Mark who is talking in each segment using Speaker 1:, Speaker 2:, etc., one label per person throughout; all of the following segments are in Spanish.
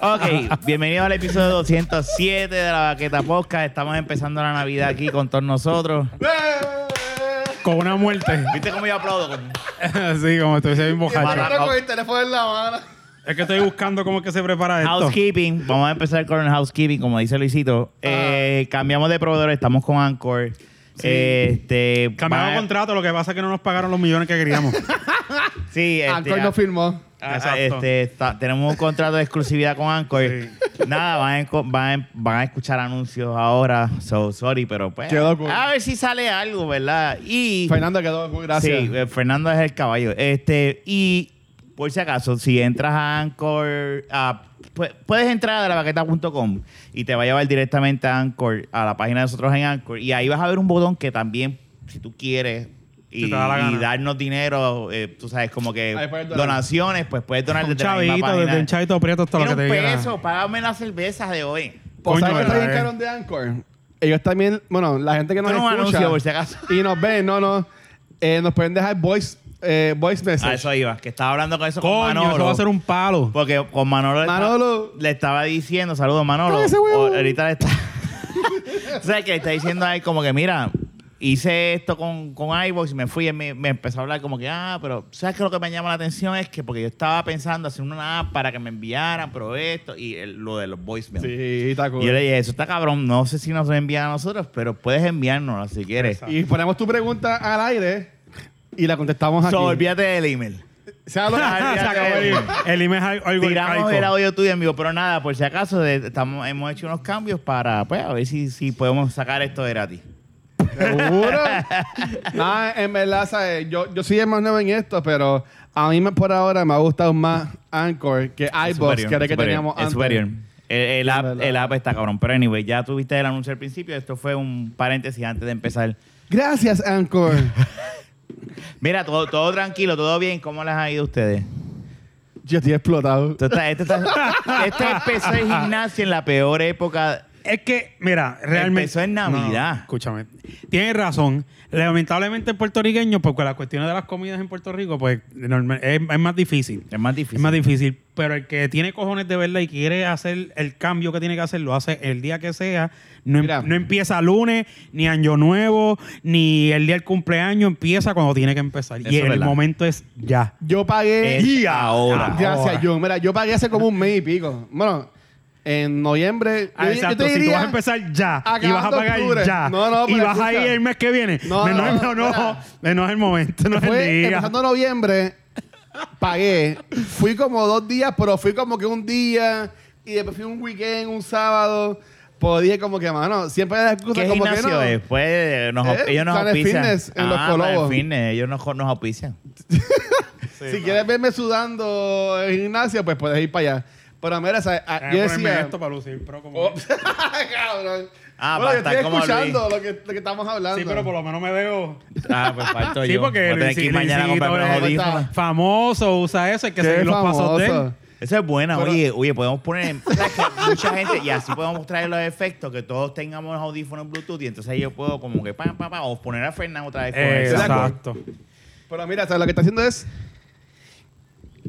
Speaker 1: Ok, bienvenido al episodio 207 de la Baqueta Podcast. Estamos empezando la Navidad aquí con todos nosotros.
Speaker 2: ¡Eh!
Speaker 3: Con una muerte.
Speaker 1: ¿Viste cómo yo aplaudo? coño?
Speaker 3: Así como estuviese bien bocacho.
Speaker 1: Mala-
Speaker 2: Ahora con el teléfono en la mano.
Speaker 1: Este,
Speaker 3: Es que estoy buscando cómo es que se prepara esto.
Speaker 1: Housekeeping. Vamos a empezar con el housekeeping, como dice Luisito. Eh, cambiamos de proveedor, estamos con Anchor. Este,
Speaker 3: Cambiamos
Speaker 1: va-
Speaker 3: contrato, lo que pasa es que no nos pagaron los millones que queríamos.
Speaker 1: Sí, este,
Speaker 2: Anchor no firmó.
Speaker 1: Ah,
Speaker 3: Exacto.
Speaker 1: este, está- tenemos un contrato de exclusividad con Anchor. Nada, van a, enco- van, a- em- van a escuchar anuncios ahora. So sorry, pero pues.
Speaker 2: Quedó cool.
Speaker 1: A ver si sale algo, ¿verdad? Y.
Speaker 2: Fernando quedó muy gracias.
Speaker 1: Sí, eh, Fernando es el caballo. Este, y por si acaso, si entras a Anchor, a- pu- puedes entrar a lavaqueta.com y te va a llevar directamente a Anchor, a la página de nosotros en Anchor. Y ahí vas a ver un botón que también, si tú quieres. Y,
Speaker 3: Si te da la
Speaker 1: y
Speaker 3: gana.
Speaker 1: darnos dinero, eh, tú sabes, como que
Speaker 2: Ahí puedes donar.
Speaker 1: donaciones, pues puedes donar
Speaker 3: un
Speaker 1: desde la misma
Speaker 3: chavito,
Speaker 1: página.
Speaker 3: desde un chavito prieto hasta lo
Speaker 1: Mira
Speaker 3: que te
Speaker 1: un
Speaker 3: diga.
Speaker 1: peso, págame la cerveza de hoy.
Speaker 2: Pues,
Speaker 3: Coño,
Speaker 2: ¿Sabes qué
Speaker 3: ¿verdad,
Speaker 2: está bien
Speaker 3: eh?
Speaker 2: cabrón de Anchor? Ellos también, bueno, la gente que nos
Speaker 1: Esto no es un
Speaker 2: escucha
Speaker 1: anuncio, por si acaso.
Speaker 2: y nos ven, no, no, eh, nos pueden dejar voice, eh, voice
Speaker 1: A
Speaker 2: message.
Speaker 1: Ah, eso iba, que estaba hablando con eso con
Speaker 3: Coño,
Speaker 1: Manolo.
Speaker 3: eso va a ser un palo.
Speaker 1: Porque con Manolo, le esta-
Speaker 2: Manolo.
Speaker 1: le estaba diciendo, saludos Manolo.
Speaker 2: Trae ese huevo.
Speaker 1: O- ahorita le está. o sea, que le está diciendo ahí como que, mira, hice esto con, con iVox y me fui y él me, me empezó a hablar como que, ah, pero ¿sabes qué? Lo que me llama la atención es que porque yo estaba pensando hacer una app para que me enviaran, pero esto y el- lo de los voicemails.
Speaker 2: Sí, está cool.
Speaker 1: Y yo le dije, eso está cabrón, no sé si nos envían a nosotros, pero puedes enviárnosla si quieres.
Speaker 2: Y ponemos tu pregunta al aire y la contestamos aquí.
Speaker 1: So, olvídate del email.
Speaker 2: Sea lo que-
Speaker 1: Ah,
Speaker 3: Se acabó el IME. El IME es al- algo
Speaker 1: Tiramos
Speaker 3: arcaico.
Speaker 1: el audio tuyo en vivo, pero nada, por si acaso de- estamos, hemos hecho unos cambios para pues, a ver si, si podemos sacar esto de gratis.
Speaker 2: Seguro. Nada, Ah, en verdad, ¿sabes? Yo, yo soy el más nuevo en esto, pero a mí me- por ahora me ha gustado más Anchor que iBox,
Speaker 1: Superior,
Speaker 2: que era el que
Speaker 1: superior,
Speaker 2: teníamos
Speaker 1: es
Speaker 2: antes.
Speaker 1: superior. El, el app,
Speaker 2: verdad.
Speaker 1: el app está cabrón. Pero anyway, ya tuviste el anuncio al principio. Esto fue un paréntesis antes de empezar.
Speaker 2: Gracias, Anchor.
Speaker 1: Mira, todo, todo tranquilo, todo bien. ¿Cómo les ha ido a ustedes?
Speaker 2: yo estoy explotado.
Speaker 1: Esto está- este, está- este empezó el gimnasio en la peor época.
Speaker 3: Es que, mira, realmente.
Speaker 1: Empezó en
Speaker 3: No,
Speaker 1: Navidad.
Speaker 3: no, escúchame. Tienes razón. Lamentablemente, el puertorriqueño, porque las cuestiones de las comidas en Puerto Rico, pues normal- es, es más difícil.
Speaker 1: Es más difícil.
Speaker 3: Es más difícil. Pero el que tiene cojones de verdad y quiere hacer el cambio que tiene que hacer, lo hace el día que sea. No, em-
Speaker 2: Mira.
Speaker 3: no empieza lunes, ni año nuevo, ni el día del cumpleaños. Empieza cuando tiene que empezar.
Speaker 1: Eso
Speaker 3: y
Speaker 1: es
Speaker 3: el
Speaker 1: verdad.
Speaker 3: momento es ya.
Speaker 2: Yo pagué.
Speaker 1: Es ahora.
Speaker 2: Gracias,
Speaker 3: Ahora.
Speaker 2: John. Mira, yo pagué hace como un mes y pico. Bueno, en noviembre.
Speaker 3: Ah,
Speaker 2: yo- yo
Speaker 3: exacto,
Speaker 2: te
Speaker 3: si tú
Speaker 2: diría-
Speaker 3: vas a empezar ya y
Speaker 2: acabando
Speaker 3: vas a pagar
Speaker 2: octubre.
Speaker 3: ya
Speaker 2: No, no,
Speaker 3: y
Speaker 2: pero
Speaker 3: vas a ir
Speaker 2: escucha.
Speaker 3: el mes que viene,
Speaker 2: No,
Speaker 3: no, no, no,
Speaker 2: no,
Speaker 3: no,
Speaker 2: espera.
Speaker 3: no es el momento, no es el
Speaker 2: Fue
Speaker 3: día.
Speaker 2: empezando noviembre, pagué. Fui como dos días, pero fui como que un día y después fui un weekend, un sábado. Podía como que, mano, siempre hay la excusa
Speaker 1: ¿Qué
Speaker 2: como que
Speaker 1: gimnasio
Speaker 2: no.
Speaker 1: es? Pues nos,
Speaker 2: Eh,
Speaker 1: ellos nos
Speaker 2: Planet
Speaker 1: auspician.
Speaker 2: Fitness en Los
Speaker 1: Ah, Planet
Speaker 2: Colobos.
Speaker 1: Fitness, ellos nos, nos auspician.
Speaker 2: si quieres verme sudando en gimnasia, pues puedes ir para allá. Pero mira, ¿sabes? Ah,
Speaker 3: Déjame
Speaker 2: yo
Speaker 3: ponerme
Speaker 2: decía...
Speaker 3: Eh, esto para lucir, pero como-
Speaker 2: Oh, Cabrón.
Speaker 1: Ah,
Speaker 2: bueno, yo
Speaker 1: basta,
Speaker 2: estoy
Speaker 1: como
Speaker 2: escuchando lo que, lo que estamos hablando.
Speaker 3: Sí, pero por lo menos me veo.
Speaker 1: Ah, pues falto
Speaker 3: Sí,
Speaker 1: yo.
Speaker 3: porque
Speaker 1: Voy a tener que ir
Speaker 3: Luisi-
Speaker 1: mañana a
Speaker 3: Luisito
Speaker 1: comprarme unos
Speaker 3: es-
Speaker 2: ¿Cómo está?
Speaker 1: audífonos.
Speaker 3: Famoso, usa eso, hay que
Speaker 2: Qué
Speaker 3: seguir los pasos de él.
Speaker 2: famoso.
Speaker 1: Esa es buena,
Speaker 2: Pero-
Speaker 1: oye, oye, podemos poner o sea, que mucha gente y así podemos traer los efectos que todos tengamos los audífonos Bluetooth y entonces ahí yo puedo como que pam, pam, pam, o poner a Fernando otra vez con
Speaker 3: Eh,
Speaker 1: eso.
Speaker 3: Exacto.
Speaker 2: Pero mira, o sea, lo que está haciendo es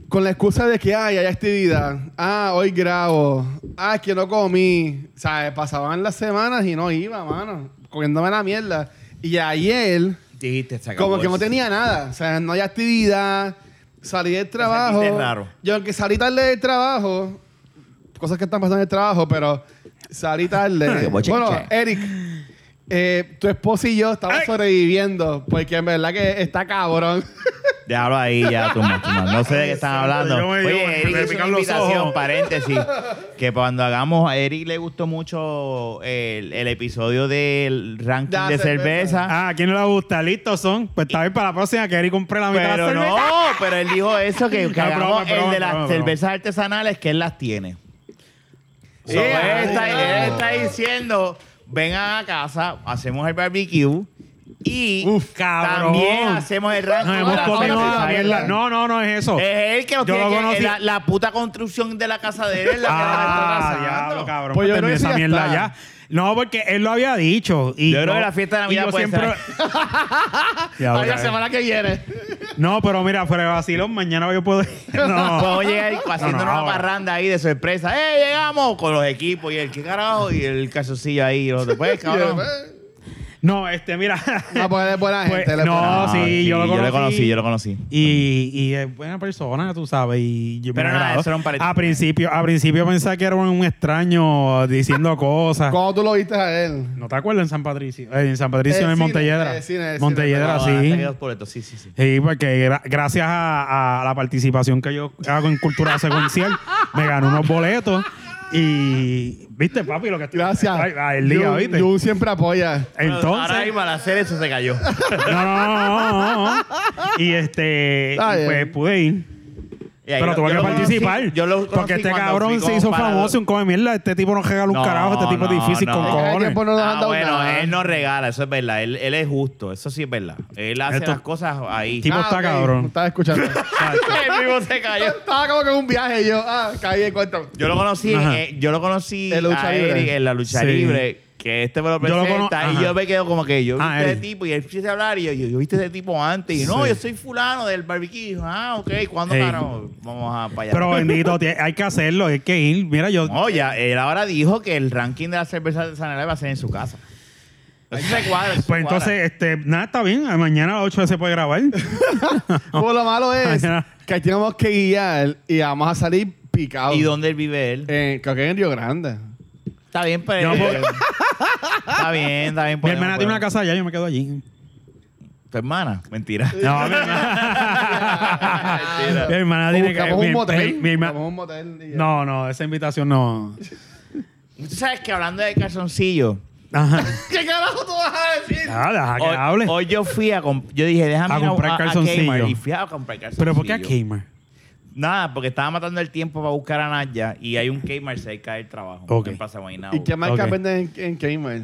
Speaker 2: con la excusa de que ay, hay actividad, ah, hoy grabo, ah, es que no comí, ¿sabes? Pasaban las semanas y no iba, mano, comiéndome la mierda. Y ayer,
Speaker 1: Dijiste, se acabó
Speaker 2: como que no
Speaker 1: eso.
Speaker 2: tenía nada, o sea, no hay actividad, salí del trabajo.
Speaker 1: sentiste raro.
Speaker 2: Yo, aunque salí tarde del trabajo, cosas que están pasando en el trabajo, pero salí tarde.
Speaker 1: boche-
Speaker 2: bueno,
Speaker 1: che.
Speaker 2: Eric. eh, tu esposo y yo estamos
Speaker 3: Ay.
Speaker 2: sobreviviendo porque en verdad que está cabrón.
Speaker 1: Déjalo ahí ya, tú, más, tú más. No sé de qué están
Speaker 3: Santo,
Speaker 1: hablando.
Speaker 3: yo me- yo me-
Speaker 1: Oye, Eric,
Speaker 3: me
Speaker 1: hizo una
Speaker 3: pican los
Speaker 1: invitación,
Speaker 3: ojos.
Speaker 1: paréntesis, que cuando hagamos, a Eric le gustó mucho el, el episodio del ranking
Speaker 2: Da
Speaker 1: de cerveza.
Speaker 2: cerveza.
Speaker 3: Ah, ¿a quién no le gusta? Listo, son. Pues está bien para la próxima que Eric compré la mitad de la
Speaker 1: Pero no,
Speaker 3: cerveza.
Speaker 1: pero él dijo eso, que, que
Speaker 3: No,
Speaker 1: hagamos
Speaker 3: broma,
Speaker 1: el
Speaker 3: broma,
Speaker 1: de las
Speaker 3: broma, broma.
Speaker 1: cervezas artesanales que él las tiene. So,
Speaker 3: Eh,
Speaker 2: Yeah.
Speaker 1: él, está,
Speaker 2: Yeah.
Speaker 1: él está diciendo, vengan a casa, hacemos el barbecue Y
Speaker 3: Uf, cabrón.
Speaker 1: también hacemos el ranking.
Speaker 3: Nos
Speaker 1: de
Speaker 3: hemos
Speaker 1: las
Speaker 3: comido
Speaker 1: horas
Speaker 3: la
Speaker 1: de
Speaker 3: mierda.
Speaker 1: sal.
Speaker 3: No, no, no es eso.
Speaker 1: Es él que lo
Speaker 3: Yo
Speaker 1: tiene
Speaker 3: lo
Speaker 1: que-
Speaker 3: conocí-
Speaker 1: la, la puta construcción de la casa de él es la que
Speaker 3: Ah,
Speaker 1: la está
Speaker 3: diablo,
Speaker 1: trazando.
Speaker 3: cabrón.
Speaker 2: Pues
Speaker 3: Pues
Speaker 2: yo creo que
Speaker 3: esa
Speaker 2: sí ya
Speaker 3: mierda
Speaker 2: está.
Speaker 3: ya. No, porque él lo había dicho. Y
Speaker 1: Yo creo que la fiesta de
Speaker 3: y
Speaker 1: Navidad
Speaker 3: yo
Speaker 1: puede
Speaker 3: siempre- Diablo,
Speaker 2: Ahora la
Speaker 3: cabrón.
Speaker 2: semana que viene.
Speaker 3: No, pero mira, fuera de vacilón, mañana yo puedo ir. No.
Speaker 1: Podemos llegar haciendo
Speaker 3: No, no,
Speaker 1: una
Speaker 3: ahora.
Speaker 1: parranda ahí de sorpresa. ¡Eh, llegamos! Con los equipos y el qué carajo y el calzoncillo ahí. Y los otros, pues, cabrón.
Speaker 3: No, este, mira.
Speaker 2: No, pues él es buena gente.
Speaker 3: Pues,
Speaker 2: él es buena
Speaker 3: no,
Speaker 1: Ah,
Speaker 3: sí, yo lo
Speaker 1: Yo
Speaker 3: conocí.
Speaker 1: lo conocí, yo lo conocí.
Speaker 3: Y, y es buena persona, tú sabes. Y yo me
Speaker 1: Pero nada,
Speaker 3: agradó.
Speaker 1: eso era un paréntesis.
Speaker 3: a principio, a principio pensé que era un extraño diciendo cosas.
Speaker 2: ¿Cómo tú lo viste a él?
Speaker 3: ¿No te acuerdas en San Patricio? Eh, en San Patricio,
Speaker 2: Eh,
Speaker 3: en
Speaker 2: cine,
Speaker 3: Montelledra.
Speaker 2: eh, cine, cine,
Speaker 3: Montelledra,
Speaker 1: No,
Speaker 3: sí.
Speaker 1: hasta que dos boletos, sí, sí, sí.
Speaker 3: Sí, porque gra- gracias a, a la participación que yo hago en Cultura Secuencial, me ganó unos boletos. Y, viste, papi, lo que estoy
Speaker 2: Gracias.
Speaker 3: Ay, ay, el día,
Speaker 2: Jun-
Speaker 3: ¿viste?
Speaker 2: Jun siempre apoya.
Speaker 1: Ahora
Speaker 3: Entonces,
Speaker 1: mismo al hacer eso se cayó.
Speaker 3: no, no, no, no, no. Y este,
Speaker 2: Está
Speaker 3: y
Speaker 2: bien.
Speaker 3: pues pude ir.
Speaker 1: Y ahí
Speaker 3: Pero
Speaker 1: lo-
Speaker 3: tuve
Speaker 1: yo
Speaker 3: que
Speaker 1: lo conocí-
Speaker 3: participar.
Speaker 1: yo lo conocí
Speaker 3: porque este
Speaker 1: cuando
Speaker 3: cabrón
Speaker 1: fui
Speaker 3: se
Speaker 1: como
Speaker 3: hizo
Speaker 1: para-
Speaker 3: famoso, un come mierda. Este tipo no regala un
Speaker 1: No,
Speaker 3: carajo, este tipo es
Speaker 1: no,
Speaker 3: difícil
Speaker 1: no.
Speaker 3: con
Speaker 1: Es que
Speaker 2: Cada
Speaker 3: cojones.
Speaker 2: tiempo no nos han
Speaker 1: Ah,
Speaker 2: dado
Speaker 1: bueno,
Speaker 2: nada.
Speaker 1: él no regala, eso es verdad. Él, él es justo, eso sí es verdad. Él hace
Speaker 3: Esto-
Speaker 1: las cosas ahí.
Speaker 3: Tipo- está
Speaker 2: Ah, ok,
Speaker 3: cabrón.
Speaker 2: Estaba escuchando.
Speaker 1: el mismo se cayó.
Speaker 2: estaba como que en un viaje y yo, ah, caí en cuenta.
Speaker 1: Yo lo conocí,
Speaker 3: Ajá.
Speaker 1: eh, yo lo conocí
Speaker 2: En la lucha
Speaker 1: a Eric
Speaker 2: libre.
Speaker 1: en la lucha
Speaker 3: Sí.
Speaker 1: libre, que este me lo
Speaker 3: Yo lo
Speaker 1: presenta
Speaker 3: cono-
Speaker 1: y
Speaker 3: ajá.
Speaker 1: yo me quedo como que yo vi
Speaker 3: Ah,
Speaker 1: este
Speaker 3: Eric.
Speaker 1: tipo y él empieza a hablar y yo, yo, yo viste este tipo antes y no,
Speaker 3: Sí.
Speaker 1: yo soy fulano del barbecue. Y yo, ah, ok, ¿cuándo
Speaker 3: Ey.
Speaker 1: carajo? Vamos a para allá.
Speaker 3: Pero bendito, tie- hay que hacerlo, hay que ir. Mira, yo,
Speaker 1: no, ya, él ahora dijo que el ranking de la cerveza de San Elena va a ser en su casa. Eso se cuadra. eso se
Speaker 3: Pues
Speaker 1: cuadra.
Speaker 3: entonces, este, nada, está bien. Mañana a las 8 se puede grabar.
Speaker 2: Como Pues, lo malo es que ahí tenemos que guiar y vamos a salir picados.
Speaker 1: ¿Y dónde él vive él?
Speaker 2: Eh, creo que en Río Grande.
Speaker 1: Está bien, pues. pero.
Speaker 3: Yo puedo-
Speaker 1: está bien, está bien.
Speaker 3: Mi
Speaker 1: podemos-
Speaker 3: hermana tiene
Speaker 1: podemos-
Speaker 3: una casa allá, yo me quedo allí.
Speaker 1: Tu hermana, mentira.
Speaker 3: No, mi hermana.
Speaker 1: Mentira.
Speaker 3: mi hermana
Speaker 2: O
Speaker 3: tiene que.
Speaker 2: buscamos
Speaker 3: mi-
Speaker 2: un motel.
Speaker 3: mi- mi herma-
Speaker 2: buscamos un motel y ya.
Speaker 3: no, no, esa invitación no.
Speaker 1: Tú sabes que hablando de calzoncillo.
Speaker 3: Ajá.
Speaker 2: ¿Qué carajo tú vas a decir?
Speaker 3: Ah, deja que
Speaker 1: Hoy,
Speaker 3: hable.
Speaker 1: hoy yo fui a comp- yo dije, déjame
Speaker 3: A
Speaker 1: ir
Speaker 3: comprar calzoncillo.
Speaker 1: Kmart y fui a comprar calzoncillo.
Speaker 3: Pero ¿por qué a Kmart?
Speaker 1: Nada, porque estaba matando el tiempo para buscar a Naya y hay un Kmart cerca del trabajo
Speaker 3: Ok.
Speaker 1: en Plaza Guaynabo.
Speaker 2: ¿Y qué marca
Speaker 3: Ok.
Speaker 2: venden en, en Kmart?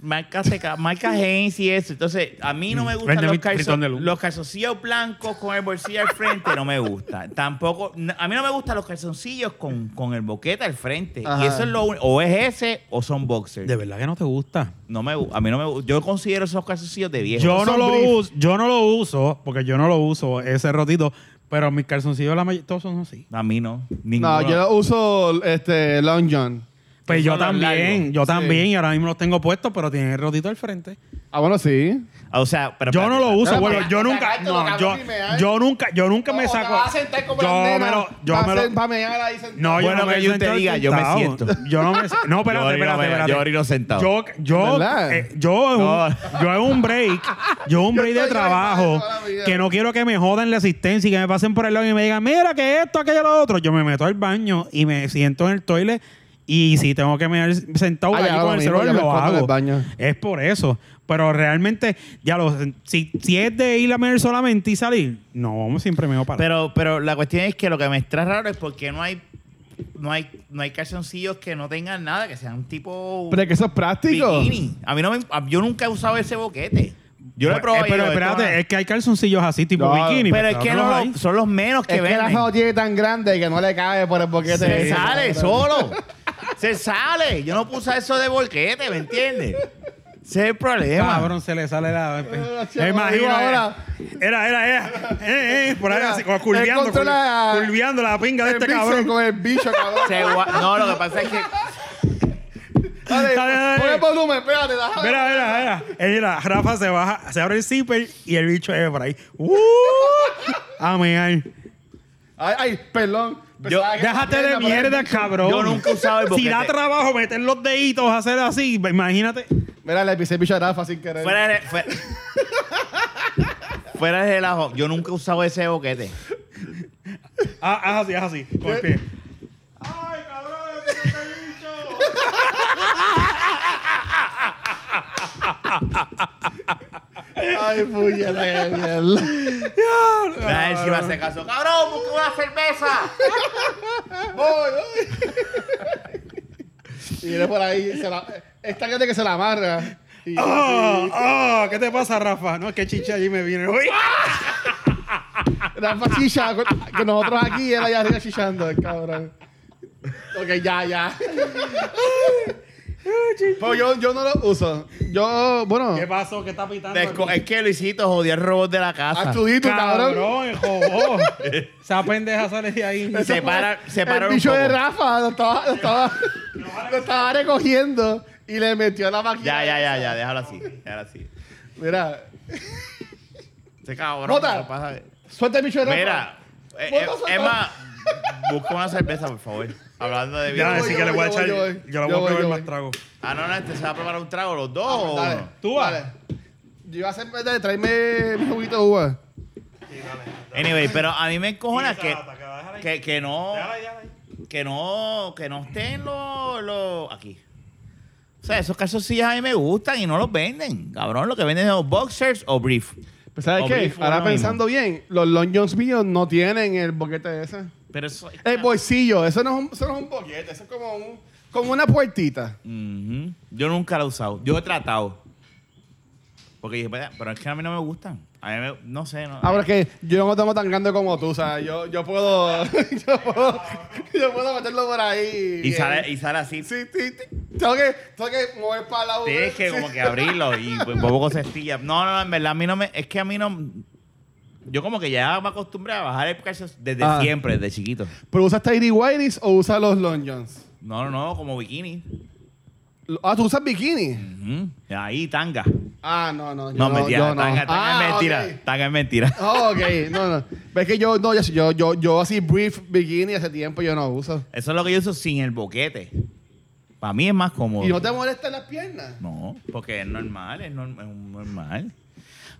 Speaker 1: Marca seca, marca Heinz y eso. Entonces, a mí no me gustan
Speaker 3: Mm. Vende
Speaker 1: los,
Speaker 3: mi fritón de
Speaker 1: calzo-
Speaker 3: luz.
Speaker 1: los calzoncillos blancos con el bolsillo al frente. No me gusta. Tampoco, n- a mí no me gustan los calzoncillos con, con el boquete al frente.
Speaker 2: Ajá.
Speaker 1: Y eso es lo un- O es ese o son boxers.
Speaker 3: De verdad que no te gusta.
Speaker 1: No me, gu- a mí no me gu- Yo considero esos calzoncillos de viejo.
Speaker 3: Yo
Speaker 2: Son
Speaker 3: no, lo
Speaker 2: brief.
Speaker 3: uso, yo no lo uso, porque yo no lo uso, ese rotito, pero mis calzoncillos, la may- todos son así.
Speaker 1: A mí no. Ninguno.
Speaker 2: No, yo uso este, Long John.
Speaker 3: Pues
Speaker 1: Esos
Speaker 3: yo
Speaker 1: son los
Speaker 3: también,
Speaker 1: largos.
Speaker 3: yo
Speaker 2: Sí.
Speaker 3: también, y ahora mismo los tengo puestos, pero tienen el rotito al frente.
Speaker 2: Ah, bueno, sí.
Speaker 1: Ah, O sea, pero
Speaker 3: Yo no
Speaker 1: espérate,
Speaker 3: lo uso,
Speaker 2: Pero
Speaker 3: bueno,
Speaker 2: para-
Speaker 3: yo
Speaker 2: para
Speaker 3: nunca,
Speaker 2: sacarte lo
Speaker 3: no,
Speaker 2: cabrón
Speaker 3: yo,
Speaker 2: y mear.
Speaker 3: yo nunca, yo nunca
Speaker 2: O-
Speaker 3: me
Speaker 2: o te
Speaker 3: saco.
Speaker 2: vas a sentar como
Speaker 3: yo
Speaker 2: las
Speaker 3: me
Speaker 2: nenas,
Speaker 3: lo, yo
Speaker 2: pa'
Speaker 3: me lo,
Speaker 2: hacer- pa' mear ahí sentado.
Speaker 3: no, yo
Speaker 1: Bueno,
Speaker 3: no me
Speaker 1: que yo te
Speaker 3: siento
Speaker 1: diga, yo me
Speaker 3: sentado.
Speaker 1: siento.
Speaker 3: Yo no me, no,
Speaker 1: Yo
Speaker 3: espérate,
Speaker 1: orino
Speaker 3: espérate,
Speaker 1: me-
Speaker 3: espérate.
Speaker 1: yo orino sentado.
Speaker 3: Yo, yo,
Speaker 2: ¿Verdad?
Speaker 3: eh, yo, en
Speaker 1: No.
Speaker 3: un, yo en un break, yo en un
Speaker 2: Yo
Speaker 3: break de
Speaker 2: estoy llorando
Speaker 3: trabajo
Speaker 2: toda la vida.
Speaker 3: que no quiero que me jodan la asistencia y que me pasen por el lado y me digan, mira que esto, aquello, lo otro. Yo me meto al baño y me siento en el toilet y si tengo que mear sentado
Speaker 2: Ah, ya,
Speaker 3: allí
Speaker 2: lo
Speaker 3: con el
Speaker 2: mismo,
Speaker 3: celular,
Speaker 2: yo me
Speaker 3: lo
Speaker 2: escondo en el
Speaker 3: hago.
Speaker 2: baño.
Speaker 3: Es por eso. Pero realmente, ya lo, si, si es de ir a mear solamente y salir, no, siempre me voy para.
Speaker 1: Pero, pero la cuestión es que lo que me extra raro es porque no hay, no hay, no hay calzoncillos que no tengan nada, que sean tipo
Speaker 2: Pero es que eso es práctico.
Speaker 1: bikini. A mí no me, a- yo nunca he usado ese boquete. Yo lo he probado.
Speaker 3: Eh, pero
Speaker 1: y digo,
Speaker 3: espérate,
Speaker 1: esto no-
Speaker 3: es que hay calzoncillos así, tipo
Speaker 2: No,
Speaker 3: bikini.
Speaker 1: pero es
Speaker 3: pues,
Speaker 1: que
Speaker 3: claro
Speaker 1: no-
Speaker 3: los hay.
Speaker 1: son los menos que
Speaker 2: Es que la
Speaker 1: venden.
Speaker 2: foto tiene tan grande que no le cabe por el boquete.
Speaker 1: Se sale solo. Se sale. Yo no puse eso de boquete, ¿me entiendes? Ese es el problema.
Speaker 3: Cabrón, se le sale la. pues.
Speaker 2: chaval,
Speaker 3: imagino.
Speaker 2: digo
Speaker 3: Era,
Speaker 2: Eh, ahora.
Speaker 3: era, era. era. Eh, eh, por ahí,
Speaker 2: Mira,
Speaker 3: así, como curviando.
Speaker 2: encontró
Speaker 3: cul-
Speaker 2: la-
Speaker 3: Curviando la pinga de
Speaker 2: El
Speaker 3: este
Speaker 2: bíceps
Speaker 3: cabrón.
Speaker 2: con el bicho, cabrón.
Speaker 1: Se gua- no, lo que pasa es que.
Speaker 2: Dale,
Speaker 3: Dale, dale.
Speaker 2: pon el volumen, espérate. déjame.
Speaker 3: Mira, mira, mira. Él, mira, Rafa se baja, se abre el zipper y el bicho es por ahí. ¡Uh! A mear.
Speaker 2: Ay, ay, perdón.
Speaker 1: Yo-
Speaker 2: Pensaba que
Speaker 3: Déjate
Speaker 2: era
Speaker 3: de
Speaker 2: por el
Speaker 3: mierda,
Speaker 2: bicho.
Speaker 3: cabrón.
Speaker 1: Yo nunca he usado el
Speaker 3: Si da
Speaker 1: boquete.
Speaker 3: trabajo meter los deditos, hacer así, imagínate.
Speaker 2: Mira, le pisé el bicho a Rafa sin querer.
Speaker 1: Fuera de, fuera, fuera de relajo, yo nunca he usado ese boquete.
Speaker 3: Ah, haz así, haz así, con el pie. ¡Ay, cabrón! ¡Este bicho!
Speaker 2: Ay, puñeta, qué mierda.
Speaker 1: Nada, él sí me hace caso. ¡Cabrón, busca una cerveza!
Speaker 2: Voy, voy. Y viene por ahí. Se la... Está grande que se la amarra. Y-
Speaker 3: ¡Oh! ¡Oh! ¿Qué te pasa, Rafa? No, es que chicha allí me viene. ¡Uy!
Speaker 2: Ah. Rafa chicha con, con nosotros aquí y él allá arriba chichando, el cabrón. Ok, ya, ya. Pero Pues yo, yo no lo uso. Yo, bueno,
Speaker 3: ¿Qué pasó? ¿Qué está pitando?
Speaker 1: Desco-
Speaker 3: aquí?
Speaker 1: es que Luisito jodió el robot de la casa.
Speaker 2: Arturito, cabrón.
Speaker 3: Cabrón, el jobó. Esa pendeja sale de ahí.
Speaker 1: Se para, se para
Speaker 2: El
Speaker 1: un
Speaker 2: bicho
Speaker 1: poco.
Speaker 2: de Rafa lo estaba, lo estaba, lo estaba recogiendo y le metió la máquina.
Speaker 1: Ya, ya, ya, ya, déjalo así. Déjalo así.
Speaker 2: Mira,
Speaker 1: Se cabrón.
Speaker 2: Bota.
Speaker 1: lo pasa-
Speaker 2: suelta el bicho de Rafa.
Speaker 1: Mira, eh, eh,
Speaker 2: Bota, suelta.
Speaker 1: Emma, busca una cerveza, por favor. Hablando de vino.
Speaker 3: Ya,
Speaker 2: voy,
Speaker 3: así
Speaker 2: yo
Speaker 3: que le
Speaker 2: voy,
Speaker 3: voy a
Speaker 2: yo
Speaker 3: echar.
Speaker 2: voy, yo voy.
Speaker 3: Yo
Speaker 2: Yo
Speaker 3: le voy a
Speaker 2: voy,
Speaker 3: probar
Speaker 2: yo
Speaker 3: más
Speaker 2: voy.
Speaker 3: trago.
Speaker 1: Ah, no, no, este se va a probar un trago, los dos.
Speaker 2: Pues
Speaker 1: o
Speaker 2: dale.
Speaker 1: uno?
Speaker 3: Tú vas.
Speaker 2: Dale. Yo iba a hacer, dale, tráeme mi juguito de uva.
Speaker 1: Anyway, pero a mí me encojona
Speaker 3: Tira
Speaker 1: que,
Speaker 3: esa lata, que la dejan ahí.
Speaker 1: que, que no.
Speaker 3: Déjala ahí, déjala ahí.
Speaker 1: que no que no estén los los- aquí o sea esos calzoncillos a mí me gustan y no los venden cabrón lo que venden son boxers o brief
Speaker 2: Pues, ¿Sabes
Speaker 1: O
Speaker 2: qué?
Speaker 1: brief o
Speaker 2: Ahora
Speaker 1: lo mismo.
Speaker 2: pensando bien, los Long Johns míos no tienen el boquete ese.
Speaker 1: pero eso
Speaker 2: El bolsillo, eso no es un, eso no es un boquete, eso es como, un, como una puertita.
Speaker 1: Ujú. yo nunca lo he usado yo he tratado porque dije "Pero- pero es que a mí no me gustan a mí me- no sé no,
Speaker 2: Ahora es que yo no tengo tan grande como tú, o sea, yo, yo puedo. yo puedo. Yo puedo meterlo por ahí.
Speaker 1: y sale y sale así
Speaker 2: Sí, sí, sí. Tengo que, tengo que mover para la
Speaker 1: tienes que como que abrirlo y pues, bobo con cestilla no no no en verdad a mí no me es que a mí no yo como que ya me acostumbré a bajar el calzón desde
Speaker 2: Ah.
Speaker 1: siempre desde chiquito
Speaker 2: ¿Pero usas Tidy Whiteys o usas los Long Johns?
Speaker 1: no no no como bikini
Speaker 2: Lo- Ah, tú usas bikini.
Speaker 1: Ujú. ahí tanga
Speaker 2: Ah, no, no. yo
Speaker 1: Mm. No, mentira,
Speaker 2: yo no.
Speaker 1: tanga, tanga
Speaker 2: Ah,
Speaker 1: es mentira,
Speaker 2: ok.
Speaker 1: tanga es mentira.
Speaker 2: Ah, ok, no, no. Ves que yo, no, yo, yo, yo, yo así brief bikini hace tiempo yo no uso.
Speaker 1: Eso es lo que yo uso sin el boquete. Para mí es más cómodo.
Speaker 2: ¿Y no te molestan las piernas?
Speaker 1: No, porque es normal, es, norm- es un normal.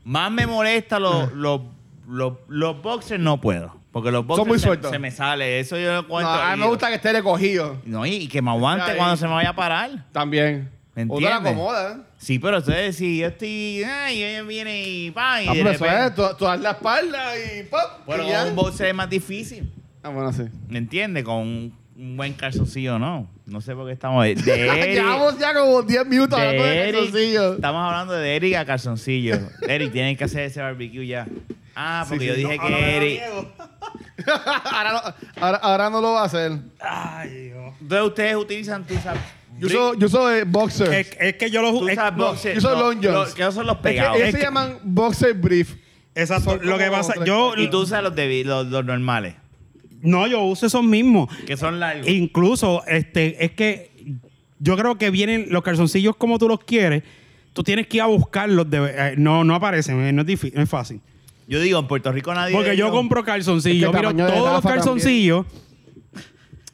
Speaker 1: Más me molesta los, los, los, los boxers, no puedo. Porque los boxers
Speaker 2: muy
Speaker 1: se-
Speaker 2: sueltos.
Speaker 1: se, me sale, eso yo lo
Speaker 2: No,
Speaker 1: encuentro.
Speaker 2: a mí me
Speaker 1: y-
Speaker 2: gusta que esté recogido
Speaker 1: No, y, y que me aguante
Speaker 2: Ahí.
Speaker 1: cuando se me vaya a parar.
Speaker 2: también.
Speaker 1: ¿Me
Speaker 2: O te la
Speaker 1: entiendes?
Speaker 2: acomoda.
Speaker 1: Sí, pero ustedes, si yo estoy. Ay, ella viene y. Pa, y
Speaker 2: Ah,
Speaker 1: de
Speaker 2: pero eso
Speaker 1: repente-
Speaker 2: es, tú, tú das la espalda y pop.
Speaker 1: Bueno,
Speaker 2: y ya.
Speaker 1: con un boxer es más difícil.
Speaker 2: Ah, bueno, sí.
Speaker 1: ¿Me entiendes? Con un, un buen calzoncillo, no. No sé por qué estamos. De Eric.
Speaker 2: Llevamos ya como 10 minutos
Speaker 1: de
Speaker 2: hablando de
Speaker 1: Eric.
Speaker 2: calzoncillos.
Speaker 1: Estamos hablando de Eric a calzoncillo. Eric, tienen que hacer ese barbecue ya. Ah, porque yo dije
Speaker 3: No,
Speaker 1: que
Speaker 3: ahora me da
Speaker 1: Eric.
Speaker 3: miedo.
Speaker 2: ahora, no, ahora, ahora no lo va a hacer.
Speaker 3: Ay, Dios.
Speaker 1: Entonces ustedes utilizan tus sab-
Speaker 2: Yo
Speaker 1: bri-
Speaker 2: soy, yo soy boxer.
Speaker 3: Es, es que yo lo
Speaker 1: tus
Speaker 3: es-
Speaker 1: sab-
Speaker 3: no,
Speaker 1: boxers,
Speaker 2: yo soy long johns.
Speaker 1: los- que no son los
Speaker 2: Es que
Speaker 1: pegados.
Speaker 2: ellos se llaman boxer brief.
Speaker 3: Exacto.
Speaker 2: Son
Speaker 3: Lo que
Speaker 2: como
Speaker 3: pasa,
Speaker 2: tres
Speaker 3: yo
Speaker 1: y tú usas los, de, vi- los, los normales,
Speaker 3: no, yo uso esos mismos.
Speaker 1: que son largos.
Speaker 3: Incluso, este, es que yo creo que vienen los calzoncillos como tú los quieres. Tú tienes que ir a buscarlos. de- eh, no, no aparecen. eh, No es, difí- no es fácil.
Speaker 1: yo digo, en Puerto Rico nadie.
Speaker 3: Porque yo
Speaker 1: ellos-
Speaker 3: compro calzoncillos.
Speaker 2: Es que el tamaño
Speaker 3: miro
Speaker 2: de
Speaker 3: todos los
Speaker 2: Rafa también.
Speaker 3: calzoncillos.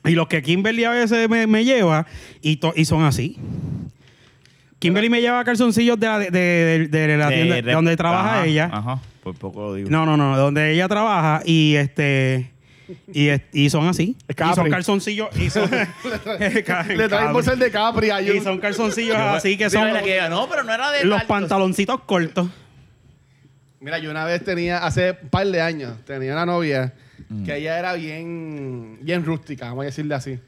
Speaker 3: Y los que Kimberly a veces me, me lleva y, to- y son así. Kimberly me lleva calzoncillos de la, de, de- de- de la
Speaker 1: de-
Speaker 3: tienda
Speaker 1: de-
Speaker 3: donde trabaja
Speaker 1: ajá,
Speaker 3: ella.
Speaker 1: Ajá, por poco lo digo.
Speaker 3: No, no, no, donde ella trabaja y este y, es- y son así.
Speaker 2: Capri.
Speaker 3: Y son calzoncillos y son
Speaker 2: Le traen bolsas de Capri a
Speaker 3: y son calzoncillos así que
Speaker 1: Mira,
Speaker 3: son
Speaker 1: la que diga, no, pero no era de
Speaker 3: los
Speaker 1: altos.
Speaker 3: pantaloncitos cortos.
Speaker 2: Mira, yo una vez tenía, hace un par de años, tenía una novia
Speaker 1: Mm.
Speaker 2: que ella era bien, bien rústica, vamos a decirle así.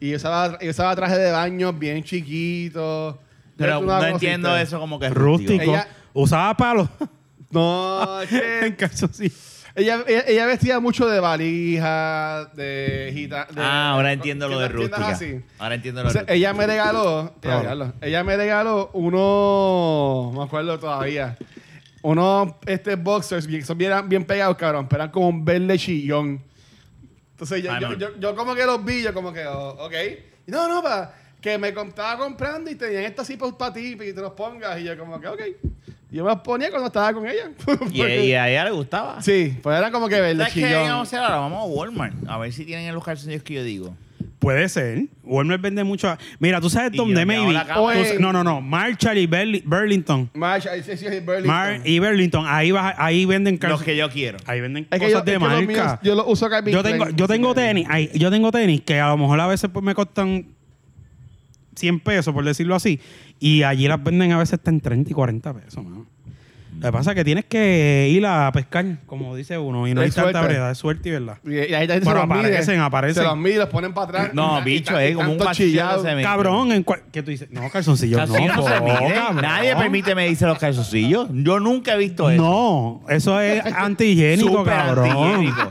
Speaker 2: Y ella usaba, ella usaba traje de baño bien chiquito.
Speaker 1: Pero
Speaker 2: Una
Speaker 1: no
Speaker 2: cosita.
Speaker 1: entiendo eso como que es
Speaker 3: Rústicos.
Speaker 2: Ella-
Speaker 3: Usaba palos
Speaker 2: No, es
Speaker 3: en
Speaker 2: que
Speaker 3: calzoncillos.
Speaker 2: ella, ella, ella vestía mucho de valija, de gita. de-
Speaker 1: Ah, ahora entiendo lo de
Speaker 2: tiendas
Speaker 1: rústica.
Speaker 2: así.
Speaker 1: Ahora entiendo
Speaker 2: O
Speaker 1: lo de
Speaker 2: sea,
Speaker 1: rústica.
Speaker 2: ella me regaló,
Speaker 3: Claro.
Speaker 2: ella, regaló- ella me regaló uno, me acuerdo todavía, unos este, boxers bien, son bien, bien pegados, cabrón, pero eran como un verde chillón. Entonces yo,
Speaker 1: Ay,
Speaker 2: yo,
Speaker 1: no.
Speaker 2: yo- yo como que los vi, yo como que, oh, ok. Y No, no, pa, que me com- estaba comprando y tenían esto así para ti, y te los pongas, y yo como que, ok. Y Yo me los ponía cuando estaba con ella.
Speaker 1: Y, y a ella le gustaba.
Speaker 2: Sí, pues eran como que verde
Speaker 1: ¿Sabes qué
Speaker 2: chillón.
Speaker 1: deberíamos hacer ahora? Vamos a Walmart. A ver si tienen los calzoncillos que yo digo.
Speaker 3: Puede ser. Walmart vende mucho. a- Mira, tú sabes
Speaker 1: Y
Speaker 3: dónde
Speaker 1: yo me hago
Speaker 3: maybe.
Speaker 1: la cama.
Speaker 3: Tú sa- No, no, no. Marshall y Berli- Burlington.
Speaker 2: Marsh, ahí sí, sí, es Burlington.
Speaker 3: Mar y Burlington, ahí vas- ahí venden
Speaker 1: Los
Speaker 3: calzoncillos.
Speaker 1: que yo quiero.
Speaker 3: Ahí venden
Speaker 2: Es
Speaker 3: cosas
Speaker 2: que yo,
Speaker 3: de
Speaker 2: es que los
Speaker 3: marca.
Speaker 2: míos, yo los uso Calvin
Speaker 3: yo tengo,
Speaker 2: Klein,
Speaker 3: yo
Speaker 2: así
Speaker 3: tengo
Speaker 2: que-
Speaker 3: tenis, ay, yo tengo tenis que a lo mejor a veces pues, me costan 100 pesos, por decirlo así, y allí las venden a veces hasta en 30 y 40 pesos, mano. Lo que pasa es que tienes que ir a pescar, como dice uno, y no
Speaker 2: Es
Speaker 3: hay tanta
Speaker 2: suerte.
Speaker 3: variedad, es suerte y verdad.
Speaker 2: Y, y ahí la gente
Speaker 3: Pero
Speaker 2: se los
Speaker 3: aparecen,
Speaker 2: mide, Se
Speaker 3: aparecen.
Speaker 2: los mide, los ponen para atrás.
Speaker 1: No,
Speaker 2: Y- y
Speaker 1: bicho,
Speaker 2: tan- y
Speaker 1: es como un
Speaker 2: tanto
Speaker 1: pastillado.
Speaker 2: chillado.
Speaker 1: se me-
Speaker 3: Cabrón, en cual- ¿qué tú dices? No, calzoncillo,
Speaker 1: Calzoncillos
Speaker 3: no,
Speaker 1: no se
Speaker 3: po,
Speaker 1: miden.
Speaker 3: cabrón.
Speaker 1: Nadie permite medirse los calzoncillos. Yo nunca he visto eso.
Speaker 3: No, eso es antihigiénico,
Speaker 1: Súper
Speaker 3: cabrón.
Speaker 1: antihigiénico.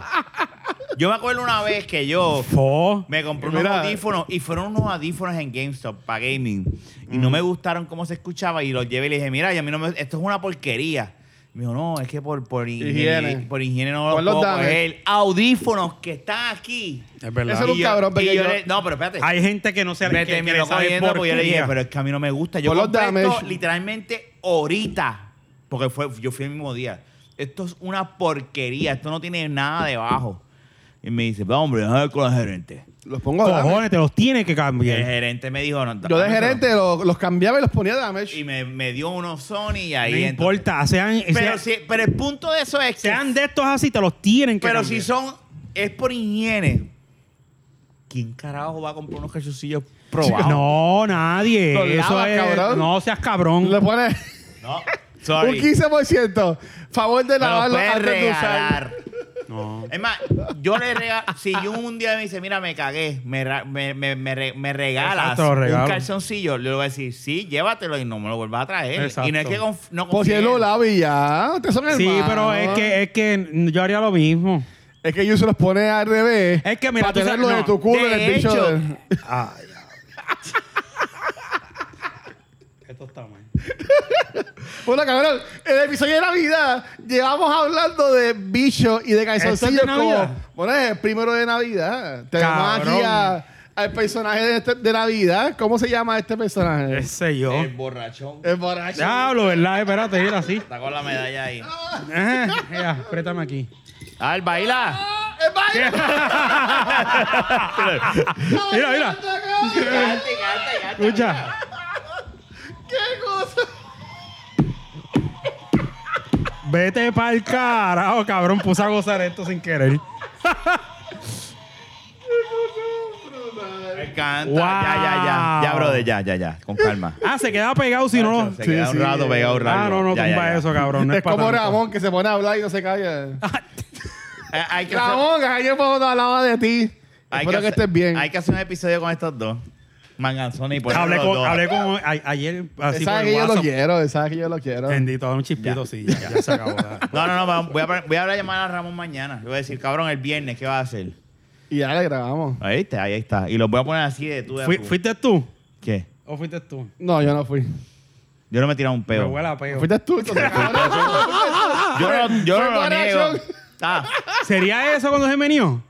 Speaker 1: Yo me acuerdo una vez que yo
Speaker 3: Fo.
Speaker 1: me compré unos
Speaker 2: Mira.
Speaker 1: audífonos y fueron unos audífonos en GameStop para gaming y no me
Speaker 2: Mm.
Speaker 1: gustaron cómo se escuchaba y los llevé y le dije, mira, y a mí no me- esto es una porquería. Me dijo, no, es que por, por, higiene,
Speaker 2: Higiene.
Speaker 1: por higiene no
Speaker 2: Pon
Speaker 1: los
Speaker 2: los
Speaker 1: puedo
Speaker 2: dames.
Speaker 1: coger. Audífonos que están aquí.
Speaker 3: Es verdad.
Speaker 2: Eso Era un
Speaker 1: Y yo-
Speaker 2: cabrón
Speaker 1: y
Speaker 2: pequeño.
Speaker 1: yo le- no, pero espérate.
Speaker 3: Hay gente que no se
Speaker 1: me
Speaker 3: que- que
Speaker 1: terminó
Speaker 3: le sabe
Speaker 1: cogiendo porque yo le dije,
Speaker 3: porquería.
Speaker 1: pero es que a mí no me gusta. Yo
Speaker 2: Por los
Speaker 1: compré esto
Speaker 2: damage.
Speaker 1: literalmente ahorita. Porque fue, yo fui el mismo día. Esto es una porquería. Esto no tiene nada debajo. Y me dice, "Pero, hombre, déjame ver con el gerente.
Speaker 2: Los pongo a damage.
Speaker 3: Cojones, te los tienes que
Speaker 1: El
Speaker 3: cambiar.
Speaker 1: gerente me dijo, no,
Speaker 2: Yo de
Speaker 1: dámelo".
Speaker 2: gerente lo- los cambiaba y los ponía damage.
Speaker 1: Y me, me dio unos Sony y ahí.
Speaker 3: No
Speaker 1: entonces-
Speaker 3: importa, sean,
Speaker 1: Pero,
Speaker 3: sean,
Speaker 1: si- pero el punto de eso es que.
Speaker 3: sean de estos así, te los tienen que
Speaker 1: pero
Speaker 3: cambiar.
Speaker 1: si son. Es por higiene. ¿Quién carajo va a comprar unos calzoncillos probados?
Speaker 3: No, nadie.
Speaker 2: Los
Speaker 3: Eso
Speaker 2: lavas,
Speaker 3: es-
Speaker 2: cabrón.
Speaker 3: No seas cabrón.
Speaker 2: Le pones
Speaker 1: No.
Speaker 2: un
Speaker 1: Sorry.
Speaker 2: 15%. Favor de
Speaker 1: Me los
Speaker 2: lavarlo
Speaker 1: puedes
Speaker 2: antes de usar.
Speaker 1: regalar.
Speaker 3: No.
Speaker 1: Es más, yo le regalo. Si yo un día me dice, mira, me cagué, me, ra- me, me, me, re- me regalas
Speaker 3: Exacto, lo regalo.
Speaker 1: un calzoncillo, le voy a decir, sí, llévatelo y no me lo vuelvas a traer.
Speaker 3: Exacto.
Speaker 1: Y no es que conf- no
Speaker 2: Pues si
Speaker 1: confíe
Speaker 2: él lo
Speaker 1: en-
Speaker 2: lava y ya. Ustedes son
Speaker 3: Sí,
Speaker 2: hermanos.
Speaker 3: pero es que, es que yo haría lo mismo.
Speaker 2: Es que ellos se los pone al revés.
Speaker 3: Es que mira, tú
Speaker 2: para tenerlo
Speaker 3: sabes-
Speaker 2: de
Speaker 3: no.
Speaker 2: tu culo en
Speaker 1: De
Speaker 2: el bicho.
Speaker 1: hecho-
Speaker 2: de-
Speaker 3: Esto está mal.
Speaker 2: Bueno, cabrón, el episodio de Navidad llevamos hablando de bichos y de calzoncillos
Speaker 3: ¿Esto es de
Speaker 2: como...
Speaker 3: Navidad?
Speaker 2: Bueno, es el primero de Navidad. Tenemos
Speaker 3: Cabrón.
Speaker 2: aquí a- al personaje de, este- de Navidad. ¿Cómo se llama este personaje?
Speaker 3: Qué sé yo.
Speaker 1: El borrachón.
Speaker 2: El borracho.
Speaker 3: Diablo, ¿verdad? Espérate, era así.
Speaker 1: Está con la medalla ahí.
Speaker 3: Eh, ya, apriétame aquí.
Speaker 1: Al baila.
Speaker 2: ¡Ah, ¡El baile!
Speaker 3: Mira, mira. Escucha.
Speaker 2: ¡Qué cosa!
Speaker 3: Vete pa'l carajo, cabrón. Puse a gozar esto sin querer.
Speaker 1: Me encanta.
Speaker 3: Wow.
Speaker 1: Ya, ya, ya. Ya, brother, ya, ya, ya. Con calma.
Speaker 3: Ah, se queda pegado si no.
Speaker 1: Se
Speaker 3: lo-
Speaker 1: queda
Speaker 2: sí,
Speaker 1: un rato
Speaker 2: eh.
Speaker 1: pegado un rato.
Speaker 3: Ah, no, no,
Speaker 1: Ya, ya,
Speaker 3: tumba
Speaker 1: ya.
Speaker 3: eso, cabrón. No Ah,
Speaker 2: es
Speaker 3: pa'
Speaker 2: como
Speaker 3: tanto.
Speaker 2: Ramón que se pone a hablar y no se calla.
Speaker 1: Eh, Hay que hacer-
Speaker 2: Ramón, ayer cuando hablaba de ti.
Speaker 1: hay
Speaker 2: Espero que,
Speaker 1: hacer-
Speaker 2: estés bien.
Speaker 1: Hay que hacer un episodio con estos dos. Manganzón y por
Speaker 3: Hablé
Speaker 1: los
Speaker 3: con,
Speaker 1: dos.
Speaker 3: hablé con a- ayer así por
Speaker 2: sabes que
Speaker 3: el
Speaker 2: yo lo
Speaker 3: WhatsApp.
Speaker 2: quiero, él sabe que yo lo quiero.
Speaker 3: Bendito, da un chispito,
Speaker 1: Ya.
Speaker 3: sí. Ya, ya se acabó. ya.
Speaker 1: No, no, no, va- voy a, poner- voy a hablar a llamar a Ramón mañana. Le voy a decir, cabrón, el viernes, ¿qué vas a hacer?
Speaker 2: Y ya le grabamos.
Speaker 1: Ahí está, ahí está. Y los voy a poner así de tú de
Speaker 3: Fui-
Speaker 1: tú.
Speaker 3: ¿Fuiste tú
Speaker 1: ¿Qué?
Speaker 3: o fuiste tú?
Speaker 2: No, yo no fui.
Speaker 1: Yo no me he tirado un
Speaker 3: Me
Speaker 1: peo.
Speaker 3: huele a peo.
Speaker 2: Fuiste tú, entonces, cabrón.
Speaker 1: Yo no, yo
Speaker 2: Fue
Speaker 1: no lo
Speaker 2: borracho.
Speaker 1: niego. Ah,
Speaker 3: ¿Sería eso cuando se venió?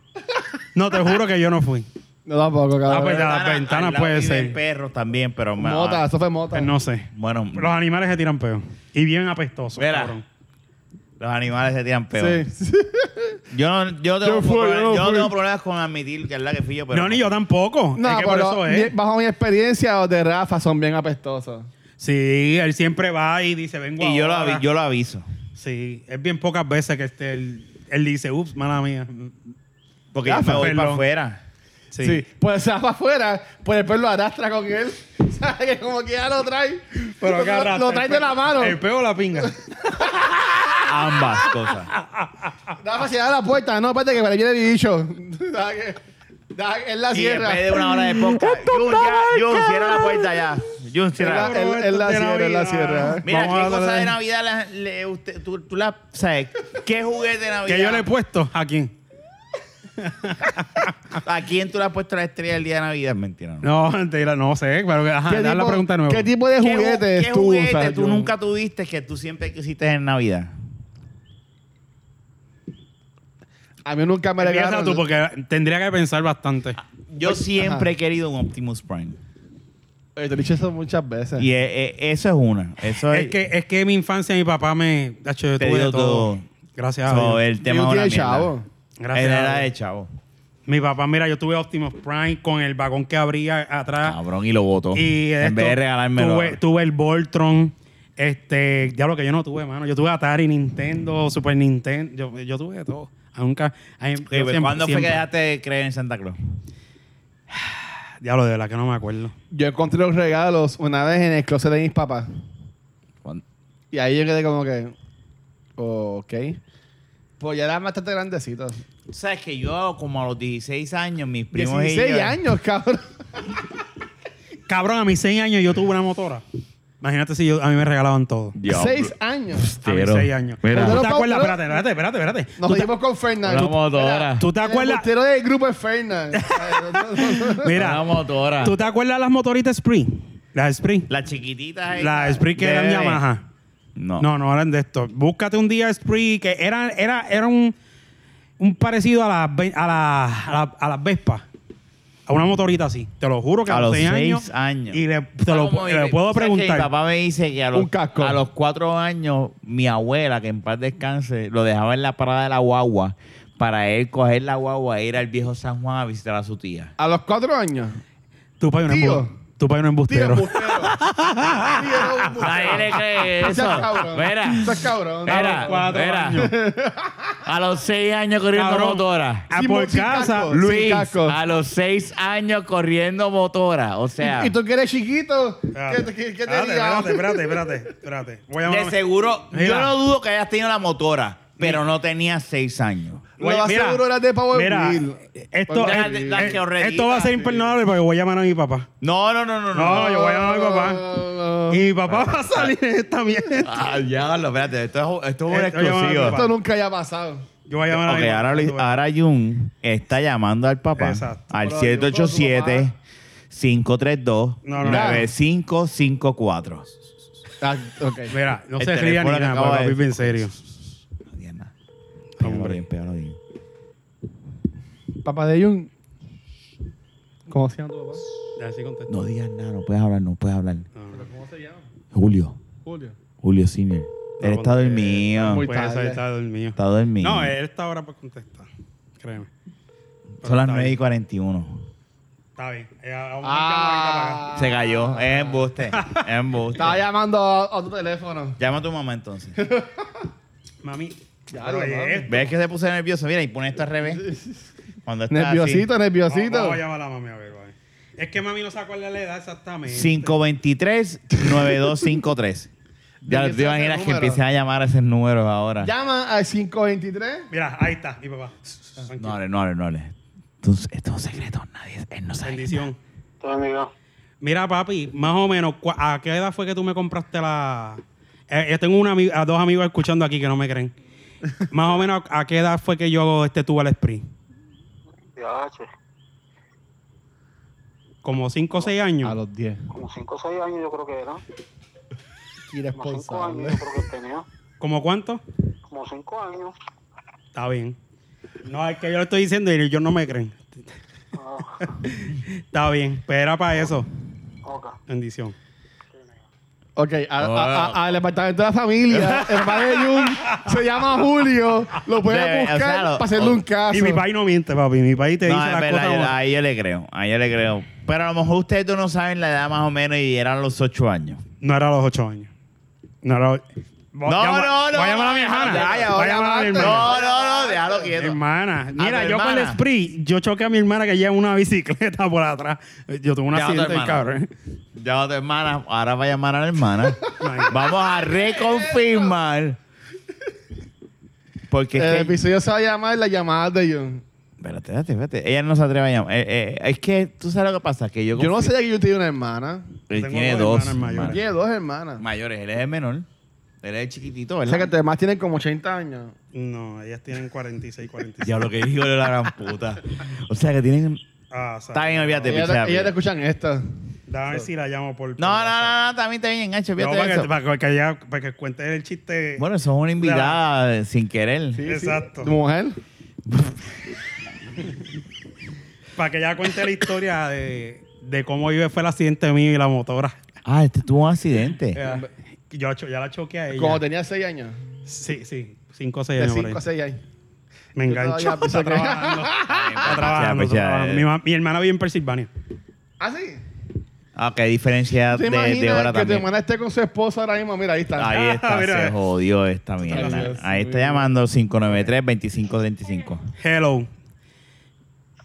Speaker 3: No, te juro que yo no fui.
Speaker 2: No, tampoco, cabrón.
Speaker 3: Ah, pues ya. Las
Speaker 1: al
Speaker 3: ventanas
Speaker 1: lado
Speaker 3: puede
Speaker 1: viven
Speaker 3: ser.
Speaker 1: perros también, pero... me- ah,
Speaker 2: Mota, eso fue mota.
Speaker 3: Pues no sé.
Speaker 1: Bueno,
Speaker 3: Los animales se tiran peo. Y bien apestosos,
Speaker 1: Mira.
Speaker 3: cabrón.
Speaker 1: los animales se tiran peo.
Speaker 2: Sí.
Speaker 1: Yo no, yo tengo
Speaker 2: Yo fui,
Speaker 1: problemas-
Speaker 2: yo no
Speaker 1: yo no
Speaker 2: fui.
Speaker 1: tengo problemas con admitir que es la que fui yo, pero...
Speaker 3: no, ni yo tampoco.
Speaker 2: No,
Speaker 3: es que por
Speaker 2: pero
Speaker 3: eso ¿eh? es.
Speaker 2: mi- bajo mi experiencia, los de Rafa son bien apestosos.
Speaker 3: Sí, él siempre va y dice, vengo
Speaker 1: Y yo lo,
Speaker 3: ahora.
Speaker 1: avi- yo lo aviso.
Speaker 3: Sí, es bien pocas veces que este, él, él dice, ups, mala mía.
Speaker 1: Porque
Speaker 3: Ya,
Speaker 1: yo me voy
Speaker 3: perdón.
Speaker 1: para afuera.
Speaker 3: Sí.
Speaker 2: Pues se va para afuera, pues después lo arrastra con él. ¿Sabes? Que como que ya lo trae.
Speaker 3: Pero
Speaker 2: lo,
Speaker 3: que
Speaker 2: lo,
Speaker 3: arrastra
Speaker 2: lo
Speaker 3: el
Speaker 2: trae
Speaker 3: peo-
Speaker 2: de la mano.
Speaker 3: El peo o la pinga.
Speaker 1: Ambas cosas.
Speaker 2: Rafa se da la puerta. No, espérate que para ahí viene mi bicho. ¿Sabes qué? ¿Sabes qué? Él la
Speaker 1: Y
Speaker 2: cierra.
Speaker 1: después de una hora de podcast, Jun, ya, Jun, cierra la puerta ya. Jun,
Speaker 2: Él
Speaker 1: cierra
Speaker 2: la,
Speaker 1: la
Speaker 2: él- él la
Speaker 3: De
Speaker 2: cierra, él la
Speaker 3: Navidad.
Speaker 2: cierra.
Speaker 1: Mira,
Speaker 3: Vamos a
Speaker 1: ¿qué cosa
Speaker 3: darle-
Speaker 1: de Navidad la- le- usted- tú, tú la sabes? ¿Qué juguete de Navidad?
Speaker 3: que yo le he puesto a quién.
Speaker 1: ¿A quién tú le has puesto la estrella el día de Navidad? Mentira. no.
Speaker 3: No, mentira, no sé, pero ajá,
Speaker 2: ¿Qué
Speaker 3: dar la
Speaker 2: tipo-
Speaker 3: pregunta de nuevo.
Speaker 2: ¿Qué tipo de
Speaker 1: ¿Qué ju-
Speaker 2: juguetes
Speaker 1: ¿Qué
Speaker 2: tú
Speaker 1: juguete
Speaker 2: usas,
Speaker 1: tú
Speaker 2: Jun?
Speaker 1: nunca tuviste que tú siempre quisiste en Navidad?
Speaker 2: A mí nunca me
Speaker 3: Empieza
Speaker 2: regalaron.
Speaker 3: tú porque tendría que pensar bastante.
Speaker 2: Ah,
Speaker 1: Yo siempre he querido un Optimus Prime.
Speaker 2: Eh, Te he dicho eso muchas veces.
Speaker 1: Y eh, eh, eso es una. Eso es,
Speaker 3: Es que, es que mi infancia, mi papá me... Hacho, yo
Speaker 1: Te
Speaker 3: tuve
Speaker 1: dio
Speaker 3: de todo.
Speaker 1: todo.
Speaker 3: Gracias a
Speaker 1: so,
Speaker 3: Dios.
Speaker 1: el tema
Speaker 2: Jun
Speaker 1: es una
Speaker 2: tiene
Speaker 1: mierda.
Speaker 2: chavo.
Speaker 3: Gracias
Speaker 1: Él
Speaker 3: a
Speaker 1: era
Speaker 3: Dios.
Speaker 1: de chavo.
Speaker 3: Mi papá, mira, yo tuve Optimus Prime con el vagón que abría atrás.
Speaker 1: Cabrón, y lo votó.
Speaker 3: Ah. Y
Speaker 1: Ah, en
Speaker 3: esto, eh,
Speaker 1: vez de regalármelo.
Speaker 3: Tuve, tuve el Voltron. Este, ya lo que yo no tuve, mano. Yo tuve Atari, Nintendo, Super Nintendo. Yo, yo tuve de todo. Nunca. ay, yo
Speaker 1: Sí, pero
Speaker 3: siempre-
Speaker 1: pues, ¿Cuándo fue
Speaker 3: siempre-
Speaker 1: que dejaste de creer en Santa Claus?
Speaker 3: Ya lo de verdad que no me acuerdo.
Speaker 2: Yo encontré los regalos una vez en el closet de mis papás.
Speaker 1: ¿Cuándo?
Speaker 2: Y ahí yo quedé como que, Ok. Pues ya eran bastante grandecito.
Speaker 1: Sabes que yo, como a los 16 años, mis primos. y
Speaker 2: 16
Speaker 1: yo-
Speaker 2: años, cabrón.
Speaker 3: Cabrón, a mis 6 años yo tuve una motora. Imagínate si yo, a mí me regalaban todo.
Speaker 4: Diablo.
Speaker 2: 6 años.
Speaker 3: A mis
Speaker 4: Tero.
Speaker 3: 6 años. ¿Tú
Speaker 4: Mira,
Speaker 3: te
Speaker 2: Pero-
Speaker 3: acuerdas? Espérate, espérate, espérate. espérate.
Speaker 2: Nos
Speaker 3: ¿Tú, te,
Speaker 2: vimos con Fernan.
Speaker 4: una motora.
Speaker 3: tú te
Speaker 2: El
Speaker 3: acuerdas?
Speaker 2: embustero del grupo es Fernan.
Speaker 4: Una
Speaker 3: Mira,
Speaker 4: motora.
Speaker 3: ¿tú te acuerdas las motoritas Spring? Las Spring.
Speaker 1: Las chiquititas. ahí.
Speaker 3: Las Spring que
Speaker 1: De
Speaker 3: eran
Speaker 1: bebé.
Speaker 3: Yamaha.
Speaker 4: No.
Speaker 3: No, no eran de estos. Búscate un día Spree que era, era, era un, un parecido a las ve- a la, a la- a las Vespa. A una motorita así. Te lo juro que a,
Speaker 1: A los
Speaker 3: seis
Speaker 1: seis
Speaker 3: años.
Speaker 1: años.
Speaker 3: Y le, te lo,
Speaker 1: Como
Speaker 3: le
Speaker 1: mi-
Speaker 3: puedo
Speaker 1: ¿sabes que Mi
Speaker 3: preguntar.
Speaker 1: papá me dice que a los,
Speaker 2: Un casco.
Speaker 1: a los cuatro años, mi abuela, que en paz descanse, lo dejaba en la parada de la guagua para él coger la guagua e ir al viejo San Juan a visitar a su tía.
Speaker 2: A los 4 años.
Speaker 3: Tu papá es un
Speaker 2: Tío.
Speaker 3: embustero. Tu papá es un
Speaker 2: Tío,
Speaker 3: embustero.
Speaker 2: embustero. Tío, era un
Speaker 1: Nadie le
Speaker 2: embustero.
Speaker 1: cree
Speaker 2: Tú
Speaker 1: eso.
Speaker 2: seas cabrón.
Speaker 1: Mira.
Speaker 2: Tú seas cabrón.
Speaker 1: Mira,
Speaker 3: los cuatro
Speaker 1: mira.
Speaker 3: años.
Speaker 1: A los seis años corriendo
Speaker 3: Cabrón.
Speaker 1: motora.
Speaker 3: Ah,
Speaker 2: Sin-
Speaker 3: por
Speaker 2: sin
Speaker 3: casa.
Speaker 2: casco, sin
Speaker 1: Luis,
Speaker 2: casco.
Speaker 1: a los seis años corriendo motora. O sea,
Speaker 2: Y tú que eres chiquito, ¿qué,
Speaker 3: Espérate,
Speaker 2: qué- qué te
Speaker 3: espérate,
Speaker 2: diga?
Speaker 3: Ah. espérate, espérate, espérate, espérate. Voy a llamar.
Speaker 1: de seguro, yo
Speaker 3: Mira.
Speaker 1: no dudo que hayas tenido la motora, pero no tenías seis años.
Speaker 2: Lo más seguro era de Power
Speaker 3: mira,
Speaker 2: Bill.
Speaker 3: Esto,
Speaker 1: Las-
Speaker 3: eh,
Speaker 1: Pues las
Speaker 3: eh,
Speaker 1: que horrorita,
Speaker 3: esto va a ser
Speaker 1: sí.
Speaker 3: imperdonable porque voy a llamar a mi papá.
Speaker 1: No, no, no, no, no.
Speaker 3: No, yo voy a llamar a mi papá. Y mi papá va a salir en esta mierda.
Speaker 1: Ah, ya, lo, espérate, esto es, esto es un
Speaker 3: Esto llama a mi
Speaker 1: exclusivo.
Speaker 3: papá.
Speaker 2: Esto nunca haya pasado.
Speaker 3: Yo voy a llamar a
Speaker 1: Ok,
Speaker 3: mi
Speaker 1: ahora, Luis- ah,
Speaker 3: papá.
Speaker 1: ahora Jun está llamando al papá
Speaker 3: Exacto.
Speaker 1: al
Speaker 2: Pero yo con tu
Speaker 1: 787
Speaker 2: papá.
Speaker 1: 532
Speaker 3: No, no, no.
Speaker 1: 9554.
Speaker 2: Ah, ok.
Speaker 3: Mira, no
Speaker 1: El
Speaker 3: se ría ni
Speaker 1: teléfono que
Speaker 3: nada,
Speaker 1: acaba
Speaker 3: papá,
Speaker 1: de-
Speaker 3: vive en serio.
Speaker 1: No digas nada. Pégalo
Speaker 3: Hombre.
Speaker 1: bien, pégalo bien.
Speaker 2: Papá de Jun. ¿Cómo se llama tu papá?
Speaker 3: Así contesto.
Speaker 1: No digas nada, no puedes hablar, no puedes hablar.
Speaker 2: ¿Cómo se llama?
Speaker 1: Julio,
Speaker 2: Julio.
Speaker 1: Julio Senior. Él está
Speaker 3: porque-
Speaker 1: dormido.
Speaker 2: muy
Speaker 3: Pues
Speaker 2: tarde.
Speaker 3: esa está dormido.
Speaker 1: Está dormido.
Speaker 3: No, él está ahora para contestar. Créeme.
Speaker 1: Son las
Speaker 3: está
Speaker 1: 9 y
Speaker 3: bien.
Speaker 1: 41.
Speaker 3: Está bien. Eh, vamos
Speaker 2: Ah.
Speaker 1: Se cayó. Es embuste. Es embuste.
Speaker 2: Estaba llamando a, a tu
Speaker 3: Ah,
Speaker 2: teléfono.
Speaker 1: Llama a tu mamá entonces.
Speaker 3: a Mami.
Speaker 2: Ya,
Speaker 3: pero
Speaker 2: lo
Speaker 3: oye,
Speaker 2: mami.
Speaker 3: esto-
Speaker 1: ¿Ves que se puso nervioso? Mira, y pone esto al revés. Cuando está
Speaker 2: Nerviosito, nerviosito.
Speaker 3: Vamos, vamos a llamar a la mami a ver, vale. Es que mami no se acuerda la edad exactamente.
Speaker 1: 523-9253. Ya te imaginas que empiecen a llamar a esos números ahora.
Speaker 2: Llama al 523.
Speaker 3: Mira, ahí está, mi papá. Tranquilo.
Speaker 1: No hables, no hables, no hables. Entonces, esto es un secreto. Nadie, él no sabe.
Speaker 3: Bendición. Mira, papi, más o menos, ¿cu- ¿a qué edad fue que tú me compraste la...? Eh, yo tengo una, ami- a dos amigos escuchando aquí que no me creen. Más o menos, ¿a qué edad fue que yo este, tuve el sprint?
Speaker 5: Ya, che,
Speaker 3: ¿Como cinco o seis años?
Speaker 2: A los 10.
Speaker 5: como 5 o 6 años yo creo que era. Como
Speaker 2: Pues
Speaker 5: 5 años
Speaker 2: Irresponsable.
Speaker 5: yo creo que tenía.
Speaker 3: ¿Como cuánto?
Speaker 5: Como 5 años.
Speaker 3: Está bien. No, es que yo lo estoy diciendo y ellos no me creen.
Speaker 5: Ah,
Speaker 3: Está bien, pero era para eso.
Speaker 5: ok.
Speaker 3: Bendición.
Speaker 2: Ok, a- a- a- al departamento de la familia, el padre de Jun se llama Julio. Lo
Speaker 1: Debe,
Speaker 2: puedes
Speaker 1: o
Speaker 2: buscar
Speaker 1: sea, lo-
Speaker 2: para hacerle un caso.
Speaker 3: Y mi país no miente, papi. Mi país te
Speaker 1: No,
Speaker 3: dice
Speaker 1: es
Speaker 3: las
Speaker 1: verdad,
Speaker 3: cosas...
Speaker 1: yo-
Speaker 3: buenas.
Speaker 1: a ella le creo. A ella le creo. Pero a lo mejor ustedes dos no saben la edad más o menos y eran los 8 años.
Speaker 3: No era a los ocho años. No era... No,
Speaker 1: no, no,
Speaker 3: Voy a llamar a mi
Speaker 1: no,
Speaker 3: hermana.
Speaker 1: ya, ya,
Speaker 3: Voy a
Speaker 2: ya
Speaker 3: llamar a mi
Speaker 2: basta.
Speaker 3: hermana.
Speaker 1: No, no, no, déjalo quieto.
Speaker 3: Hermana, mira,
Speaker 1: tu
Speaker 3: yo con el
Speaker 1: hermana.
Speaker 3: spree, yo choqué a mi hermana que lleva una bicicleta por atrás. Yo tuve un
Speaker 1: Ya, tu
Speaker 3: accidente,
Speaker 1: hermana.
Speaker 3: cabrón.
Speaker 1: Ya tu hermana, ahora va a llamar a la hermana. Vamos a reconfirmar. Porque
Speaker 2: El
Speaker 3: Eh,
Speaker 1: es que.
Speaker 2: episodio se va a llamar La llamada de Jun.
Speaker 1: Espérate, espérate, espérate. Ella no se atreve a llamar. Eh, eh, es que tú sabes lo que pasa, que yo.
Speaker 2: Yo no
Speaker 1: confío-
Speaker 2: sabía que yo tenía una hermana.
Speaker 1: Él
Speaker 3: Tengo
Speaker 1: tiene
Speaker 3: dos
Speaker 1: dos.
Speaker 3: hermanas mayores.
Speaker 1: hermanas.
Speaker 2: Tiene dos hermanas.
Speaker 1: Mayores, él es el menor. Él es el chiquitito,
Speaker 2: O
Speaker 1: ¿verdad?
Speaker 2: sea que además tienen como 80 años.
Speaker 3: No, ellas tienen 46, 47.
Speaker 1: Ya lo que dijo de la gran puta. O sea que tienen.
Speaker 3: Ah, sabe.
Speaker 1: Está bien, olvídate.
Speaker 2: Ellas,
Speaker 1: pichea,
Speaker 2: ellas
Speaker 1: pichea.
Speaker 2: te escuchan esta.
Speaker 3: Déjame ver si la llamo por. por
Speaker 1: No, no,
Speaker 3: WhatsApp.
Speaker 1: no, no, también está bien, enganche.
Speaker 3: No,
Speaker 1: olvídate de
Speaker 3: para,
Speaker 1: eso.
Speaker 3: que, para, que ella- para que cuente el chiste.
Speaker 1: Bueno, eso es una invitada eh, sin querer.
Speaker 2: Sí, sí.
Speaker 3: Exacto.
Speaker 2: ¿Tu mujer?
Speaker 3: Para que ella cuente la historia de, de cómo vive fue el accidente mío y la motora.
Speaker 1: Ah, este tuvo un accidente.
Speaker 3: Eh, Yo cho- ya la choqué a ella.
Speaker 2: Cuando tenía 6 años.
Speaker 3: Sí, sí. 5 o 6
Speaker 2: De
Speaker 3: años. por
Speaker 2: 5 a
Speaker 3: ahí.
Speaker 2: 6 años.
Speaker 3: Me
Speaker 2: Yo
Speaker 3: enganchó.
Speaker 2: todavía
Speaker 3: Está
Speaker 2: pensé que-
Speaker 3: trabajando. Está
Speaker 1: Pichea,
Speaker 3: trabajando. está
Speaker 1: pichea,
Speaker 3: trabajando.
Speaker 1: eh.
Speaker 3: Mi, ma- mi hermana vive en Pensilvania.
Speaker 2: ¿Ah, sí?
Speaker 1: Ah, qué diferencia
Speaker 2: ¿Te
Speaker 1: de, de
Speaker 2: imaginas
Speaker 1: hora
Speaker 2: que tu
Speaker 1: también.
Speaker 2: hermana esté con su esposo ahora mismo? Mira, ahí está.
Speaker 1: Ahí está,
Speaker 3: Ah, mira.
Speaker 1: se jodió esta mierda.
Speaker 2: Gracias.
Speaker 1: Ahí está llamando 593-2535.
Speaker 3: Hello.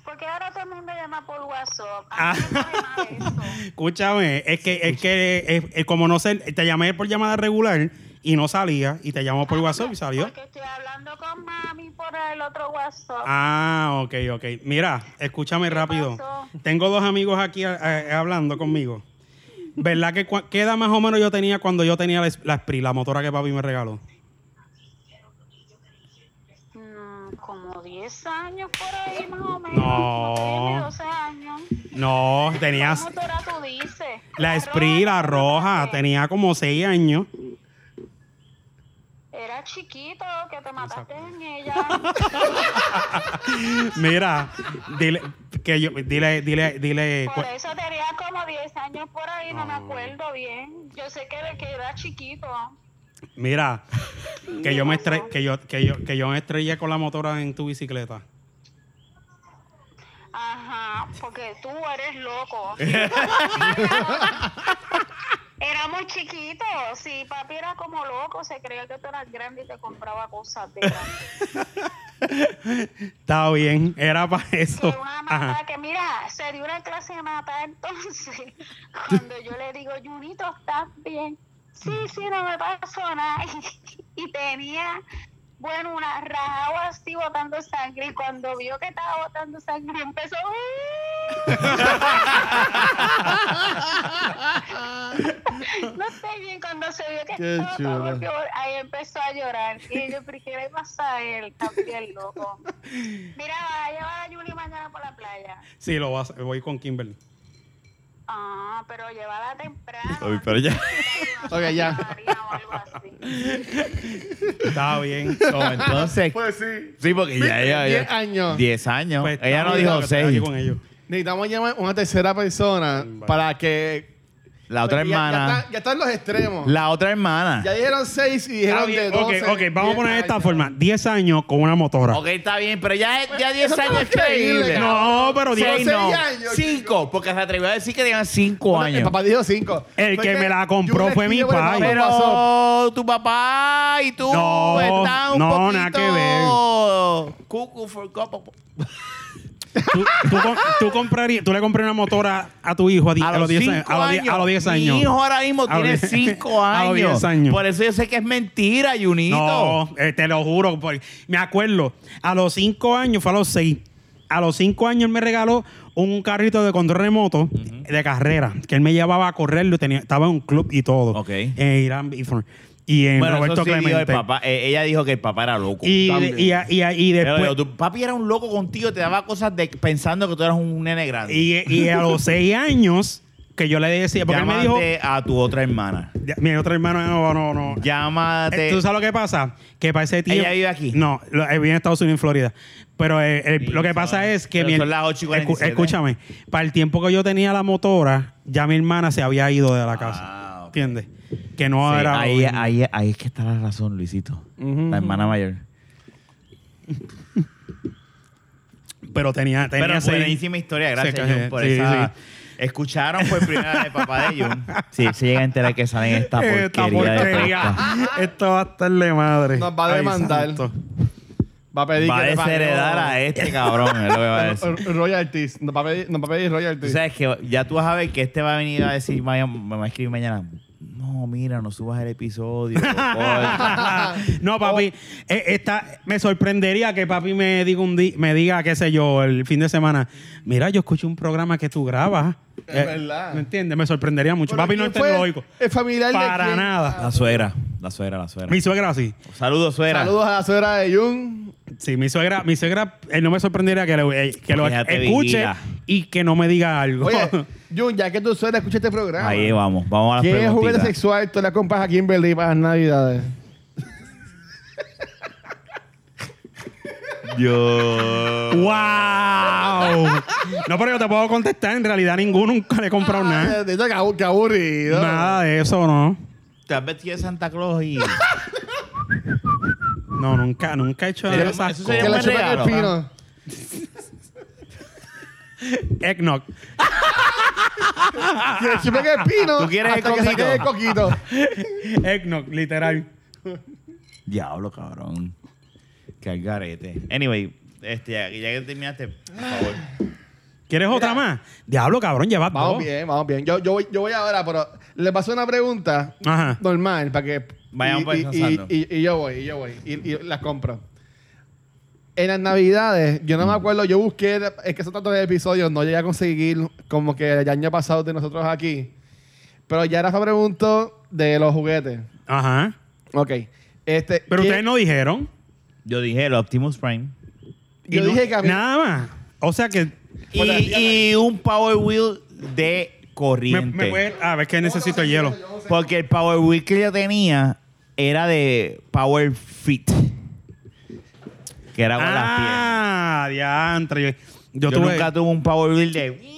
Speaker 6: Porque ahora todo el mundo llama por WhatsApp. A
Speaker 3: Ah.
Speaker 6: mí no me sabe mal eso.
Speaker 3: Escúchame, es que, es que es- es como no sé, te llamé por llamada regular y no salía y te llamó por WhatsApp y salió.
Speaker 6: Porque estoy hablando con mami por el otro WhatsApp.
Speaker 3: Ah, ok, ok. Mira, escúchame rápido.
Speaker 6: pasó?
Speaker 3: Tengo dos amigos aquí eh, hablando conmigo. ¿Verdad que cua- qué edad más o menos yo tenía cuando yo tenía la, es- la Esprit, la motora que papi me regaló?
Speaker 6: Mm, como 10 años por ahí más o menos.
Speaker 3: No.
Speaker 6: Como 10, 12 años.
Speaker 3: No,
Speaker 6: ¿Qué
Speaker 3: tenías
Speaker 6: motora tú dices?
Speaker 3: la Esprit, la roja,
Speaker 6: que-
Speaker 3: tenía como seis años.
Speaker 6: Era chiquito, que te mataste en ella.
Speaker 3: Mira, dile que yo dile dile dile
Speaker 6: Por
Speaker 3: cu-
Speaker 6: eso tenía como 10 años por ahí, no me acuerdo bien. Yo sé que, que era chiquito.
Speaker 3: Mira, que yo me estre- que yo que yo que yo me estrellé con la motora en tu bicicleta.
Speaker 6: Ajá, porque tú eres loco. Éramos chiquitos, sí, papi era como loco, se creía que tú eras grande y te compraba cosas de grande.
Speaker 3: Está bien, era para
Speaker 6: que
Speaker 3: eso.
Speaker 6: una
Speaker 3: Ajá.
Speaker 6: mata que mira, se dio una clase de mata entonces, cuando yo le digo, Junito, ¿estás bien? Sí, sí, no me pasó nada. Y tenía, bueno, una rajado así botando sangre y cuando vio que estaba botando sangre empezó... "Uh". No estoy bien cuando se vio que
Speaker 2: Qué
Speaker 6: estaba
Speaker 2: chulo.
Speaker 6: todo peor, ahí empezó a llorar. Y yo, ¿por qué le pasa a él? También loco. Mira, va a llevar a Julie mañana por la playa.
Speaker 3: Sí, lo vas- voy con Kimberly.
Speaker 6: Ah, pero llévala temprano.
Speaker 1: Uy, pero ya.
Speaker 2: Ok, ya.
Speaker 6: O algo así.
Speaker 3: Está bien.
Speaker 1: Como entonces.
Speaker 2: Pues sí.
Speaker 1: Sí, porque ya ella.
Speaker 2: Diez
Speaker 1: ella-
Speaker 2: años.
Speaker 1: Diez años.
Speaker 3: Pues,
Speaker 1: ella
Speaker 3: está
Speaker 1: no
Speaker 3: bien,
Speaker 1: dijo
Speaker 3: que estoy aquí
Speaker 1: seis.
Speaker 3: con ellos.
Speaker 2: Necesitamos llamar una tercera persona para que. Pues,
Speaker 1: La otra
Speaker 2: ya- ya
Speaker 1: hermana.
Speaker 2: está- Ya están los extremos.
Speaker 1: La otra hermana.
Speaker 2: Ya dijeron seis y dijeron de
Speaker 3: Ok,
Speaker 2: 12.
Speaker 3: ok, vamos a poner de
Speaker 2: Diez
Speaker 3: esta
Speaker 2: años.
Speaker 3: forma. 10 años con una motora.
Speaker 1: Ok, está bien, pero ya, ya 10 años es
Speaker 2: increíble,
Speaker 1: creíble.
Speaker 2: cabrón.
Speaker 3: No, pero
Speaker 1: Seis
Speaker 3: 10
Speaker 2: Seis
Speaker 1: no.
Speaker 2: años,
Speaker 1: Cinco, porque se atrevió a decir que tenían cinco
Speaker 2: El
Speaker 1: años.
Speaker 2: papá dijo cinco.
Speaker 3: El
Speaker 2: Fue
Speaker 3: que me la compró
Speaker 2: yo le
Speaker 3: fue mi
Speaker 2: escribo,
Speaker 3: pai.
Speaker 2: "Mamá,
Speaker 1: Pero
Speaker 2: pasó".
Speaker 1: tu papá y tú
Speaker 3: No,
Speaker 1: están un
Speaker 3: no,
Speaker 1: poquito...
Speaker 3: nada que
Speaker 1: ver. Cuckoo for cocoa.
Speaker 3: Tú, tú com- tú comprarías, tú le compré una motora a tu hijo a, di- a los 10
Speaker 1: cinco
Speaker 3: años. A los die- a los 10 años.
Speaker 1: Mi hijo ahora mismo
Speaker 3: A los
Speaker 1: tiene
Speaker 3: diez-
Speaker 1: 5 años.
Speaker 3: a los 10 años.
Speaker 1: Por eso yo sé que es mentira, Junito.
Speaker 3: No, eh, te lo juro. por- me acuerdo. A los cinco años, fue a los seis. A los cinco años él me regaló un carrito de control remoto de carrera que él me llevaba a correrlo. y Tenía, estaba en un club y todo.
Speaker 1: Ok.
Speaker 3: En Irán y, y en
Speaker 1: Bueno,
Speaker 3: eh, Roberto
Speaker 1: eso sí dijo el
Speaker 3: Clemente.
Speaker 1: papá. Eh, ella dijo que el papá era loco.
Speaker 3: Y,
Speaker 2: También.
Speaker 3: y, y- y
Speaker 1: Pero
Speaker 3: después.
Speaker 1: digo, tu papi era un loco contigo, te daba cosas de, pensando que tú eras un nene grande.
Speaker 3: Y, y a los seis años que yo le decía, porque él me dijo.
Speaker 1: Llámate a tu otra hermana.
Speaker 3: Ya, Mi otro hermano, no, no, no.
Speaker 1: Llámate.
Speaker 3: Eh, ¿Tú sabes lo que pasa? Que para ese tiempo...
Speaker 1: ¿Ella vive aquí?
Speaker 3: No, lo- eh, vive en Estados Unidos, en Florida. Pero eh,
Speaker 1: Sí,
Speaker 3: el- lo que
Speaker 1: son-
Speaker 3: pasa es que...
Speaker 1: pero
Speaker 3: mi her-
Speaker 1: son las 8 y 47.
Speaker 3: Escúchame. Para el tiempo que yo tenía la motora, ya mi hermana se había ido de la casa.
Speaker 1: Ah, ok.
Speaker 3: ¿Entiendes? Que no
Speaker 1: Sí,
Speaker 3: era...
Speaker 1: ahí, ahí, ahí es que está la razón, Luisito. La hermana mayor.
Speaker 3: Pero tenía... tenía
Speaker 1: Pero
Speaker 3: seis-
Speaker 1: buenísima historia, gracias
Speaker 3: Sí,
Speaker 1: Jun, por
Speaker 3: sí,
Speaker 1: esa.
Speaker 3: sí.
Speaker 1: Escucharon por primera vez el papá de Jun. Sí, se llega a enterar que salen esta porquería.
Speaker 3: Esta
Speaker 1: de
Speaker 3: porquería.
Speaker 1: podcast.
Speaker 3: Esto va a estarle madre.
Speaker 2: Nos va a
Speaker 3: Ay,
Speaker 2: demandar.
Speaker 3: santo.
Speaker 2: Va a pedir
Speaker 1: Va a
Speaker 2: que le pague-
Speaker 1: desheredar a pues. este cabrón, es lo que va a decir.
Speaker 2: R- Royalties. Nos va a pedir, nos va a pedir
Speaker 1: Tú
Speaker 2: royalties.
Speaker 1: sabes que ya tú vas a ver que este va a venir a decir, vaya, me va a escribir mañana. No, mira, no subas el episodio. corta".
Speaker 3: no, papi, eh, esta, me sorprendería que papi me diga, un di- me diga, qué sé yo, el fin de semana, mira, yo escucho un programa que tú grabas. Eh,
Speaker 2: Es verdad.
Speaker 3: ¿Me entiendes? Me sorprendería mucho.
Speaker 2: Pero
Speaker 3: papi no es
Speaker 2: ¿quién fue
Speaker 3: tecnológico.
Speaker 2: el familiar de
Speaker 3: Para
Speaker 2: quién? Ah.
Speaker 3: nada.
Speaker 1: la suegra, la suegra, la suegra.
Speaker 3: Mi suegra sí.
Speaker 1: Saludos, suegra.
Speaker 2: Saludos a la suegra de Jun.
Speaker 3: Sí, mi suegra, mi suegra, eh, no me sorprendería que lo, eh, que lo
Speaker 1: Ella te
Speaker 3: escuche
Speaker 1: vigila.
Speaker 3: y que no me diga algo.
Speaker 2: Oye, Jun, ya que tu suegra escucha este programa.
Speaker 1: Ahí vamos, vamos a las
Speaker 2: ¿Qué juguete
Speaker 1: preguntitas.
Speaker 2: sexual tú le compras a Kimberly para las navidades?
Speaker 1: Yo.
Speaker 3: ¡Wow! No, pero yo te puedo contestar. En realidad, ninguno nunca le he comprado nada.
Speaker 2: Ah, de hecho, qué abu- qué aburrido.
Speaker 3: Nada de eso, no.
Speaker 1: Te has vestido de Santa Claus y.
Speaker 3: No, nunca, nunca he hecho
Speaker 1: Pero
Speaker 3: esas
Speaker 1: eso
Speaker 3: cosas.
Speaker 1: sería
Speaker 2: Que
Speaker 1: Buen
Speaker 2: le chupan el
Speaker 1: regalo,
Speaker 2: pino.
Speaker 3: Eggnog.
Speaker 2: Que le chupan el pino.
Speaker 1: ¿Tú quieres el
Speaker 2: hasta que
Speaker 1: coquito?
Speaker 2: saquen el coquito.
Speaker 3: Eggnog, literal.
Speaker 1: Diablo, cabrón. Qué algarete. Anyway, este, ya, ya que terminaste, por favor.
Speaker 3: ¿Quieres otra más? Diablo, cabrón, llevas
Speaker 2: Vamos
Speaker 3: dos.
Speaker 2: bien, vamos bien. Yo, yo, voy, yo voy ahora, pero le paso una pregunta
Speaker 3: Ajá.
Speaker 2: normal para que
Speaker 1: Vayan
Speaker 2: y,
Speaker 1: pues,
Speaker 2: y-
Speaker 1: pasando.
Speaker 2: y- y- y yo voy, y yo voy. Y, y las compro. En las navidades, yo
Speaker 1: Mm.
Speaker 2: no me acuerdo, yo busqué, es que son tantos episodios, no llegué a conseguir como que el año pasado de nosotros aquí. Pero ya Rafa preguntó de los juguetes.
Speaker 3: Ajá.
Speaker 2: Ok. Este,
Speaker 3: Pero
Speaker 2: ¿qué-
Speaker 3: ustedes no dijeron.
Speaker 1: Yo dije el Optimus Prime.
Speaker 3: Y
Speaker 2: Yo
Speaker 3: no-
Speaker 2: dije que a mí-
Speaker 3: Nada más. O sea que...
Speaker 1: Y, y un Power Wheel de
Speaker 3: Me,
Speaker 1: corriente.
Speaker 3: me puede- a ver, es que necesito hielo.
Speaker 1: Porque el Power Wheel que yo tenía era de Power Fit. Que era con las piernas.
Speaker 3: Ah, diantre. Yo, yo
Speaker 1: Yo,
Speaker 3: tuve...
Speaker 1: nunca tuve un Power Wheel de.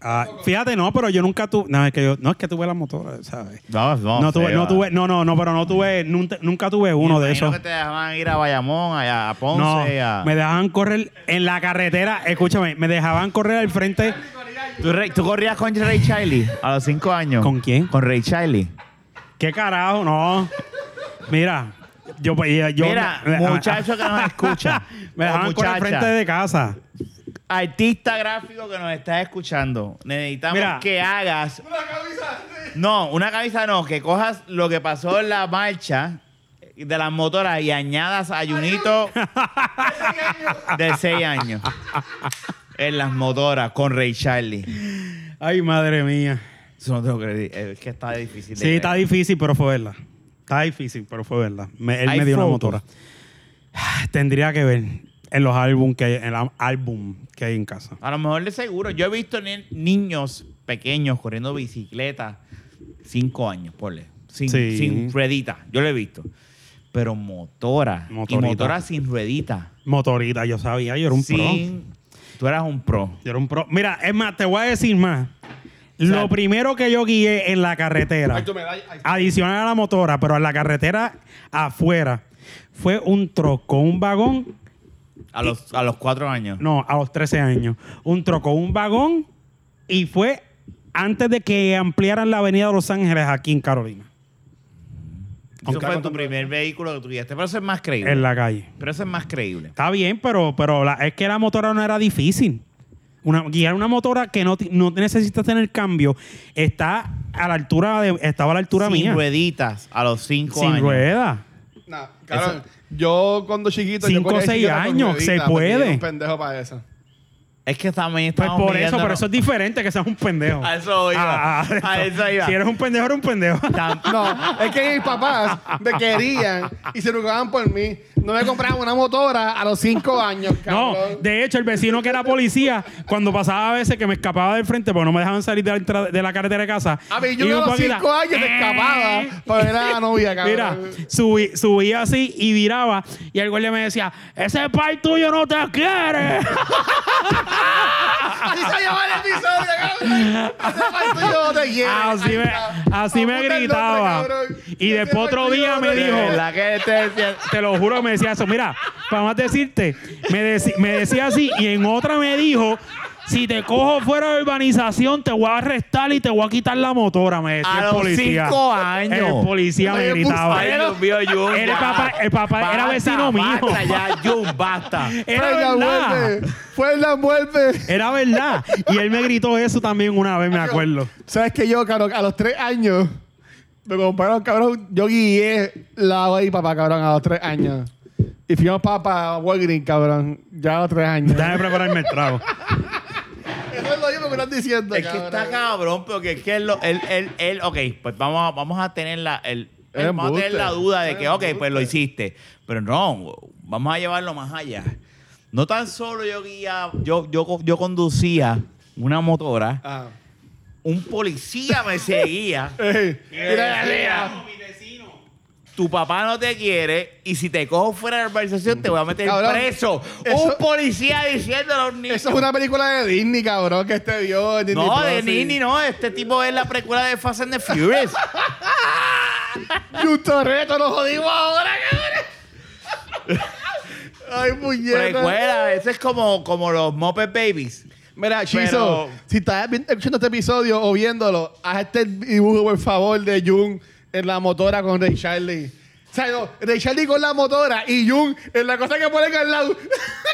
Speaker 3: Ah, fíjate, no, pero yo nunca tuve... No, es que, yo, no, es que tuve la motora, ¿sabes?
Speaker 1: No, no.
Speaker 3: No tuve,
Speaker 1: feo.
Speaker 3: no tuve, no, no, no, pero no tuve, nunca, nunca tuve uno
Speaker 1: Me
Speaker 3: de
Speaker 1: imagino
Speaker 3: esos.
Speaker 1: que te dejaban ir a Bayamón, allá a Ponce,
Speaker 3: No,
Speaker 1: a-
Speaker 3: me dejaban correr en la carretera, escúchame, me dejaban correr al frente.
Speaker 1: ¿Tú, re- tú corrías con Ray Charlie a los cinco años.
Speaker 3: ¿Con quién?
Speaker 1: Con Ray Charlie.
Speaker 3: ¿Qué carajo? No. Mira, yo pues, yo
Speaker 1: Mira,
Speaker 3: me- me-
Speaker 1: muchacho que nos escucha.
Speaker 3: me dejaban
Speaker 1: o
Speaker 3: correr al
Speaker 1: muchacha.
Speaker 3: frente de casa.
Speaker 1: Artista gráfico que nos estás escuchando, necesitamos
Speaker 3: Mira.
Speaker 1: que hagas. Una camisa. No, una camisa no, que cojas lo que pasó en la marcha de las motoras y añadas a Junito de seis años. En las motoras con Ray Charlie.
Speaker 3: Ay, madre mía.
Speaker 1: Eso no tengo que decir. Es que está difícil. de
Speaker 3: Sí, está
Speaker 1: creer.
Speaker 3: difícil, pero fue verdad. Está difícil, pero fue verdad. Me- él
Speaker 1: Hay
Speaker 3: me dio una
Speaker 1: fotos.
Speaker 3: motora. Tendría que ver en los álbum que hay, en el álbum que hay en casa.
Speaker 1: A lo mejor de seguro. Yo he visto ni- niños pequeños corriendo bicicleta, cinco años, ponle. Sin,
Speaker 3: Sí.
Speaker 1: sin ruedita. Yo lo he visto. Pero motora.
Speaker 3: Motorita.
Speaker 1: Y motora sin ruedita.
Speaker 3: Motorita, yo sabía, yo era un pro.
Speaker 1: sin, Tú eras un pro.
Speaker 3: Yo era un pro. Mira, es más, te voy a decir más. Lo primero que yo guié en la carretera,
Speaker 2: Ay, tu medalla, ay.
Speaker 3: adicional a la motora, pero en la carretera afuera, fue un troco, un vagón,
Speaker 1: A los, a los cuatro años.
Speaker 3: no, a los 13 años, un troco, un vagón, y fue antes de que ampliaran la avenida de Los Ángeles aquí en Carolina,
Speaker 1: Eso
Speaker 2: Aunque
Speaker 1: fue
Speaker 2: con
Speaker 1: tu
Speaker 2: tu-
Speaker 1: primer vehículo que tuviste. Pero eso es más creíble.
Speaker 3: en la calle.
Speaker 1: Pero eso es más creíble.
Speaker 3: Está bien, pero, pero la- es que la motora no era difícil. Una, guiar una motora que no, ti- no necesitas tener cambio está a la altura de, estaba a la altura
Speaker 1: sin
Speaker 3: mía.
Speaker 1: rueditas a los cinco
Speaker 3: sin
Speaker 1: años.
Speaker 3: rueda.
Speaker 2: Nah, cabrón, yo cuando chiquito... yo
Speaker 3: Cinco,
Speaker 2: corría
Speaker 3: seis
Speaker 2: bicicleta con
Speaker 3: años,
Speaker 2: rueditas,
Speaker 3: se
Speaker 2: porque yo era
Speaker 3: puede.
Speaker 2: un pendejo para eso.
Speaker 1: Es que también
Speaker 3: Pues
Speaker 1: estamos
Speaker 3: por eso,
Speaker 1: midiéndonos-
Speaker 3: pero eso es diferente que seas un pendejo. Ah,
Speaker 1: A eso iba. A eso iba.
Speaker 3: Si eres un pendejo, eres un pendejo.
Speaker 1: Tam-
Speaker 2: No, es que mis papás me querían y se rugaban por mí. No me compraban una motora a los cinco años,
Speaker 3: No,
Speaker 2: cabrón.
Speaker 3: de hecho, el vecino que era policía, cuando pasaba a veces que me escapaba del frente porque no me dejaban salir de la, entrada- de la carretera de casa.
Speaker 2: A mí yo
Speaker 3: iba
Speaker 2: a
Speaker 3: un
Speaker 2: los
Speaker 3: poquito-
Speaker 2: cinco años me escapaba para ver a la novia,
Speaker 3: Eh. Mira,
Speaker 2: cabrón.
Speaker 3: subí- subía así y viraba y el guardia me decía, ese par tuyo no te quiere.
Speaker 2: Así se llama el episodio, cabrón. Ese partido no te quiere.
Speaker 3: así me,
Speaker 2: Ay,
Speaker 3: así me
Speaker 2: apunta el nombre,
Speaker 3: gritaba.
Speaker 2: cabrón.
Speaker 3: y
Speaker 2: Ese
Speaker 3: después otro
Speaker 2: partido
Speaker 3: día
Speaker 2: no
Speaker 3: me
Speaker 2: te
Speaker 3: dijo,
Speaker 2: quiere.
Speaker 1: La que este te decía-
Speaker 3: te lo juro, me decía eso. Mira, para más decirte, me, deci- me decía así y en otra me dijo, si te cojo fuera de urbanización, te voy a arrestar y te voy a quitar la motora, me decía
Speaker 1: A
Speaker 3: el
Speaker 1: los
Speaker 3: policía.
Speaker 1: cinco años.
Speaker 3: El policía me
Speaker 2: Ay,
Speaker 3: gritaba.
Speaker 1: Ay, Dios mío, Jun,
Speaker 3: El
Speaker 1: ya.
Speaker 3: papá- el papá era
Speaker 1: Basta,
Speaker 3: vecino mío. Este
Speaker 1: Basta ya, Jun, basta.
Speaker 3: Era
Speaker 2: Fernan,
Speaker 3: verdad.
Speaker 2: vuelve. Fernan, vuelve.
Speaker 3: Era verdad. Y él me gritó eso también una vez, me acuerdo.
Speaker 2: ¿Sabes que yo, cabrón? A los tres años me compraron, cabrón. Yo guié la agua y papá, cabrón, a los tres años. Y fuimos para pa Walgreens, cabrón. Ya a los tres años.
Speaker 3: Déjame prepararme el trago.
Speaker 2: Eso es lo mismo que estás diciendo,
Speaker 1: Es que está cabrón, porque es que él, lo- él, él, él- ok, pues vamos, a- vamos a tener la, el,
Speaker 2: Es
Speaker 1: vamos a tener
Speaker 2: embuste.
Speaker 1: la duda de
Speaker 2: Es
Speaker 1: que, ok, pues lo
Speaker 2: embuste.
Speaker 1: hiciste. Pero no, vamos a llevarlo más allá. No tan solo yo guía, yo, yo, co- yo conducía una motora,
Speaker 2: Ah.
Speaker 1: un policía me seguía.
Speaker 2: Ey, mira,
Speaker 1: Eh,
Speaker 2: mira.
Speaker 1: Tu papá no te quiere y si te cojo fuera de la organización te voy a meter
Speaker 2: Cabrón,
Speaker 1: preso. un
Speaker 2: eso-
Speaker 1: policía diciendo a los niños.
Speaker 2: Eso es una película de Disney, cabrón, que este vio. en Disney
Speaker 1: No,
Speaker 2: Plus,
Speaker 1: de
Speaker 2: sí.
Speaker 1: Nini no. Este tipo es la precuela de Fast and the Furious.
Speaker 2: Justo Torreto, nos jodimos ahora, cabrón. Ay, muñeca.
Speaker 1: precuela. Ese es como, como los Muppet Babies.
Speaker 2: Mira, Chizo,
Speaker 1: Pero-
Speaker 2: si estás vi- escuchando este episodio o viéndolo, haz este dibujo, por favor, de Jung en la motora con Ray Charlie. O sea, no, Ray Charlie con la motora y Jung en la cosa que ponen al lado.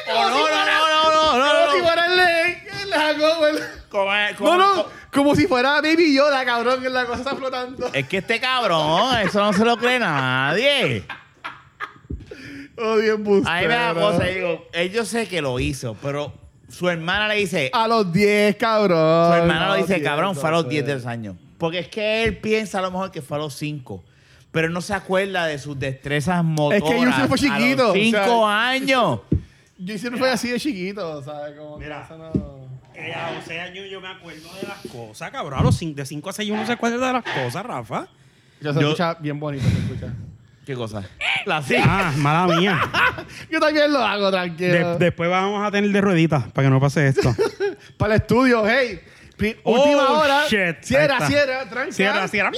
Speaker 1: Oh, no, no, no, no, no, no,
Speaker 2: Como
Speaker 1: no.
Speaker 2: si fuera el ley. La la cover.
Speaker 1: Como, eh, como-
Speaker 2: No, no,
Speaker 1: como-
Speaker 2: como si fuera Baby Yoda, cabrón, que la cosa está flotando.
Speaker 1: Es que este cabrón, eso no se lo cree nadie.
Speaker 2: Oh, bien bustero.
Speaker 1: Ahí me da cosa, yo digo, él yo sé que lo hizo, pero su hermana le dice,
Speaker 2: A los 10, cabrón.
Speaker 1: su hermana
Speaker 2: A
Speaker 1: lo
Speaker 2: los
Speaker 1: dice,
Speaker 2: 10,
Speaker 1: cabrón, fue a los 10
Speaker 2: entonces.
Speaker 1: de los años. Porque es que él piensa a lo mejor que fue a los 5. Pero no se acuerda de sus destrezas motoras.
Speaker 2: Yusuf fue
Speaker 1: A
Speaker 2: chiquito, o
Speaker 1: los
Speaker 2: sea-
Speaker 1: 5 años.
Speaker 2: Yo siempre fui así de chiquito, ¿sabes? Como que
Speaker 3: Mira.
Speaker 2: eso no-
Speaker 3: Eh, a 11 años yo me acuerdo de las cosas, cabrón. A los cin- de 5 a 6 uno se acuerda de las cosas, Rafa.
Speaker 2: Yo se
Speaker 1: Yo-
Speaker 2: escucha bien bonito, se escucha.
Speaker 1: ¿Qué cosa? La sí.
Speaker 3: Ah, mala mía.
Speaker 2: Yo también lo hago, tranquilo.
Speaker 3: De- después vamos a tener de rueditas para que no pase esto.
Speaker 2: Para el estudio, hey. Pri- última
Speaker 3: Oh,
Speaker 2: hora.
Speaker 3: shit. Ahí
Speaker 2: Cierra,
Speaker 3: está.
Speaker 2: cierra, tranca.
Speaker 3: Cierra, cierra.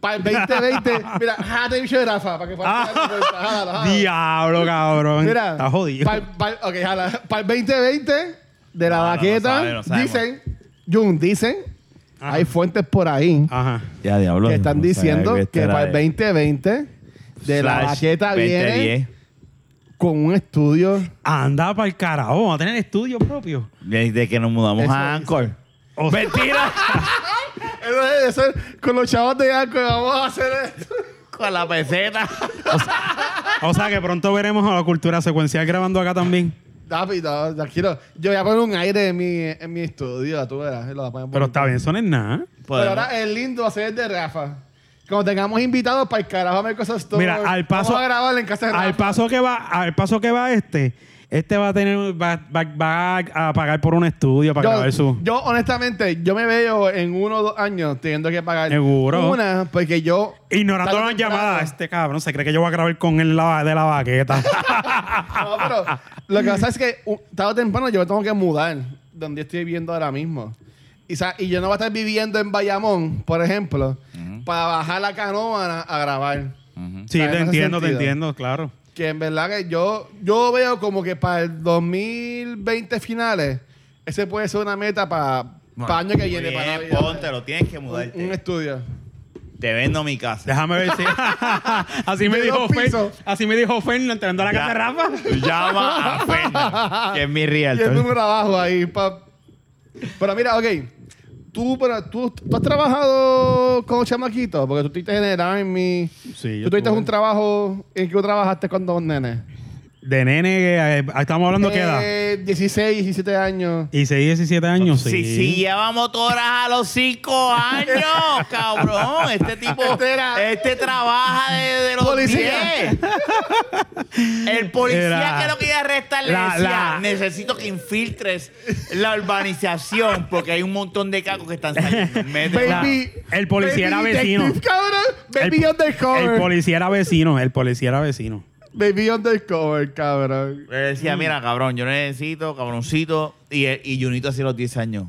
Speaker 2: Para el 2020. Mira, jate bicho de Rafa, para que
Speaker 3: Ah.
Speaker 2: pase la puerta, jala, jala.
Speaker 3: Diablo, cabrón.
Speaker 2: Mira,
Speaker 3: Está jodido.
Speaker 2: Para el 2020 de
Speaker 1: No,
Speaker 2: la
Speaker 1: no, no
Speaker 2: baqueta,
Speaker 1: sabe, no sabemos.
Speaker 2: dicen, Jun, dicen,
Speaker 3: Ajá.
Speaker 2: hay fuentes por ahí
Speaker 3: Ajá.
Speaker 1: Ya, diablo.
Speaker 2: que están
Speaker 1: no sabía
Speaker 2: diciendo
Speaker 1: este
Speaker 2: que
Speaker 1: era
Speaker 2: para el
Speaker 1: de-
Speaker 2: 2020 de la
Speaker 1: Slash
Speaker 2: baqueta
Speaker 1: 2010.
Speaker 2: viene con un estudio.
Speaker 3: Anda para el carajo. Vamos a tener estudio propio.
Speaker 1: Desde que nos mudamos
Speaker 2: Eso
Speaker 1: a
Speaker 2: dice.
Speaker 1: Anchor.
Speaker 3: O sea,
Speaker 1: ¡Mentira!
Speaker 2: Eso es- eso es- con los chavos de Anco vamos a hacer esto.
Speaker 1: Con la peseta.
Speaker 3: o sea que pronto veremos a la cultura secuencial grabando acá también.
Speaker 2: Papi, no, tranquilo. Yo voy a poner un aire en mi, en mi estudio, tú verás. lo voy a poner
Speaker 3: Pero
Speaker 2: bonito.
Speaker 3: está bien, son en nada.
Speaker 2: Pero
Speaker 1: Podemos-
Speaker 2: ahora el lindo va a ser el de Rafa. Cuando tengamos invitados para el carajo me cosas todo.
Speaker 3: Mira, al paso,
Speaker 2: Vamos a grabar en casa de Rafa.
Speaker 3: al paso que va, al paso que va este, este va a tener, va, va- va a pagar por un estudio para grabar
Speaker 2: yo,
Speaker 3: su.
Speaker 2: yo, honestamente, yo me veo en uno o dos años teniendo que pagar
Speaker 3: Seguro.
Speaker 2: una, porque yo...
Speaker 3: Ignorando
Speaker 2: tarde o
Speaker 3: las
Speaker 2: temprano-
Speaker 3: llamadas, este cabrón se cree que yo voy a grabar con él la- de la baqueta.
Speaker 2: No, pero lo que pasa es que uh, tarde o temprano yo me tengo que mudar de donde estoy viviendo ahora mismo. Y, sa- y yo no voy a estar viviendo en Bayamón, por ejemplo, para bajar la canoa a, a grabar.
Speaker 3: sí,
Speaker 2: O sea, en
Speaker 3: te
Speaker 2: ese
Speaker 3: entiendo, te
Speaker 2: sentido.
Speaker 3: entiendo, claro.
Speaker 2: Que en verdad que yo, yo veo como que para el 2020 finales, ese puede ser una meta para
Speaker 1: Bueno,
Speaker 2: año que
Speaker 1: muy
Speaker 2: eh, viene. para
Speaker 1: bien,
Speaker 2: Navidad.
Speaker 1: póntelo, tienes que
Speaker 2: un,
Speaker 1: mudarte.
Speaker 2: un estudio.
Speaker 1: Te vendo mi casa.
Speaker 3: Déjame ver si. así me
Speaker 2: De
Speaker 3: dijo
Speaker 2: dos
Speaker 3: Fer.
Speaker 2: pisos.
Speaker 3: Así me dijo Fer entrando a la
Speaker 1: Ya.
Speaker 3: casa de Rafa.
Speaker 1: Llama a Fernando, que es mi
Speaker 2: Y el
Speaker 1: realtor.
Speaker 2: número abajo ahí, pa. Pero mira, ok. Tú, pero, tú, tú has trabajado con chamaquito, porque tú estuviste en el Army.
Speaker 3: Sí, yo
Speaker 2: ¿Tú tuviste
Speaker 3: estuve.
Speaker 2: un trabajo en que tú trabajaste cuando un nene?
Speaker 3: De nene, que, eh, estamos hablando que edad.
Speaker 2: Eh, 16, 17 años.
Speaker 3: Y 6, 17 años, sí.
Speaker 1: Si, si lleva motoras a los cinco años, cabrón. Este tipo,
Speaker 2: Este era-
Speaker 1: este trabaja desde los
Speaker 2: Policía.
Speaker 1: 10. El policía
Speaker 3: Era-
Speaker 1: que lo quería arrestar le
Speaker 3: La-
Speaker 1: decía,
Speaker 3: la-
Speaker 1: necesito que infiltres la urbanización porque hay un montón de cacos que están saliendo. Mete-
Speaker 3: La- el policía
Speaker 2: baby
Speaker 3: era vecino.
Speaker 2: detective, cabrón. Baby
Speaker 3: El- El
Speaker 2: undercover.
Speaker 3: policía era vecino, el policía era vecino.
Speaker 2: baby undercover, cabrón.
Speaker 1: Le decía, mira, cabrón, yo necesito, cabroncito. Y, eh, y Junito hacía los 10 años.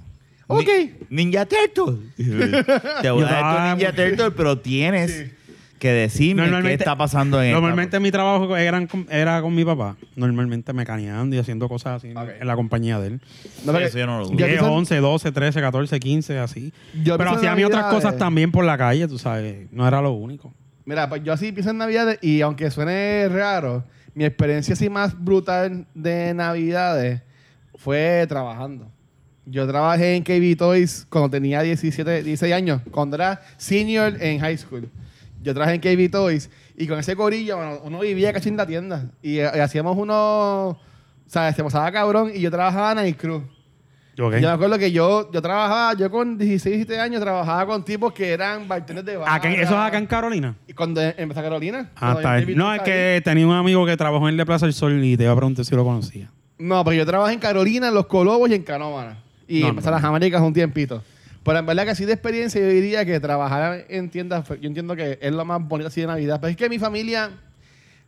Speaker 1: Ni-
Speaker 2: Ok.
Speaker 1: Ninja Turtle. Te voy a dar tu Ninja Turtle, pero tienes que decirme qué está pasando en esta-
Speaker 3: Normalmente mi trabajo eran con- era con mi papá. Normalmente mecaneando y haciendo cosas así en-
Speaker 2: Ok.
Speaker 3: en la compañía de él.
Speaker 2: No, porque-
Speaker 1: eso yo no lo dudo.
Speaker 2: yo
Speaker 3: 10,
Speaker 2: pienso-
Speaker 3: 11, 12, 13, 14, 15, así.
Speaker 2: Yo
Speaker 3: Pero
Speaker 2: pienso en
Speaker 3: hacía a mí otras
Speaker 2: Navidades.
Speaker 3: cosas también por la calle, tú sabes. No era lo único.
Speaker 2: Mira, pues yo así pienso en Navidades y aunque suene raro, mi experiencia así más brutal de Navidades fue trabajando. Yo trabajé en KB Toys cuando tenía 17, 16 años, cuando era senior en high school. Yo trabajé en KB Toys y con ese corillo, bueno, uno vivía casi en la tienda y, eh, hacíamos unos... O sea, se pasaba cabrón y yo trabajaba en Night Crew.
Speaker 3: Ok.
Speaker 2: Yo me acuerdo que yo, yo trabajaba, yo con 16, 17 años trabajaba con tipos que eran bartenders de bar.
Speaker 3: Acá en- eso es acá en Carolina.
Speaker 2: Y cuando empezó Carolina.
Speaker 3: Ah,
Speaker 2: cuando
Speaker 3: está
Speaker 2: yo
Speaker 3: bien.
Speaker 2: te vi
Speaker 3: No,
Speaker 2: tú
Speaker 3: es
Speaker 2: ahí.
Speaker 3: que tenía un amigo que trabajó en el de Plaza del Sol y te iba a preguntar si lo conocía.
Speaker 2: No, porque yo trabajé en Carolina, en Los Colobos y en Canóvana. Y
Speaker 3: No,
Speaker 2: en
Speaker 3: no.
Speaker 2: las Américas un tiempito. Pero en verdad que así de experiencia yo diría que trabajar en tiendas, fue- yo entiendo que es lo más bonito así de Navidad. Pero es que mi familia,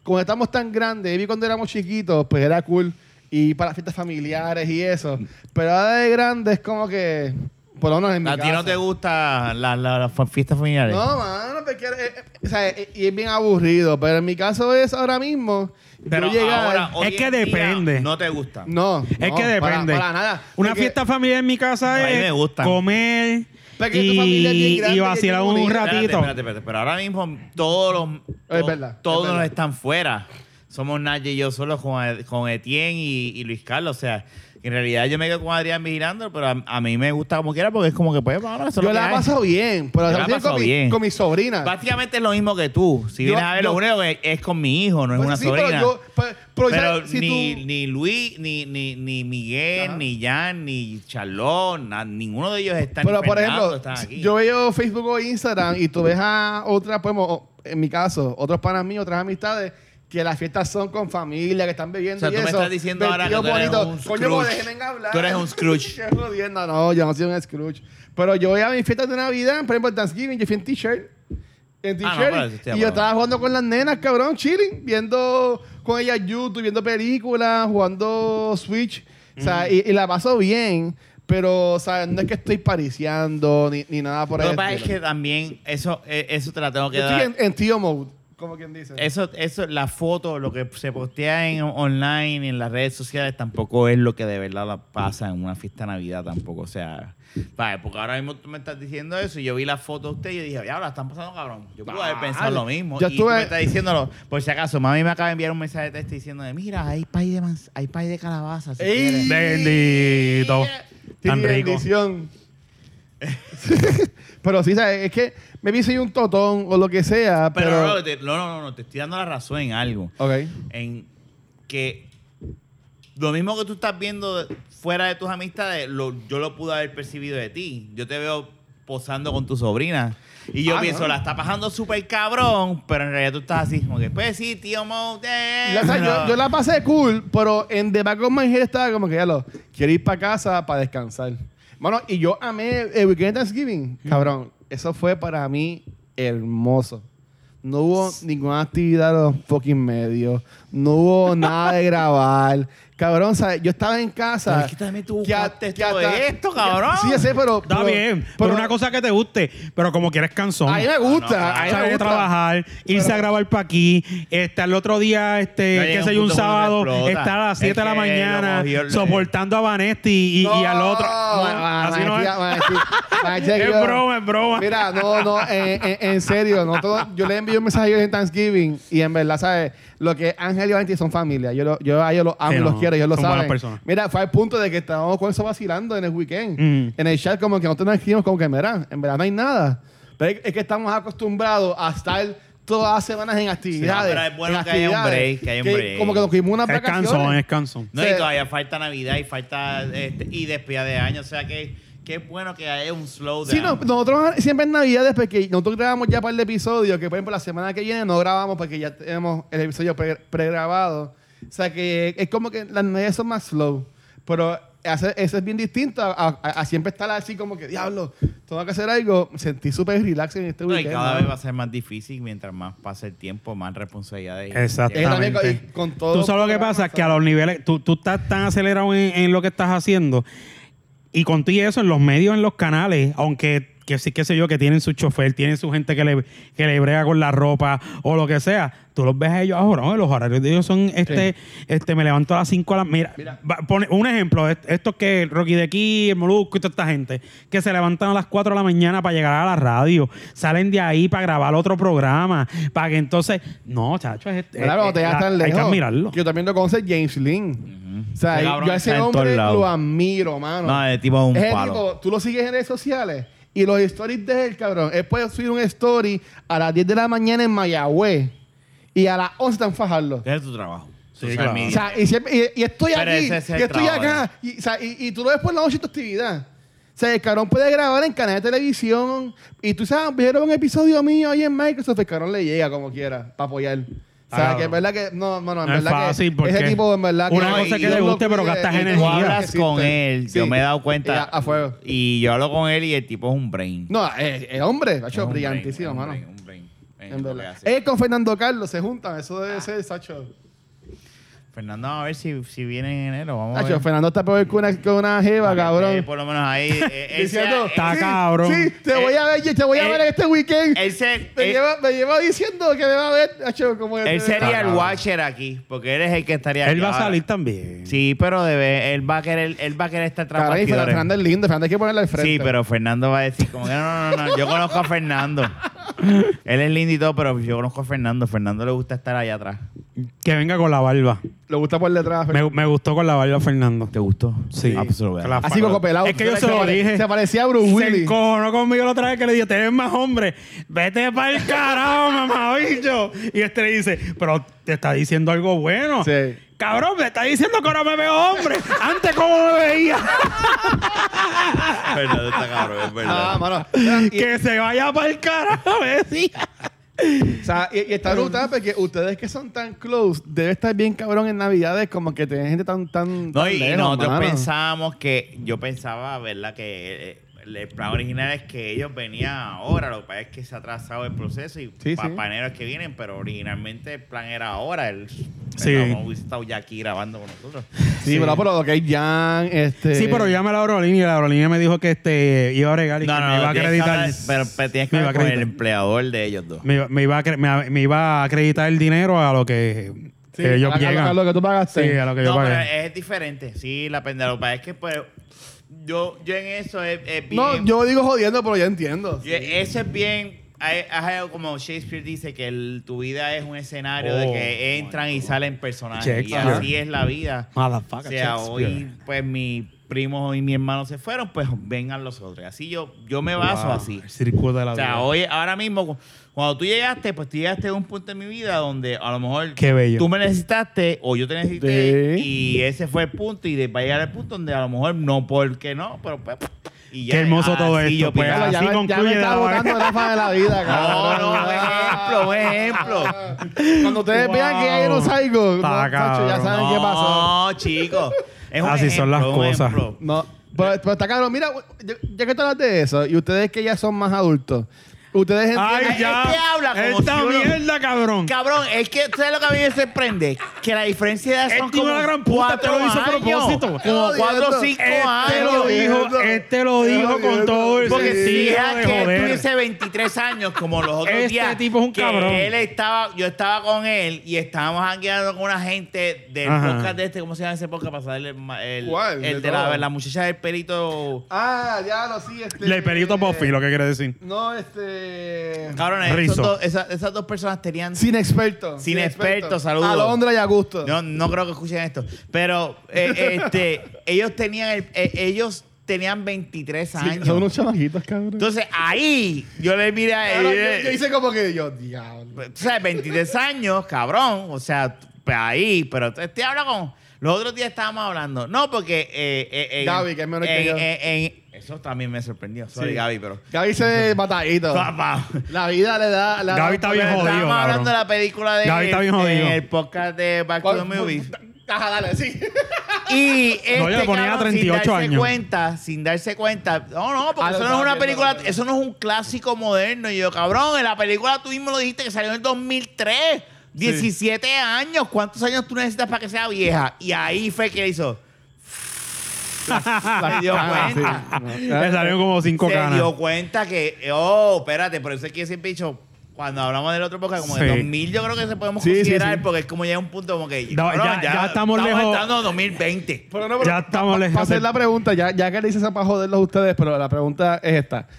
Speaker 2: como estamos tan grandes, y cuando éramos chiquitos, pues era cool. Y para fiestas familiares y eso. Pero ahora de grande es como que, por lo menos en mi
Speaker 1: ¿A ti no
Speaker 2: casa.
Speaker 1: te gustan las la, las fa- fiestas familiares?
Speaker 2: No, mano, porque eh, eh, o sea, eh, y es bien aburrido. Pero en mi caso es ahora mismo. yo
Speaker 1: pero
Speaker 2: llegar-
Speaker 1: ahora, hoy
Speaker 3: Es que
Speaker 1: en día,
Speaker 3: depende.
Speaker 1: No te gusta.
Speaker 2: No.
Speaker 3: es
Speaker 2: no,
Speaker 3: que
Speaker 2: para-
Speaker 3: depende.
Speaker 2: Para, nada.
Speaker 3: Una
Speaker 2: Porque-
Speaker 3: fiesta familiar en mi casa
Speaker 1: A mí
Speaker 3: es
Speaker 1: me gustan.
Speaker 3: comer
Speaker 2: Porque tu familia es bien
Speaker 3: y,
Speaker 2: grande
Speaker 3: y
Speaker 2: y
Speaker 3: vacilar
Speaker 2: bien
Speaker 3: un
Speaker 2: unida.
Speaker 3: ratito.
Speaker 1: Espérate, espérate, espérate. Pero ahora mismo todos los.
Speaker 2: Es
Speaker 1: to-
Speaker 2: verdad, es
Speaker 1: Todos
Speaker 2: verdad.
Speaker 1: están fuera. Somos Naye y yo solos con, con Etienne y, y Luis Carlos. O sea, En realidad yo me quedo con Adrián vigilando, pero a, a mí me gusta como quiera porque es como que pues, vamos, eso es
Speaker 2: Yo
Speaker 1: lo que
Speaker 2: la he
Speaker 1: hay.
Speaker 2: pasado bien, pero
Speaker 1: Yo la
Speaker 2: la
Speaker 1: he
Speaker 2: pasé
Speaker 1: pasado
Speaker 2: con, mi-
Speaker 1: bien.
Speaker 2: con mis sobrinas.
Speaker 1: Básicamente es lo mismo que tú. Si
Speaker 2: Yo-
Speaker 1: vienes a ver, lo
Speaker 2: yo-
Speaker 1: único que es con mi hijo, no es
Speaker 2: Pues
Speaker 1: una
Speaker 2: sí,
Speaker 1: sobrina.
Speaker 2: Pero, yo, pero, pero ya
Speaker 1: Pero
Speaker 2: si
Speaker 1: ni,
Speaker 2: tú-
Speaker 1: ni Luis, ni, ni, ni Miguel,
Speaker 2: Ajá.
Speaker 1: ni Jan, ni Charlot, na- ninguno de ellos están
Speaker 2: Pero
Speaker 1: ni
Speaker 2: por
Speaker 1: Fernando
Speaker 2: ejemplo,
Speaker 1: están aquí.
Speaker 2: yo veo Facebook o Instagram y tú ves a otras, pues, o- en mi caso, otros panas míos, otras amistades, que las fiestas son con familia, que están bebiendo
Speaker 1: O sea,
Speaker 2: y
Speaker 1: tú me
Speaker 2: eso,
Speaker 1: estás diciendo ahora que
Speaker 2: vestidos
Speaker 1: tú eres
Speaker 2: bonitos.
Speaker 1: un
Speaker 2: Coño, pues,
Speaker 1: Scrooge.
Speaker 2: déjenme hablar.
Speaker 1: Tú eres un Scrooge.
Speaker 2: Qué jodienda. No, yo no soy un Scrooge. Pero yo voy a mis fiestas de Navidad, por ejemplo, en Thanksgiving, yo fui en t-shirt. En
Speaker 1: Ah, no,
Speaker 2: t-shirt.
Speaker 1: pero eso estoy de
Speaker 2: y yo
Speaker 1: acuerdo.
Speaker 2: estaba jugando con las nenas, cabrón, chilling, viendo con ellas YouTube, viendo películas, jugando Switch. O sea, y, y la paso bien, pero, o sea, no es que estoy pariciando ni, ni nada por
Speaker 1: Lo
Speaker 2: ahí.
Speaker 1: que pasa es que también eso, eh, eso te la tengo que
Speaker 2: Yo estoy
Speaker 1: dar.
Speaker 2: en, en tío mode, como quien dice.
Speaker 1: Eso, eso, la foto, lo que se postea en online, en las redes sociales, tampoco es lo que de verdad la pasa en una fiesta de Navidad tampoco. O sea, vale, porque ahora mismo tú me estás diciendo eso y yo vi la foto de usted y yo dije, ya, la están pasando cabrón. Yo pude haber
Speaker 2: Ah,
Speaker 1: pensado lo mismo.
Speaker 2: yo
Speaker 1: y tú
Speaker 2: estuve-
Speaker 1: me estás diciéndolo, por si acaso, mami me acaba de enviar un mensaje de texto diciendo, mira, hay pay de, manz- hay pay de calabaza. Si
Speaker 2: ¡Ey!
Speaker 1: quieres".
Speaker 3: Bendito.
Speaker 2: Sí,
Speaker 3: Tan rico.
Speaker 2: bendición. pero sí, ¿sabes? Es que me vi soy un totón o lo que sea,
Speaker 1: Pero,
Speaker 2: pero...
Speaker 1: no, te- no, no, no, te estoy dando la razón en algo.
Speaker 2: ok.
Speaker 1: en que lo mismo que tú estás viendo de- fuera de tus amistades, lo- yo lo pude haber percibido de ti. Yo te veo posando con tu sobrina. Y yo
Speaker 2: Ah,
Speaker 1: pienso,
Speaker 2: no.
Speaker 1: la está pasando súper cabrón, pero en realidad tú estás así, como que, pues sí, tío Mo. eh,
Speaker 2: La- o sea,
Speaker 1: pero-
Speaker 2: yo, yo la pasé cool, pero en The Back of My Head estaba como que ya lo quiero ir para casa para descansar. Bueno, y yo amé el Weekend de Thanksgiving, cabrón. Eso fue para mí hermoso. No hubo ninguna actividad de los fucking medios. No hubo nada de grabar. Cabrón, ¿sabes? yo estaba en casa.
Speaker 1: Pero es que también tú
Speaker 2: a-
Speaker 1: buscaste
Speaker 2: que
Speaker 1: todo
Speaker 2: hasta-
Speaker 1: esto, cabrón.
Speaker 2: Sí, ya sé, pero.
Speaker 3: Está
Speaker 2: pero-
Speaker 3: bien, pero, una cosa que te guste, pero como quieres canzón.
Speaker 2: A mí me gusta.
Speaker 1: Ah, no,
Speaker 2: a mí me
Speaker 3: Salir a
Speaker 2: gusta.
Speaker 3: trabajar, irse a grabar para aquí, estar el otro día,
Speaker 1: Ya
Speaker 3: este,
Speaker 1: llega
Speaker 3: qué
Speaker 1: un
Speaker 3: sé yo, un
Speaker 1: punto cuando te
Speaker 3: sábado,
Speaker 1: explota.
Speaker 3: estar a las
Speaker 1: Es
Speaker 3: 7 de la
Speaker 1: que lo
Speaker 3: mañana
Speaker 1: cogió el-
Speaker 3: soportando a Vanesti y, y al otro.
Speaker 2: No, Ah,
Speaker 3: Bueno, así no
Speaker 2: Vanessa,
Speaker 3: es.
Speaker 2: Vanessa, Vanessa,
Speaker 3: Es
Speaker 2: yo-
Speaker 3: broma, es broma.
Speaker 2: Mira, no, no, eh, eh, en serio, no, todo- yo le envío un mensaje a ellos en Thanksgiving y en verdad, ¿sabes? Lo que Ángel y Valentín son familia. Yo, lo- yo a ellos los amo,
Speaker 3: Sí, no,
Speaker 2: los quiero, ellos lo
Speaker 3: son buenas
Speaker 2: saben.
Speaker 3: personas.
Speaker 2: Mira, fue al punto de que estábamos con eso vacilando en el weekend.
Speaker 3: Mm.
Speaker 2: En el chat, como que nosotros nos escribimos, como que, mira, en verdad no hay nada. Pero es- es que estamos acostumbrados a estar todas las semanas en actividades.
Speaker 1: pero es bueno
Speaker 2: en
Speaker 1: que haya un
Speaker 2: actividades,
Speaker 1: break, que haya un break.
Speaker 2: Como que nos cogimos unas
Speaker 3: Es
Speaker 2: vacaciones.
Speaker 3: canzón, es canzón.
Speaker 1: No,
Speaker 2: Sí.
Speaker 1: y todavía falta Navidad y falta este, y despedida de año. O sea que, que es bueno que haya un slow
Speaker 2: Sí, no,
Speaker 1: down.
Speaker 2: nosotros siempre en Navidad, después que nosotros grabamos ya para el episodio, que por ejemplo la semana que viene no grabamos porque ya tenemos el episodio pre- pregrabado. o sea que es como que las Navidades son más slow. Pero hace- eso es bien distinto a, a- a siempre estar así como que, diablo, tengo que hacer algo. Sentí súper relax en este
Speaker 1: No, y
Speaker 2: weekend.
Speaker 1: cada
Speaker 2: ¿no?
Speaker 1: vez va a ser más difícil mientras más pase el tiempo, más responsabilidades.
Speaker 3: Exacto.
Speaker 2: Y también con- y
Speaker 3: Exactamente.
Speaker 2: con todo
Speaker 3: Tú sabes lo que pasa, que a los niveles, tú, tú estás tan acelerado en, en lo que estás haciendo y contigo eso en los medios, en los canales, aunque que sí, qué sé yo, que tienen su chofer, tienen su gente que le, que le brega con la ropa o lo que sea, tú los ves a ellos ahora, oye, los horarios de ellos son, este, este me levanto a las 5 a las... Mira, va- pone un ejemplo, est- estos que Rocky de aquí, el Molusco y toda esta gente, que se levantan a las 4 de la mañana para llegar a la radio, salen de ahí para grabar otro programa, para que entonces... No, chacho, es... este es-
Speaker 2: Claro,
Speaker 3: es-
Speaker 2: te
Speaker 3: la-
Speaker 2: tan lejos.
Speaker 3: eh, Hay que admirarlo.
Speaker 2: Que yo también lo conoce James Lynn. O sea,
Speaker 1: Ese cabrón
Speaker 2: yo a ese
Speaker 1: está en todos
Speaker 2: hombre
Speaker 1: lados.
Speaker 2: lo admiro, mano.
Speaker 1: No, el tipo es un
Speaker 2: Ese
Speaker 1: palo.
Speaker 2: tipo, tú lo sigues en redes sociales y los stories de él, cabrón. Él puede subir un story a las 10 de la mañana en Mayagüez y a las 11 están fajarlo.
Speaker 1: Ese es tu trabajo.
Speaker 3: Sí,
Speaker 1: Social
Speaker 3: claro.
Speaker 1: media.
Speaker 2: O sea, y, siempre- y- y estoy
Speaker 1: Pero
Speaker 2: aquí,
Speaker 1: ese es el
Speaker 2: y estoy
Speaker 1: trabajo.
Speaker 2: acá. Y, o sea, y- y tú lo ves por la noche en tu actividad. O sea, el cabrón puede grabar en canales de televisión. Y tú sabes, vieron un episodio mío ahí en Microsoft. El cabrón le llega como quiera para apoyar. O sea,
Speaker 3: Claro.
Speaker 2: que en verdad que. No, mano, en
Speaker 3: No es
Speaker 2: verdad que
Speaker 3: fácil, porque
Speaker 2: Ese tipo, en verdad
Speaker 3: una
Speaker 1: cosa que
Speaker 2: Dios
Speaker 1: le
Speaker 2: lo
Speaker 3: guste, pero
Speaker 2: cuide
Speaker 3: gastas
Speaker 2: y-
Speaker 1: Tú
Speaker 3: energía.
Speaker 1: hablas
Speaker 2: Sí.
Speaker 1: con él, yo
Speaker 2: Sí.
Speaker 1: me he dado
Speaker 2: Y
Speaker 1: cuenta.
Speaker 2: A, a fuego.
Speaker 1: Y yo hablo con él y el tipo es un brain.
Speaker 2: No, el, hombre,
Speaker 1: Es un
Speaker 2: macho,
Speaker 1: brain,
Speaker 2: brillantísimo,
Speaker 1: es un
Speaker 2: mano.
Speaker 1: brain, un brain. Es
Speaker 2: En
Speaker 1: lo que
Speaker 2: verdad. Eh.
Speaker 1: hace.
Speaker 2: Él con Fernando Carlos se juntan. Eso
Speaker 3: Ah.
Speaker 2: debe ser, Sacho.
Speaker 1: Fernando, a ver si, si viene en enero. Vamos a
Speaker 2: Sacho,
Speaker 1: ver.
Speaker 2: Fernando está peor que una, que una
Speaker 1: Para
Speaker 2: jeva,
Speaker 1: que esté
Speaker 2: cabrón.
Speaker 1: Por lo menos ahí. eh, él se-
Speaker 2: Diciendo,
Speaker 3: pues, Está
Speaker 2: "Sí,
Speaker 3: cabrón". Eh,
Speaker 2: Sí, te voy a ver, te voy a
Speaker 1: él-
Speaker 2: ver este weekend.
Speaker 1: él se-
Speaker 2: me,
Speaker 1: él-
Speaker 2: lleva, me lleva diciendo que me va a ver. Sacho, como
Speaker 1: él sería el
Speaker 3: cabrón.
Speaker 1: watcher aquí, porque él es el que estaría
Speaker 3: Él
Speaker 1: aquí
Speaker 3: va a
Speaker 1: ahora.
Speaker 3: salir también.
Speaker 1: Sí, pero debe, él va a querer, él va a querer estar tras
Speaker 2: Caray, Fer-
Speaker 1: bastidores.
Speaker 2: Fernando es lindo, Fernando hay que ponerle al frente.
Speaker 1: Sí, pero Fernando va a decir como que no, no, no, no, yo conozco a Fernando. Él es lindo y todo, pero yo conozco a Fernando. Fernando le gusta estar allá atrás.
Speaker 3: Que venga con la barba.
Speaker 2: Le gusta por detrás.
Speaker 3: Me, me gustó con la barba Fernando.
Speaker 1: ¿Te gustó?
Speaker 3: Sí.
Speaker 1: Ah, pues se lo voy a
Speaker 3: Que
Speaker 1: dar.
Speaker 3: la
Speaker 2: Así coco pelado.
Speaker 3: Es que yo se lo dije.
Speaker 2: Se parecía a Bruce
Speaker 3: Se
Speaker 2: Willis.
Speaker 3: encojonó conmigo la otra vez que le dije, te ves más hombre. Vete para el carajo, mamabicho. Y este le dice, pero te está diciendo algo bueno.
Speaker 2: Sí.
Speaker 3: Cabrón, me está diciendo que ahora me veo hombre. Antes, ¿cómo me veía?
Speaker 1: Fernando está cabrón, es
Speaker 2: Ah,
Speaker 1: verdad.
Speaker 2: mano.
Speaker 3: que se vaya para el carajo, me decía.
Speaker 2: O sea, y, y está brutal porque ustedes que son tan close, debe estar bien cabrón en Navidades, como que tienen gente tan, tan.
Speaker 1: No,
Speaker 2: tan
Speaker 1: y, y
Speaker 2: lejos,
Speaker 1: nosotros
Speaker 2: mano.
Speaker 1: pensábamos que, yo pensaba, ¿verdad? Que eh, el, plan original es que ellos venían ahora, lo que pasa es que se ha atrasado el proceso y
Speaker 2: Sí,
Speaker 1: para
Speaker 2: sí.
Speaker 1: enero es que vienen, pero originalmente el plan era ahora. El,
Speaker 3: Sí.
Speaker 1: Estábamos- hubiese estado ya aquí grabando con nosotros.
Speaker 2: Sí, pero, pero ok, Jan, este.
Speaker 3: Sí, pero llamé a la aerolínea y la aerolínea me dijo que este iba a regalar y
Speaker 1: No,
Speaker 3: que
Speaker 1: no,
Speaker 3: me iba a
Speaker 1: tienes que
Speaker 3: acreditar.
Speaker 1: hablar- pero, pero tienes que
Speaker 3: Me iba a
Speaker 1: hablar con el
Speaker 3: acreditar.
Speaker 1: empleador de ellos dos.
Speaker 3: Me, iba- me iba a acre- me, me iba a acreditar el dinero a lo que
Speaker 2: Sí,
Speaker 3: que ellos
Speaker 2: a- a-
Speaker 3: llegan.
Speaker 2: a lo que tú pagaste.
Speaker 3: Sí, a lo que yo
Speaker 1: No, pero eh,
Speaker 3: pagué.
Speaker 1: es diferente. Sí, la pendelopa. Es que, pues, yo, yo en eso es, es bien...
Speaker 2: No, yo digo jodiendo, pero yo entiendo.
Speaker 1: yo- Eso es bien... hay- hay algo como Shakespeare dice que el- tu vida es un escenario de
Speaker 3: Oh,
Speaker 1: que entran y salen personajes. Y
Speaker 3: Shakespeare.
Speaker 1: así es la vida. O
Speaker 3: Motherfucker,
Speaker 1: sea,
Speaker 3: Shakespeare.
Speaker 1: hoy, pues, mis primos y mi hermano se fueron, pues, vengan los otros. Así yo, yo me baso
Speaker 3: Wow,
Speaker 1: así.
Speaker 3: el circuito de la
Speaker 1: O sea,
Speaker 3: vida.
Speaker 1: hoy, ahora mismo, cu- cuando tú llegaste, pues tú llegaste a un punto en mi vida donde a lo mejor
Speaker 3: Qué bello.
Speaker 1: tú me necesitaste o yo te necesité
Speaker 2: Sí.
Speaker 1: y ese fue el punto y de, va a llegar el punto donde a lo mejor no, porque no, pero pues... y ya.
Speaker 3: Qué hermoso todo
Speaker 1: Así
Speaker 3: esto,
Speaker 1: yo
Speaker 3: pues,
Speaker 1: pienso.
Speaker 2: Pero ya,
Speaker 3: así
Speaker 2: me- ya
Speaker 3: concluye
Speaker 2: me está
Speaker 3: la-
Speaker 2: botando la fama de la vida,
Speaker 1: No,
Speaker 2: cabrón.
Speaker 1: no, buen ejemplo, buen ejemplo.
Speaker 2: Cuando ustedes
Speaker 3: Wow.
Speaker 2: vean que yo no salgo, no,
Speaker 3: Está
Speaker 2: chacho, ya
Speaker 3: cabrón.
Speaker 2: saben qué pasó.
Speaker 1: No, chicos. Es un
Speaker 3: Así son
Speaker 1: ejemplo,
Speaker 3: las
Speaker 1: un
Speaker 3: cosas.
Speaker 1: ejemplo.
Speaker 2: No, pero, pero está cabrón. Mira, ya, ya que tú hablas de eso, y ustedes que ya son más adultos, ustedes entienden.
Speaker 3: Ay,
Speaker 1: Es
Speaker 3: ya.
Speaker 1: que habla como
Speaker 3: Esta
Speaker 1: si uno-
Speaker 3: mierda, cabrón.
Speaker 1: Cabrón, es que, ¿sabes lo que a mí me sorprende? Que la diferencia de edad
Speaker 3: El
Speaker 1: son
Speaker 3: tipo
Speaker 1: como
Speaker 3: de la gran puta, te lo
Speaker 1: cuatro
Speaker 3: hizo a
Speaker 1: años.
Speaker 3: propósito.
Speaker 1: Como cuatro o cinco
Speaker 3: Este
Speaker 1: años.
Speaker 3: lo dijo,
Speaker 2: jodiendo.
Speaker 3: este lo dijo con
Speaker 2: jodiendo.
Speaker 3: todo el
Speaker 1: Porque
Speaker 3: sentido
Speaker 1: si era
Speaker 3: de
Speaker 1: que él
Speaker 3: joder.
Speaker 1: tuviese 23 años, como los otros
Speaker 3: Este
Speaker 1: días.
Speaker 3: tipo es un
Speaker 1: que
Speaker 3: cabrón.
Speaker 1: Él estaba, yo estaba con él y estábamos hangueando con una gente del
Speaker 3: Ajá.
Speaker 1: podcast de este, ¿cómo se llama ese podcast? Para saber el, ma- el,
Speaker 2: ¿Cuál?
Speaker 1: el
Speaker 2: De
Speaker 1: de la,
Speaker 2: todo.
Speaker 1: la muchacha del pelito.
Speaker 2: Ah, ya lo sí, este.
Speaker 3: Le perito Buffy, lo que quiere decir.
Speaker 2: No, este.
Speaker 1: Cabrón, esos
Speaker 3: Rizzo.
Speaker 1: dos- esas, esas dos personas tenían.
Speaker 2: Sin experto.
Speaker 1: Sin experto, saludos.
Speaker 2: Alondra y Augusto.
Speaker 1: No, no creo que escuchen esto. Pero eh, este, ellos tenían el- eh, ellos tenían 23
Speaker 2: Sí,
Speaker 1: años.
Speaker 2: Son unos chamaquitos, cabrón.
Speaker 1: Entonces ahí yo le miré a
Speaker 2: Cabrón,
Speaker 1: él.
Speaker 2: yo, yo hice como que yo, diablo.
Speaker 1: O sea, 23 años, cabrón. O sea, pues ahí, pero te habla con. Los otros días estábamos hablando. No, porque. Eh, eh, en-
Speaker 2: Gaby, que es menor que
Speaker 1: en-
Speaker 2: yo.
Speaker 1: en- en- eso también me sorprendió. Sorry,
Speaker 2: Sí.
Speaker 1: Gaby, pero.
Speaker 2: Gaby se batallito.
Speaker 1: Papá.
Speaker 2: La vida le da. La
Speaker 3: Gaby está bien
Speaker 1: Pero
Speaker 3: jodido,
Speaker 1: Estábamos
Speaker 3: cabrón.
Speaker 1: hablando de la película de.
Speaker 3: Gaby está bien jodido.
Speaker 1: en el podcast de Back to the Movies.
Speaker 2: Ajá, dale, sí.
Speaker 1: Y este
Speaker 3: yo le ponía
Speaker 1: cabrón,
Speaker 3: 38
Speaker 1: sin darse
Speaker 3: años.
Speaker 1: cuenta, sin darse cuenta, no, no, porque eso no
Speaker 2: Ah, lo
Speaker 1: es
Speaker 2: estaba
Speaker 1: una
Speaker 2: viendo,
Speaker 1: película,
Speaker 2: lo estaba
Speaker 1: eso no es un clásico moderno. Y yo, cabrón, en la película tú mismo lo dijiste que salió en el 2003, 17 años, ¿cuántos años tú necesitas para que sea vieja? Y ahí fue que hizo, se dio
Speaker 2: Ah, sí.
Speaker 1: cuenta.
Speaker 3: Le salieron como cinco
Speaker 1: Se
Speaker 3: canas.
Speaker 1: dio cuenta que, oh, espérate, por eso es que yo siempre he dicho, cuando hablamos del otro podcast, como de
Speaker 3: Sí.
Speaker 1: 2000 yo creo que se podemos
Speaker 2: Sí, sí,
Speaker 1: considerar,
Speaker 2: sí.
Speaker 1: porque es como ya un punto como que,
Speaker 3: No,
Speaker 1: cabrón,
Speaker 3: ya- ya estamos lejos.
Speaker 1: entrando a 2020.
Speaker 2: Pero no,
Speaker 3: Ya estamos
Speaker 2: pa- pa-
Speaker 3: lejos
Speaker 2: pa' hacer
Speaker 3: del-
Speaker 2: la pregunta, ya, ya que le hice esa para joderlos a ustedes, pero la pregunta es esta.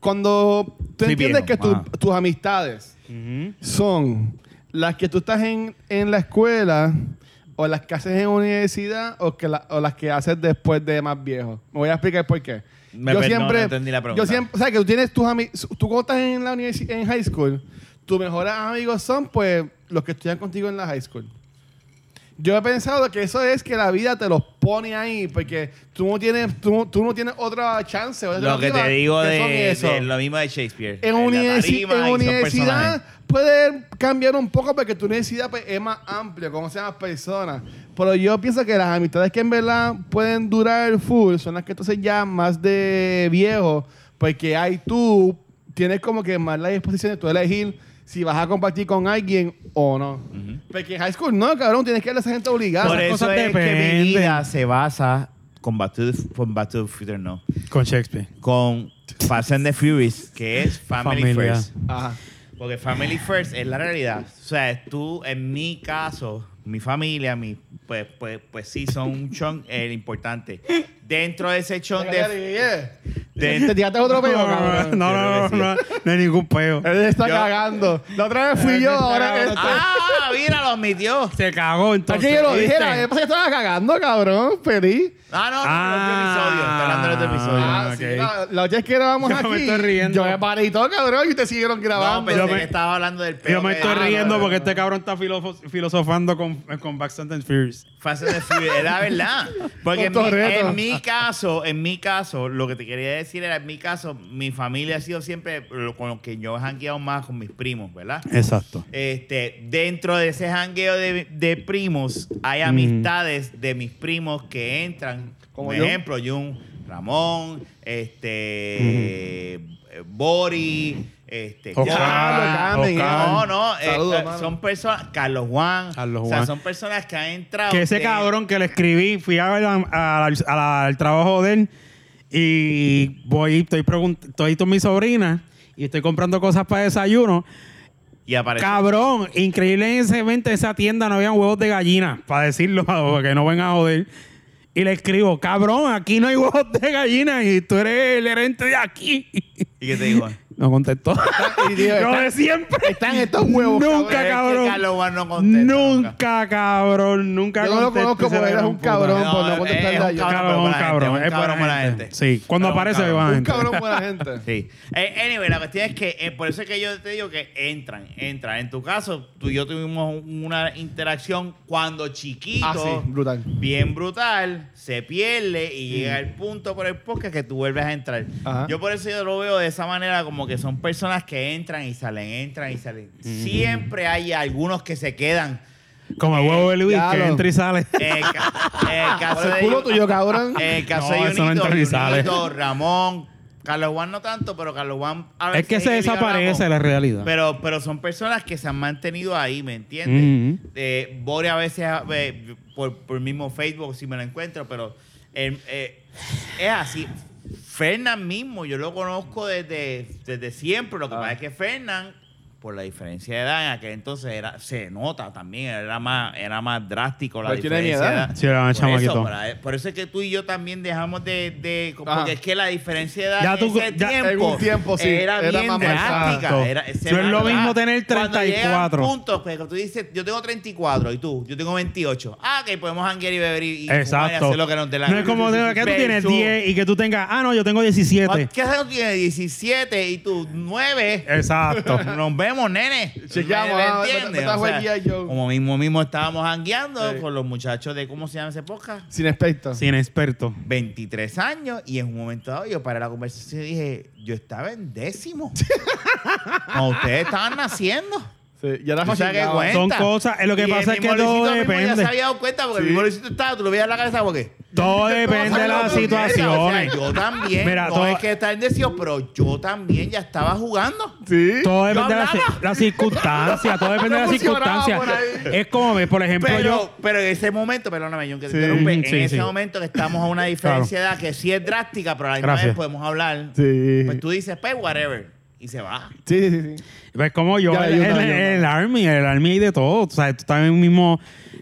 Speaker 2: Cuando tú
Speaker 1: Sí,
Speaker 2: entiendes
Speaker 1: viejo,
Speaker 2: que tu-
Speaker 1: ajá.
Speaker 2: tus amistades
Speaker 3: Ujú.
Speaker 2: son las que tú estás en, en la escuela o las que haces en universidad o, que la- o las que haces después de más viejo. Me voy a explicar por qué.
Speaker 1: Me perdón, no entendí la pregunta.
Speaker 2: Yo siempre, o sea, que tú tienes tus amigos, tú cuando estás en la universi- en high school, tus mejores amigos son pues los que estudian contigo en la high school. Yo he pensado que eso es que la vida te los pone ahí porque tú no tienes, tú, no- tú no tienes otra chance. otra
Speaker 1: Lo que te digo
Speaker 2: alternativa que son
Speaker 1: de,
Speaker 2: eso.
Speaker 1: de lo mismo de Shakespeare.
Speaker 2: En,
Speaker 1: la
Speaker 2: universi-
Speaker 1: tarima
Speaker 2: en
Speaker 1: y son personajes.
Speaker 2: universidad puede cambiar un poco porque tu universidad pues, es más amplia, conoces más personas. Pero yo pienso que las amistades que en verdad pueden durar full son las que entonces ya más de viejo, porque ahí tú tienes como que más la disposición de tú elegir si vas a compartir con alguien o no. Porque en high school no, cabrón, tienes que darle a esa gente obligada.
Speaker 1: Por e-
Speaker 3: esas
Speaker 1: eso
Speaker 3: cosas
Speaker 1: es que mi
Speaker 3: dependen.
Speaker 1: vida se basa con Back to the, con Back to the Future, no.
Speaker 3: Con Shakespeare.
Speaker 1: Con Fast and the Furious, que es Family
Speaker 3: Familia.
Speaker 1: First.
Speaker 2: Ajá.
Speaker 1: Porque Family First es la realidad. O sea, tú, en mi caso, mi familia, mi, pues, pues, pues sí, son un chunk eh, importante. Dentro de ese chunk de,
Speaker 2: Yeah.
Speaker 1: Te-
Speaker 2: Te tiraste otro peo,
Speaker 3: No,
Speaker 2: cabrón.
Speaker 3: no, no, no, no, no hay ningún peo.
Speaker 2: Él está
Speaker 1: Yo-
Speaker 2: cagando. La otra vez fui yo, ahora
Speaker 3: cagando.
Speaker 2: este.
Speaker 1: ¡Ah! Mira, lo admitió.
Speaker 3: Se cagó entonces.
Speaker 2: Aquí yo lo dije,
Speaker 3: ¿viste?
Speaker 2: la vez pasada estaba cagando, cabrón, feliz.
Speaker 1: Ah, no, no,
Speaker 3: Ah.
Speaker 1: otro episodio. Está hablando de otro episodio.
Speaker 3: Ah,
Speaker 2: Ah,
Speaker 3: ok.
Speaker 2: sí, la, la otra vez que grabamos
Speaker 3: Yo
Speaker 2: aquí,
Speaker 3: me estoy riendo.
Speaker 2: yo me paré y todo, cabrón, y ustedes siguieron grabando.
Speaker 1: no, pero
Speaker 3: yo me-
Speaker 1: estaba hablando del peo.
Speaker 3: Yo me
Speaker 1: que-
Speaker 3: estoy
Speaker 1: Ah, no,
Speaker 3: riendo
Speaker 1: no,
Speaker 3: porque
Speaker 1: no.
Speaker 3: este cabrón está filofo- filosofando con, con Back and Furious.
Speaker 1: Fast and the Furious, es la verdad. Porque en mi,
Speaker 2: Punto reto.
Speaker 1: en mi caso, en mi caso, lo que te quería decir era, en mi caso, mi familia ha sido siempre lo- con los que yo he jangueado más con mis primos, ¿verdad?
Speaker 3: Exacto.
Speaker 1: Este, dentro de ese jangueo de, de primos, hay amistades de mis primos que entran.
Speaker 2: Como
Speaker 1: Por
Speaker 2: yo.
Speaker 1: ejemplo, Jun, Ramón, este, eh, Bori, este,
Speaker 3: Ojalá,
Speaker 2: Ya, lo cambien,
Speaker 3: ojalá.
Speaker 1: no, no, eh,
Speaker 2: Saludos,
Speaker 1: eh,
Speaker 2: mano.
Speaker 1: son personas, Carlos Juan,
Speaker 3: Carlos
Speaker 1: o sea,
Speaker 3: Juan.
Speaker 1: son personas que han entrado.
Speaker 3: Que ese
Speaker 1: de-
Speaker 3: cabrón que le escribí, fui a ver a- a- a la- al trabajo de él y voy, estoy preguntando, estoy con mi sobrina y estoy comprando cosas para desayuno.
Speaker 1: Y aparece.
Speaker 3: Cabrón, increíble en ese evento, en esa tienda no habían huevos de gallina, para decirlo, para que no vengan a joder. Y le escribo, cabrón, aquí no hay huevos de gallina y tú eres el herente de aquí.
Speaker 1: ¿Y qué te digo?
Speaker 3: No contestó.
Speaker 2: Y digo,
Speaker 3: Lo
Speaker 2: están,
Speaker 3: de siempre.
Speaker 2: están estos huevos, cabrón.
Speaker 3: Nunca,
Speaker 1: Es
Speaker 3: cabrón.
Speaker 1: que Carlos Juan no contesta.
Speaker 3: nunca, cabrón, nunca
Speaker 2: Yo no lo
Speaker 3: contesta
Speaker 2: conozco
Speaker 3: y se
Speaker 2: porque
Speaker 3: la
Speaker 2: eres
Speaker 3: gran
Speaker 2: un
Speaker 3: puta.
Speaker 2: cabrón.
Speaker 1: No,
Speaker 2: por no
Speaker 1: es-
Speaker 2: contestarle
Speaker 1: es un
Speaker 2: a yo.
Speaker 1: cabrón,
Speaker 3: Cabrón,
Speaker 1: buena
Speaker 3: cabrón,
Speaker 1: gente,
Speaker 3: es
Speaker 1: un
Speaker 3: buena
Speaker 1: buena
Speaker 3: gente. Sí, cuando
Speaker 1: Cabrón,
Speaker 3: aparece,
Speaker 1: cabrón.
Speaker 3: van.
Speaker 2: Un cabrón buena gente.
Speaker 1: Sí. Eh, anyway, la cuestión es que eh, por eso es que yo te digo que entran, entran. En tu caso, tú y yo tuvimos un- una interacción cuando chiquito,
Speaker 2: Ah, sí, brutal.
Speaker 1: bien brutal, se pierde y llega el punto por el podcast que tú vuelves a entrar.
Speaker 2: Ajá.
Speaker 1: Yo por eso yo lo veo de esa manera como que son personas que entran y salen, entran y salen.
Speaker 3: Mm.
Speaker 1: Siempre hay algunos que se quedan.
Speaker 3: Como el huevo de Luis,
Speaker 2: Ya
Speaker 3: que
Speaker 2: lo-
Speaker 3: entra y sale.
Speaker 1: Eh, ca- eh, caso
Speaker 2: Por el
Speaker 1: de-
Speaker 2: culo tuyo, cabrón.
Speaker 1: En el caso
Speaker 3: No,
Speaker 1: de
Speaker 3: eso no
Speaker 1: Junito,
Speaker 3: entra ni sale.
Speaker 1: Junito, Ramón, Carlos Juan no tanto, pero Carlos Juan a
Speaker 3: Es
Speaker 1: veces
Speaker 3: que se
Speaker 1: llega y
Speaker 3: desaparece
Speaker 1: hablamos.
Speaker 3: la realidad.
Speaker 1: Pero, pero son personas que se han mantenido ahí, ¿me entiendes?
Speaker 3: Ujú.
Speaker 1: Eh, Bore a veces eh, por, por mismo Facebook si me lo encuentro, pero eh, eh, es así. Fernán mismo, yo lo conozco desde, desde siempre.
Speaker 2: Ah.
Speaker 1: Lo que pasa es que Fernán, por la diferencia de edad, en aquel entonces era, se nota también, era más, era más drástico la
Speaker 2: Pero tiene mi
Speaker 1: diferencia de
Speaker 2: edad.
Speaker 1: edad.
Speaker 3: Sí, era más
Speaker 1: Por eso,
Speaker 3: chamaquito.
Speaker 1: para- eh, por eso es que tú y yo también dejamos de... de- porque
Speaker 2: Ajá.
Speaker 1: es que la diferencia de edad
Speaker 3: Ya
Speaker 1: en
Speaker 3: tú-
Speaker 1: ese
Speaker 3: ya-
Speaker 1: tiempo,
Speaker 2: en un tiempo, sí,
Speaker 1: era,
Speaker 2: era
Speaker 1: bien
Speaker 2: más
Speaker 1: drástica.
Speaker 3: marcado.
Speaker 1: Era, ese
Speaker 3: No es lo
Speaker 1: marcado.
Speaker 3: mismo tener
Speaker 1: Cuando llegan
Speaker 3: 34.
Speaker 1: puntos, pues, que tú dices, yo tengo 34 y tú, yo tengo 28. Ah, que podemos hangar y beber y, y fumar y
Speaker 3: Exacto.
Speaker 1: hacer lo que nos dé la
Speaker 3: No es como de- que tú tienes
Speaker 1: Versus-
Speaker 3: 10 y que tú tengas, ah, no, yo tengo 17.
Speaker 1: ¿Qué haces? Tú tienes 17 y tú 9.
Speaker 3: Exacto.
Speaker 1: Nos vemos, nene.
Speaker 2: Chequeamos,
Speaker 1: ¿Me-
Speaker 2: ah,
Speaker 1: me
Speaker 2: me-
Speaker 1: entiendes?
Speaker 2: me está
Speaker 1: O sea,
Speaker 2: G.I. Joe.
Speaker 1: como mismo mismo estábamos hangueando
Speaker 2: Sí.
Speaker 1: con los muchachos de, ¿cómo se llama ese podcast?
Speaker 2: Sin aspecto.
Speaker 3: Sin experto.
Speaker 1: 23 años y en un momento dado yo para la conversación y dije, yo estaba en décimo. Cuando ustedes estaban naciendo.
Speaker 2: Sí, Y ahora
Speaker 1: O sea, que
Speaker 2: fascinado.
Speaker 1: güey.
Speaker 3: Son
Speaker 1: Cuenta.
Speaker 3: cosas, eh, lo que
Speaker 1: Y el
Speaker 3: pasa es
Speaker 1: mismo
Speaker 3: que todo
Speaker 1: Luisito mismo Ya se
Speaker 3: depende.
Speaker 1: había dado cuenta porque
Speaker 2: Sí.
Speaker 1: el mismo Luisito estaba, tú lo veías en la cabeza porque...
Speaker 3: Todo depende de las
Speaker 1: Porque, o sea,
Speaker 3: situaciones.
Speaker 1: yo también.
Speaker 3: Mira,
Speaker 1: no
Speaker 3: todo-
Speaker 1: es que está en décimo, pero yo también ya estaba jugando.
Speaker 2: Sí.
Speaker 3: Todo depende de las
Speaker 1: hablaba.
Speaker 3: la circunstancias. Todo depende de las
Speaker 2: emocionaba
Speaker 3: circunstancias.
Speaker 2: por
Speaker 3: Es como, por ejemplo,
Speaker 1: Pero,
Speaker 3: yo.
Speaker 1: pero en ese momento, perdóname, John, que te
Speaker 2: Sí,
Speaker 1: interrumpe, en
Speaker 3: sí,
Speaker 1: ese
Speaker 3: sí.
Speaker 1: momento que estamos a una diferencia de edad que sí es drástica, pero a la misma
Speaker 3: Gracias.
Speaker 1: vez podemos hablar.
Speaker 2: Sí.
Speaker 1: Pues tú dices, pues, whatever. Y se va.
Speaker 2: Sí, sí, sí, sí.
Speaker 3: Pues como yo,
Speaker 2: Ya,
Speaker 3: el,
Speaker 2: yo no,
Speaker 3: el-
Speaker 2: yo no.
Speaker 3: el Army, el Army hay de todo. O sea, tú estás en un mismo,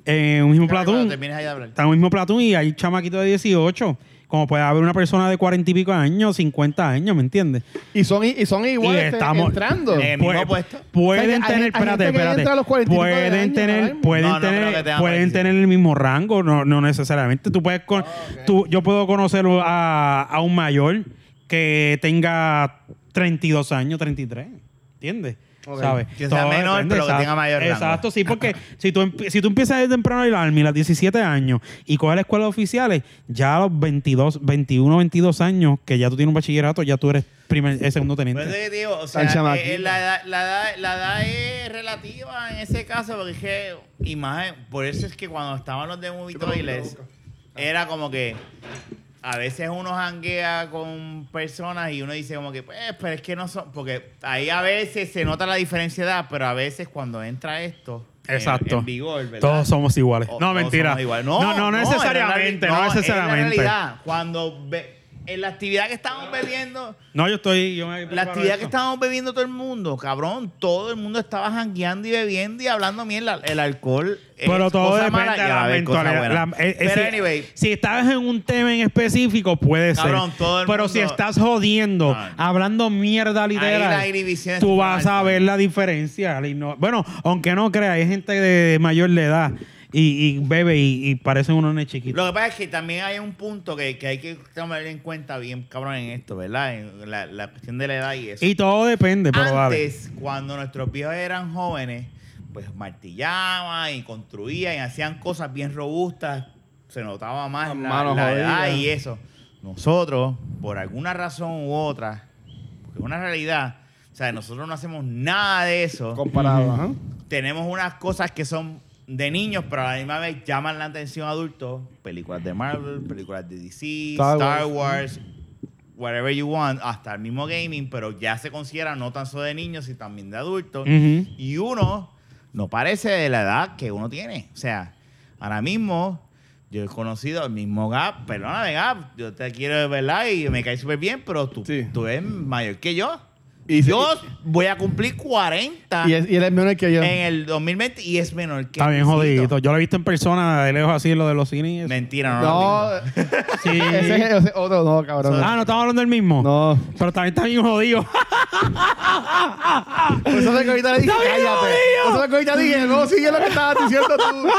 Speaker 3: en un mismo
Speaker 1: Cuando
Speaker 3: platón.
Speaker 1: termines ahí de hablar.
Speaker 3: Estás en un mismo platón y hay chamaquitos de 18. Como puede haber una persona de 40 y pico años, 50 años, ¿me entiendes?
Speaker 2: Y son, i- y son iguales este,
Speaker 3: estamos-
Speaker 2: entrando.
Speaker 1: Eh, mismo
Speaker 3: Puede-
Speaker 1: puesto.
Speaker 2: O sea,
Speaker 3: Pues, Pueden
Speaker 2: que hay-
Speaker 3: tener,
Speaker 2: hay gente
Speaker 3: espérate,
Speaker 2: que
Speaker 3: espérate.
Speaker 2: entra a los 45 de
Speaker 3: Pueden
Speaker 2: año,
Speaker 3: tener,
Speaker 2: cabrón.
Speaker 3: pueden
Speaker 1: No, no creo que
Speaker 3: tener,
Speaker 1: tengan
Speaker 3: pueden
Speaker 1: 45.
Speaker 3: tener el mismo rango, no, no necesariamente. Tú puedes
Speaker 1: Ah,
Speaker 3: con, tú, yo puedo conocer a, a un mayor que tenga 32 años, 33. ¿Entiendes?
Speaker 2: Ok.
Speaker 3: ¿Sabes?
Speaker 1: Que sea menor, pero que
Speaker 3: exacto.
Speaker 1: tenga mayor rango.
Speaker 3: Exacto, sí, porque si tú, empie- si tú empiezas desde temprano el Army a los 17 años y coges la escuela de oficiales, ya a los 22, 21, 22 años, que ya tú tienes un bachillerato, ya tú eres primer, eh, segundo
Speaker 1: Por eso
Speaker 3: teniente.
Speaker 1: que te Pues digo, o
Speaker 2: Tan
Speaker 1: sea,
Speaker 2: chamaquito.
Speaker 1: eh, eh, la, edad, la, edad, la edad es relativa en ese caso, porque es que, imagen, por eso es que cuando estaban los de Movie Toilets, era como que a veces uno janguea con personas y uno dice como que, pues, pero es que no son, porque ahí a veces se nota la diferencia de edad, pero a veces cuando entra esto en-
Speaker 3: Exacto.
Speaker 1: en, vigor, ¿verdad?
Speaker 3: Todos somos iguales.
Speaker 1: O-
Speaker 3: no,
Speaker 1: todos
Speaker 3: mentira.
Speaker 1: somos iguales.
Speaker 3: No, no,
Speaker 1: es la reali-
Speaker 3: necesariamente. No,
Speaker 1: es la
Speaker 3: necesariamente.
Speaker 1: realidad. Cuando ve- en la actividad que estábamos bebiendo,
Speaker 3: No, yo estoy. Yo me
Speaker 1: la
Speaker 3: preparo
Speaker 1: actividad que
Speaker 3: esto.
Speaker 1: estábamos bebiendo todo el mundo, cabrón, todo el mundo estaba jangueando y bebiendo y hablando mierda. El alcohol es
Speaker 3: Pero todo
Speaker 1: cosa
Speaker 3: depende
Speaker 1: mala y
Speaker 3: de
Speaker 1: a
Speaker 3: la
Speaker 1: la vez cosa
Speaker 3: mentalidad.
Speaker 1: buena.
Speaker 3: La- eh, eh,
Speaker 1: Pero
Speaker 3: si,
Speaker 1: anyway,
Speaker 3: si estás en un tema en específico, puede
Speaker 1: Cabrón,
Speaker 3: ser.
Speaker 1: todo el
Speaker 3: Pero
Speaker 1: mundo-
Speaker 3: si estás jodiendo,
Speaker 1: Ah.
Speaker 3: hablando mierda
Speaker 1: la
Speaker 3: literal,
Speaker 1: inhibición es
Speaker 3: tú vas a
Speaker 1: alta.
Speaker 3: ver la diferencia. la igno- Bueno, aunque no creas, hay gente de mayor de edad y, y bebe y, y parecen unos nenes chiquitos.
Speaker 1: Lo que pasa es que también hay un punto que, que hay que tomar en cuenta bien, cabrón, en esto, ¿verdad? En la, la cuestión de la edad y eso.
Speaker 3: Y todo depende, pero dale.
Speaker 1: Antes, cuando nuestros viejos eran jóvenes, pues martillaban y construían y hacían cosas bien robustas. Se notaba más
Speaker 2: Las
Speaker 1: la,
Speaker 2: manos
Speaker 1: la edad
Speaker 2: jodidas.
Speaker 1: y eso. Nosotros, por alguna razón u otra, porque es una realidad, o sea, nosotros no hacemos nada de eso
Speaker 2: Comparado, ajá.
Speaker 1: tenemos unas cosas que son de niños, pero a la misma vez llaman la atención a adultos. Películas de Marvel, películas de DC, Star,
Speaker 2: Star
Speaker 1: Wars, whatever you want, hasta el mismo gaming, pero ya se considera no tan solo de niños, sino también de adultos.
Speaker 2: Mm.
Speaker 3: Ujú.
Speaker 1: Y uno no parece de la edad que uno tiene. O sea, ahora mismo yo he conocido el mismo Gap, perdóname Gap, yo te quiero de verdad y me caes súper bien, pero tú,
Speaker 2: Sí.
Speaker 1: tú eres mayor que yo.
Speaker 2: Y-
Speaker 1: yo voy a cumplir 40
Speaker 2: Y, es- y él es menor que yo.
Speaker 1: en el 2020 y es menor que
Speaker 3: Está bien
Speaker 1: Luisito.
Speaker 3: jodidito. Yo lo he visto en persona de lejos así, lo de los cines. y eso.
Speaker 1: Mentira, no.
Speaker 2: No, eh,
Speaker 1: lo
Speaker 3: Sí.
Speaker 2: ese es ese es otro, no, cabrón.
Speaker 3: Ah, no estamos hablando del mismo.
Speaker 2: No.
Speaker 3: Pero también está bien jodido.
Speaker 2: Por Pues eso es que ahorita le dije,
Speaker 3: ¡Está bien
Speaker 2: cállate.
Speaker 3: jodido!
Speaker 2: Por eso es que ahorita dije, no, sigue lo que estabas diciendo tú.
Speaker 1: pinto.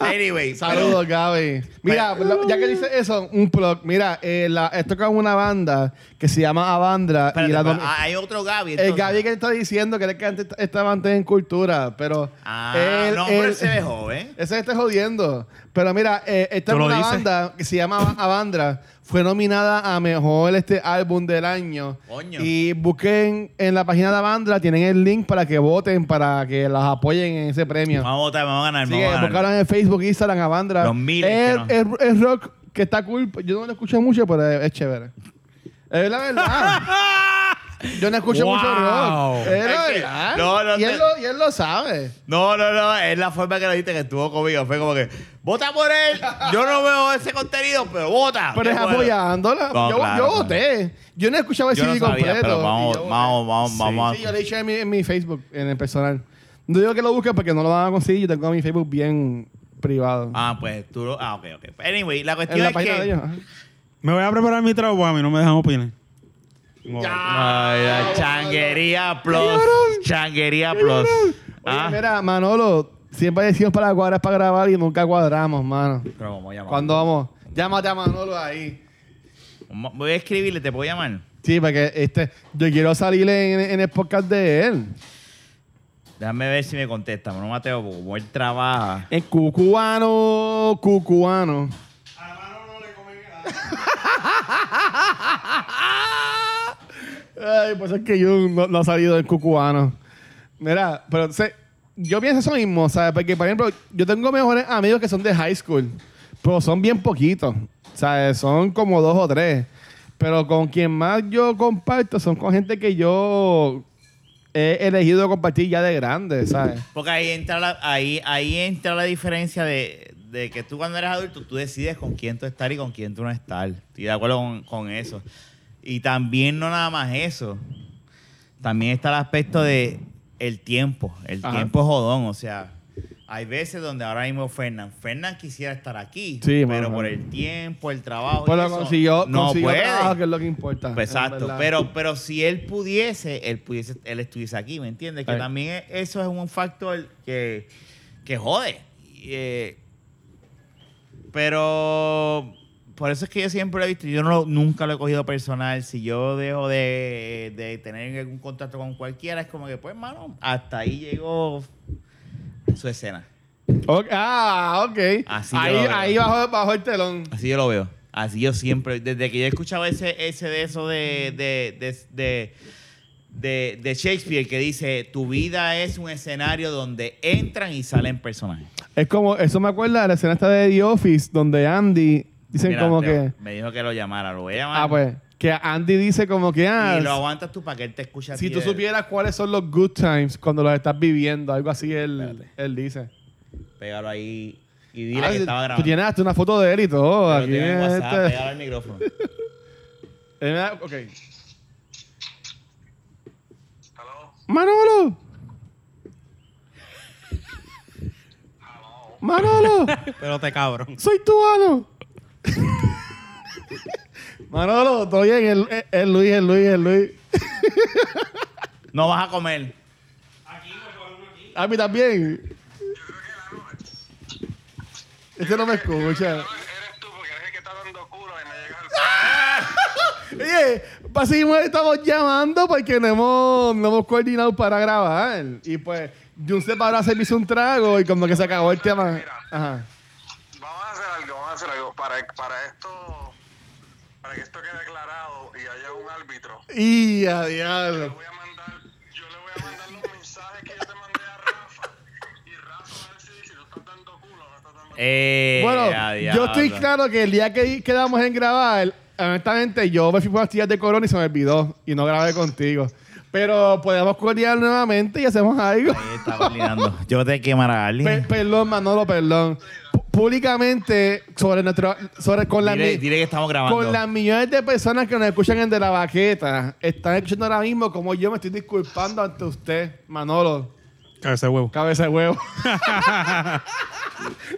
Speaker 1: Anyway, saludos.
Speaker 2: ah, Saludos, Gaby. Mira, lo- ya que dices eso, un plug. Mira, eh, la, esto con una banda que se llama Avandra. y la dom-
Speaker 1: hay otro Gaby.
Speaker 2: el
Speaker 1: ah, entonces.
Speaker 2: Gaby que está diciendo que él es que antes estaba antes en cultura, pero.
Speaker 1: Ah,
Speaker 2: él-
Speaker 1: no, pero
Speaker 2: él-
Speaker 1: él se ve joven.
Speaker 2: Ese está jodiendo. Pero mira, eh, esta
Speaker 3: ¿Tú
Speaker 2: es
Speaker 3: lo
Speaker 2: una
Speaker 3: dices?
Speaker 2: banda que se llama Avandra. Fue nominada a mejor este álbum del año.
Speaker 1: Coño.
Speaker 2: Y busquen en la página de Avandra, tienen el link para que voten, para que las apoyen en ese premio.
Speaker 1: Vamos a votar, vamos a ganar.
Speaker 2: Así
Speaker 1: vamos
Speaker 2: que
Speaker 1: a ganar.
Speaker 2: buscaron en Facebook, Instagram, Avandra.
Speaker 1: Los miles
Speaker 2: Es,
Speaker 1: que
Speaker 2: es- es rock que está cool. Yo no lo escucho mucho, pero es, es chévere. Es la verdad.
Speaker 1: ¡Ah!
Speaker 2: Yo no escucho mucho
Speaker 3: Wow.
Speaker 2: rock. Es la
Speaker 1: Es que-
Speaker 2: verdad.
Speaker 1: no, no
Speaker 2: y, él
Speaker 1: te-
Speaker 2: lo, y él lo sabe.
Speaker 1: No, no, no. Es la forma que lo dijiste que estuvo conmigo. Fue como que, vota por él. Yo no veo ese contenido, pero vota. Ah, Qué
Speaker 2: Pero es
Speaker 1: bueno.
Speaker 2: apoyándola.
Speaker 1: No,
Speaker 2: yo,
Speaker 1: claro, claro.
Speaker 2: yo voté. Yo no escuchaba el
Speaker 1: Yo no
Speaker 2: CD
Speaker 1: sabía,
Speaker 2: completo.
Speaker 1: pero vamos,
Speaker 2: Y yo-
Speaker 1: vamos, vamos, vamos. a-
Speaker 2: Sí, yo lo he dicho en mi, en mi Facebook, en el personal. No digo que lo busquen porque no lo van a conseguir. Yo tengo mi Facebook bien privado.
Speaker 1: Ah, pues tú lo... Ah, ok, ok. Anyway, la
Speaker 2: en
Speaker 1: cuestión
Speaker 2: la
Speaker 1: es
Speaker 2: página
Speaker 1: que...
Speaker 2: de ellos. ajá.
Speaker 3: Me voy a preparar mi trago porque a mí no me dejan opinar.
Speaker 1: Ay, la changuería plus. Changuería plus.
Speaker 2: Oye,
Speaker 1: Ah.
Speaker 2: Mira, Manolo, siempre decimos para cuadrar para grabar y nunca cuadramos, mano.
Speaker 1: Pero vamos a llamar.
Speaker 2: Cuando vamos, llámate a Manolo ahí.
Speaker 1: Mo- Voy a escribirle, te puedo llamar.
Speaker 2: Sí, porque este, yo quiero salir en, en el podcast de él.
Speaker 1: Déjame ver si me contesta, no Mateo, porque como él trabaja.
Speaker 2: En Cucuano, Cucuano. Ay, pues es que yo no, no he salido del cucuano. Mira, pero se- yo pienso eso mismo, ¿sabes? Porque, por ejemplo, yo tengo mejores amigos que son de high school, pero son bien poquitos, ¿sabes? Son como dos o tres. Pero con quien más yo comparto son con gente que yo he elegido compartir ya de grande, ¿sabes?
Speaker 1: Porque ahí entra la, ahí, ahí entra la diferencia de, de que tú cuando eres adulto, tú decides con quién tú estar y con quién tú no estar. Estoy de acuerdo con, con eso. Y también no nada más eso. También está el aspecto de el tiempo. El
Speaker 2: Ajá.
Speaker 1: tiempo es jodón. O sea, hay veces donde ahora mismo Fernán. Fernán quisiera estar aquí.
Speaker 2: Sí,
Speaker 1: pero
Speaker 2: mano.
Speaker 1: por el tiempo, el trabajo. y
Speaker 2: Pero
Speaker 1: eso,
Speaker 2: consiguió,
Speaker 1: no
Speaker 2: consiguió
Speaker 1: puede.
Speaker 2: trabajo, que es lo que importa.
Speaker 1: Pues exacto,
Speaker 2: en verdad.
Speaker 1: pero, pero si él pudiese, él pudiese, él estuviese aquí, ¿me entiendes? Que
Speaker 2: Ay.
Speaker 1: también e- eso es un factor que, que jode. Y, eh, pero por eso es que yo siempre lo he visto, yo no, lo- nunca lo he cogido personal. Si yo dejo de, de tener algún contacto con cualquiera, es como que, pues, mano, hasta ahí llegó su escena.
Speaker 2: Ok, Ah, ok.
Speaker 1: Así yo lo
Speaker 2: ahí
Speaker 1: veo.
Speaker 2: ahí bajó, bajó el telón.
Speaker 1: Así yo lo veo. Así yo siempre, desde que yo he escuchado ese, ese de eso de, de, de, de, de- de Shakespeare que dice, tu vida es un escenario donde entran y salen personajes.
Speaker 2: Es como, eso me acuerda de la escena esta de The Office, donde Andy, dicen
Speaker 1: Mira,
Speaker 2: como
Speaker 1: Teo,
Speaker 2: que,
Speaker 1: Me dijo que lo llamara, lo voy a llamar.
Speaker 2: ah, pues, que Andy dice como que,
Speaker 1: Y lo eh.
Speaker 2: ah,
Speaker 1: aguantas tú para que él te escuche a
Speaker 2: si
Speaker 1: ti
Speaker 2: tú
Speaker 1: de-
Speaker 2: supieras cuáles son los good times cuando los estás viviendo, algo así él, él dice.
Speaker 1: Pégalo ahí y dile
Speaker 2: Ah,
Speaker 1: que estaba grabando.
Speaker 2: Tú tienes hasta una foto de él y todo.
Speaker 1: Pero
Speaker 2: Aquí
Speaker 1: tiene
Speaker 2: este-
Speaker 1: WhatsApp, pégalo al micrófono.
Speaker 2: Eh, me da- ok.
Speaker 5: Hello.
Speaker 2: Manolo. Manolo,
Speaker 3: Pero te cabrón.
Speaker 2: soy tubano. Manolo, estoy en el, el- el Luis, el Luis, el Luis.
Speaker 1: No vas a comer.
Speaker 2: A mí también. Este no me escucha.
Speaker 5: Eres tú porque eres el que está dando culo y me llega al
Speaker 2: Oye, pues seguimos, estamos llamando porque no hemos, no hemos coordinado para grabar. Y pues, Jun se paró a servirse un trago y como que se acabó el tema. Ajá.
Speaker 5: Vamos a hacer algo, vamos a hacer algo. Para, para esto, para que esto quede aclarado y haya un árbitro,
Speaker 2: Y a
Speaker 5: le
Speaker 2: diablo.
Speaker 5: voy a mandar, yo le voy a mandar los mensajes que yo te mandé a Rafa. Y Rafa va a decir si tú estás dando culo o no estás dando culo.
Speaker 1: Eh,
Speaker 2: Bueno,
Speaker 1: a
Speaker 2: yo estoy
Speaker 1: diablo.
Speaker 2: claro que el día que quedamos en grabar, honestamente, yo me fui por las tías de corona y se me olvidó. Y no grabé contigo. Pero podemos coordinar nuevamente y hacemos algo.
Speaker 1: Ahí está coordinando. Yo te quemaré a
Speaker 2: Pe-
Speaker 1: alguien.
Speaker 2: perdón, Manolo, perdón. P- Públicamente, sobre nuestro, sobre con la
Speaker 1: Dile, dile que estamos grabando.
Speaker 2: Con las millones de personas que nos escuchan en De La Baqueta, están escuchando ahora mismo como yo me estoy disculpando ante usted, Manolo,
Speaker 3: Cabeza de huevo.
Speaker 2: cabeza de huevo.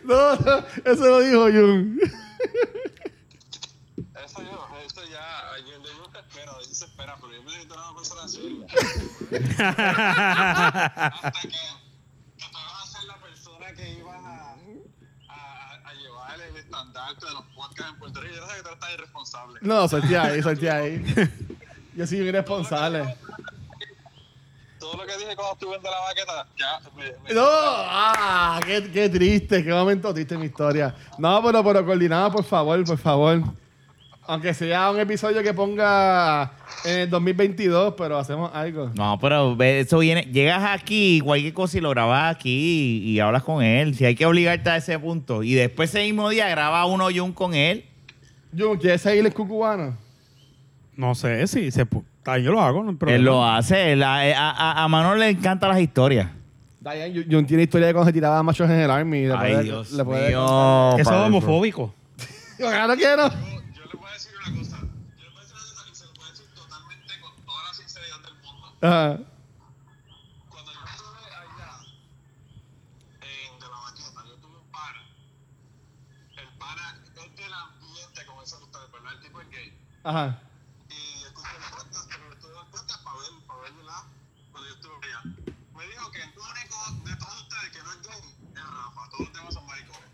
Speaker 2: no, no, eso lo dijo Jun.
Speaker 5: Eso yo, eso ya, yo, yo nunca espero, yo se espera, pero yo necesito una persona así. Hasta que, que tú vas a ser la persona que ibas a, a, a llevar el estandarte de los podcasts en Puerto Rico. Yo no sé que tú eres tan irresponsable.
Speaker 2: No, solté ahí, solté ahí. Yo soy irresponsable.
Speaker 5: Todo lo que dije cuando estuve en de la baqueta, ya. Me, me-
Speaker 2: No, ah, qué, qué triste, qué momento triste mi historia. No, pero, pero coordinado, por favor, por favor. Aunque sea un episodio que ponga en el 2022, pero hacemos algo.
Speaker 1: No, pero ve, eso viene. Llegas aquí, cualquier cosa y lo grabas aquí y, y hablas con él. Si hay que obligarte a ese punto. Y después ese mismo día graba uno y un con él.
Speaker 2: Jun, ¿quieres seguir el cucubano?
Speaker 3: No sé si se pu- Ah, Yo lo hago, no hay
Speaker 1: él
Speaker 3: problema.
Speaker 1: lo hace. Él- a, a, a- a Manuel le encantan las historias.
Speaker 2: Diane, Jun- Jun tiene historia de cuando se tiraba machos en el army. Le
Speaker 1: Ay,
Speaker 2: puede-
Speaker 1: Dios
Speaker 2: le puede-
Speaker 1: mío.
Speaker 3: Eso es
Speaker 1: Pablo.
Speaker 3: homofóbico.
Speaker 2: Claro que no.
Speaker 5: Yo les voy a decir una cosa. Yo les voy a decir una cosa y se lo voy a decir totalmente con toda la sinceridad del mundo.
Speaker 2: Ajá.
Speaker 5: Cuando yo estuve allá, en De La Baqueta, yo tuve un pana. El pana es del ambiente, como eso ustedes, ¿verdad? El tipo es gay.
Speaker 2: Ajá.
Speaker 5: Y yo escuché el podcast, pero estuve en el podcast para ver, para ver, ¿verdad? Cuando yo estuve allá. Me dijo que el único de todos ustedes que no es gay es Rafa. Todos los demás son maricones.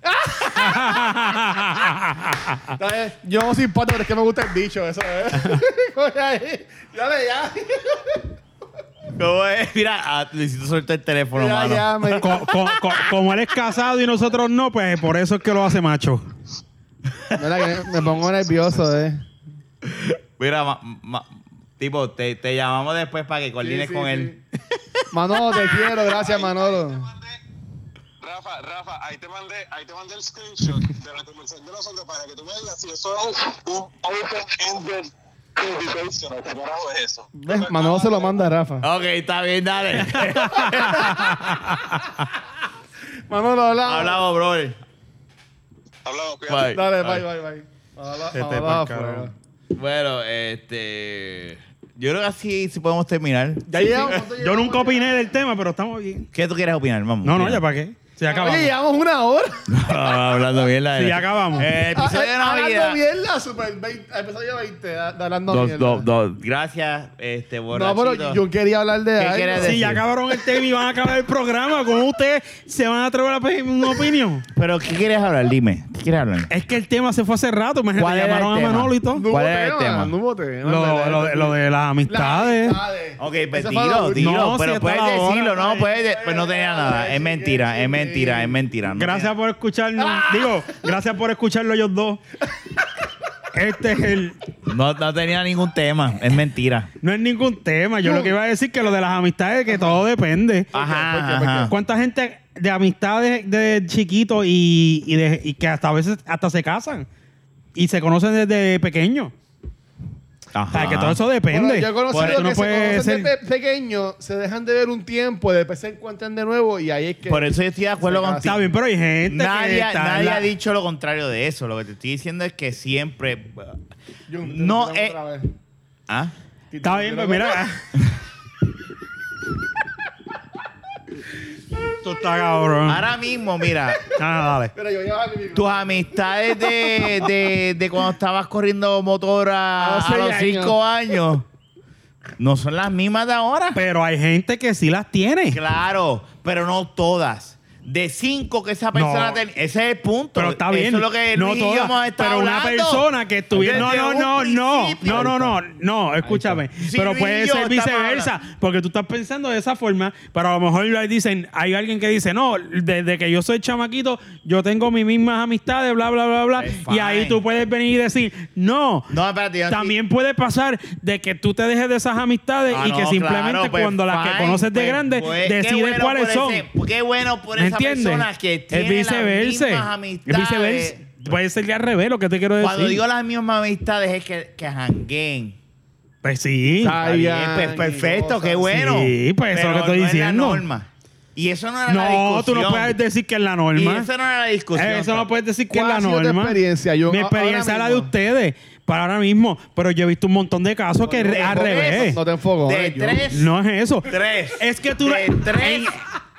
Speaker 2: Entonces, yo no soy pato, pero es que me gusta el bicho, eso es. Coge ahí. Dale, ya.
Speaker 1: ¿Cómo es? Mira, ah, Luisito suelta el teléfono,
Speaker 2: ya,
Speaker 1: mano.
Speaker 2: ya, me-
Speaker 3: Co- co- co- como él es casado y nosotros no, pues por eso es que lo hace macho.
Speaker 2: Mira que me, me pongo nervioso, eh.
Speaker 1: Mira, ma- ma- tipo, te, te llamamos después para que coordines
Speaker 2: Sí, sí,
Speaker 1: con
Speaker 2: sí.
Speaker 1: él.
Speaker 2: Manolo, te quiero, gracias,
Speaker 5: Ahí te
Speaker 2: Manolo.
Speaker 5: mandé- Rafa, Rafa, ahí te mandé, ahí te mandé el screenshot de la conversación de nosotros para que tú me digas si eso es un open-ended invitation o qué carajo es eso.
Speaker 2: ¿Ves? Eh, Manolo se lo manda a Rafa.
Speaker 1: Ok, está bien, dale.
Speaker 2: Manolo, habla.
Speaker 1: Hablamos, brother.
Speaker 5: Hablamos, cuidado.
Speaker 1: Bye.
Speaker 2: Dale, bye, bye, bye. Manolo,
Speaker 3: Este
Speaker 2: Manolo
Speaker 3: pa'l
Speaker 2: afuera.
Speaker 3: carajo.
Speaker 1: Bueno, este. Yo creo que así sí podemos terminar.
Speaker 2: Ya llegamos. ¿cuánto
Speaker 3: Yo
Speaker 2: llegamos?
Speaker 3: nunca opiné del tema, pero estamos bien.
Speaker 1: ¿Qué tú quieres opinar, vamos?
Speaker 3: No, no,
Speaker 1: Opina.
Speaker 3: ya para qué. Si acabamos.
Speaker 2: Oye, llevamos una hora.
Speaker 1: Hablando bien la
Speaker 3: Sí, ya acabamos.
Speaker 1: Eh, episodio de
Speaker 2: Ah,
Speaker 1: Navidad.
Speaker 2: Hablando mierda, super 20, episodio 20, da- de hablando
Speaker 1: Dos,
Speaker 2: mierda.
Speaker 1: dos, dos. Gracias, este,
Speaker 2: No,
Speaker 1: borrachito.
Speaker 2: pero yo quería hablar de
Speaker 1: ¿Qué
Speaker 2: algo.
Speaker 1: quieres
Speaker 3: Si
Speaker 1: decir?
Speaker 3: ya acabaron el tema y van a acabar el programa, ¿cómo ustedes se van a atrever a pedirme una opinión?
Speaker 1: ¿Pero qué quieres hablar? Dime. ¿Qué quieres hablar?
Speaker 3: Es que el tema se fue hace rato, me
Speaker 1: ¿Cuál era el
Speaker 3: llamaron a
Speaker 1: tema?
Speaker 3: Manolo y todo.
Speaker 2: No hubo
Speaker 1: ¿Cuál era el
Speaker 2: tema,
Speaker 1: tema?
Speaker 2: No hubo tema.
Speaker 3: Lo, lo de- lo de las
Speaker 2: Las
Speaker 3: amistades.
Speaker 2: amistades.
Speaker 1: Ok, pues
Speaker 2: Esa fue la
Speaker 1: dilo,
Speaker 2: última.
Speaker 1: dilo.
Speaker 3: No,
Speaker 1: pero
Speaker 3: si está
Speaker 1: puedes
Speaker 3: la hora,
Speaker 1: decirlo,
Speaker 3: está
Speaker 1: ¿no?
Speaker 3: bien.
Speaker 1: Puedes de- pues no tenía nada.
Speaker 2: Ay,
Speaker 1: Es
Speaker 2: sí,
Speaker 1: mentira,
Speaker 2: sí,
Speaker 1: es
Speaker 2: sí.
Speaker 1: mentira, es mentira. no
Speaker 3: Gracias
Speaker 1: tiene-
Speaker 3: por escucharnos.
Speaker 2: Ah.
Speaker 3: Digo, gracias por escucharlo ellos dos. Este es el.
Speaker 1: No, no tenía ningún tema. Es mentira.
Speaker 3: No es ningún tema. Yo lo que iba a decir que lo de las amistades, que todo depende.
Speaker 1: Ajá,
Speaker 2: ¿Por qué? ¿Por qué?
Speaker 1: ajá.
Speaker 3: ¿Cuánta gente de amistades de chiquito y, y de- y que hasta a veces hasta se casan y se conocen desde pequeño?
Speaker 1: Ajá.
Speaker 3: O sea, que todo eso depende.
Speaker 2: Bueno, yo he conocido
Speaker 1: Por eso
Speaker 3: Tú
Speaker 2: que
Speaker 3: no
Speaker 2: se
Speaker 3: puedes
Speaker 2: conocen de
Speaker 3: ser-
Speaker 2: pe- pequeño, se dejan de ver un tiempo, después se encuentran de nuevo y ahí es que...
Speaker 1: Por eso yo estoy de acuerdo
Speaker 2: Se
Speaker 1: contigo.
Speaker 3: Está bien, pero hay gente que
Speaker 1: Nadie,
Speaker 3: está en
Speaker 1: nadie
Speaker 3: la-
Speaker 1: ha dicho lo contrario de eso. Lo que te estoy diciendo es que siempre.
Speaker 2: Yo- te
Speaker 1: No,
Speaker 2: lo digo
Speaker 1: eh,
Speaker 2: otra vez.
Speaker 1: ¿Ah?
Speaker 3: Está bien, pero mira. ah, Tú estás cabrón.
Speaker 1: Ahora mismo, mira,
Speaker 3: Ah, dale.
Speaker 2: Pero yo ya bajé mi micrófono.
Speaker 1: tus amistades de, de, de cuando estabas corriendo motor a,
Speaker 2: A los
Speaker 1: a los
Speaker 2: seis
Speaker 1: cinco años no son las mismas de ahora.
Speaker 3: Pero hay gente que sí las tiene.
Speaker 1: Claro, pero no todas. De cinco que esa persona
Speaker 3: No.
Speaker 1: tenía. Ese es el punto.
Speaker 3: Pero está bien.
Speaker 1: Eso es lo que
Speaker 3: no
Speaker 1: Luis y yo
Speaker 3: todas,
Speaker 1: hemos estado
Speaker 3: Pero una
Speaker 1: hablando.
Speaker 3: persona que estuviera. No,
Speaker 1: Desde
Speaker 3: no,
Speaker 1: un
Speaker 3: no, no.
Speaker 1: principio.
Speaker 3: No, no, no. No, escúchame.
Speaker 1: Sí,
Speaker 3: pero
Speaker 1: Luis
Speaker 3: puede
Speaker 1: y yo
Speaker 3: ser
Speaker 1: estamos
Speaker 3: viceversa. Porque tú estás pensando de esa forma. Pero a lo mejor ahí dicen, hay alguien que dice, no, desde que yo soy chamaquito, yo tengo mis mismas amistades, bla, bla, bla, bla.
Speaker 1: Es
Speaker 3: Y ahí
Speaker 1: fine.
Speaker 3: tú puedes venir y decir, no.
Speaker 1: No, espérate. yo estoy-
Speaker 3: También puede pasar de que tú te dejes de esas amistades
Speaker 1: Ah,
Speaker 3: y que
Speaker 1: no,
Speaker 3: simplemente
Speaker 1: claro, pues,
Speaker 3: cuando las que
Speaker 1: fine,
Speaker 3: conoces de
Speaker 1: pues,
Speaker 3: grande
Speaker 1: pues, qué
Speaker 3: decides
Speaker 1: bueno
Speaker 3: cuáles
Speaker 1: por
Speaker 3: son.
Speaker 1: ese- pues, qué bueno por esa
Speaker 3: ¿Me entiendes?
Speaker 1: persona que tiene
Speaker 3: es viceversa.
Speaker 1: las mismas amistades.
Speaker 3: Es viceversa. Puede ser que al revés lo que te quiero decir.
Speaker 1: Cuando digo las mismas amistades es que, que janguen.
Speaker 3: Pues sí.
Speaker 2: Está
Speaker 1: Está bien,
Speaker 2: bien,
Speaker 1: pues
Speaker 2: y
Speaker 1: perfecto,
Speaker 2: cosas.
Speaker 1: qué bueno.
Speaker 3: Sí, pues, eso es lo que
Speaker 1: Pero
Speaker 3: estoy
Speaker 1: no es la
Speaker 3: diciendo.
Speaker 1: norma. Y eso no era la
Speaker 3: No,
Speaker 1: discusión.
Speaker 3: tú no puedes decir que es la
Speaker 1: Y
Speaker 3: norma.
Speaker 1: eso no era la discusión.
Speaker 3: Eh, Eso no puedes decir que es
Speaker 2: ¿Cuál
Speaker 3: la
Speaker 2: ha sido tu
Speaker 3: norma.
Speaker 2: experiencia? Yo-
Speaker 3: Mi
Speaker 2: a-
Speaker 3: experiencia es
Speaker 2: ahora
Speaker 3: la de
Speaker 2: mismo.
Speaker 3: ustedes para ahora mismo. Pero yo he visto un montón de casos que
Speaker 1: de-
Speaker 3: al
Speaker 1: de-
Speaker 3: revés.
Speaker 2: No te enfoco.
Speaker 1: De
Speaker 2: eh, yo-
Speaker 1: tres,
Speaker 3: No es eso.
Speaker 1: tres.
Speaker 3: Es que tú.
Speaker 1: De
Speaker 3: no-
Speaker 1: tres.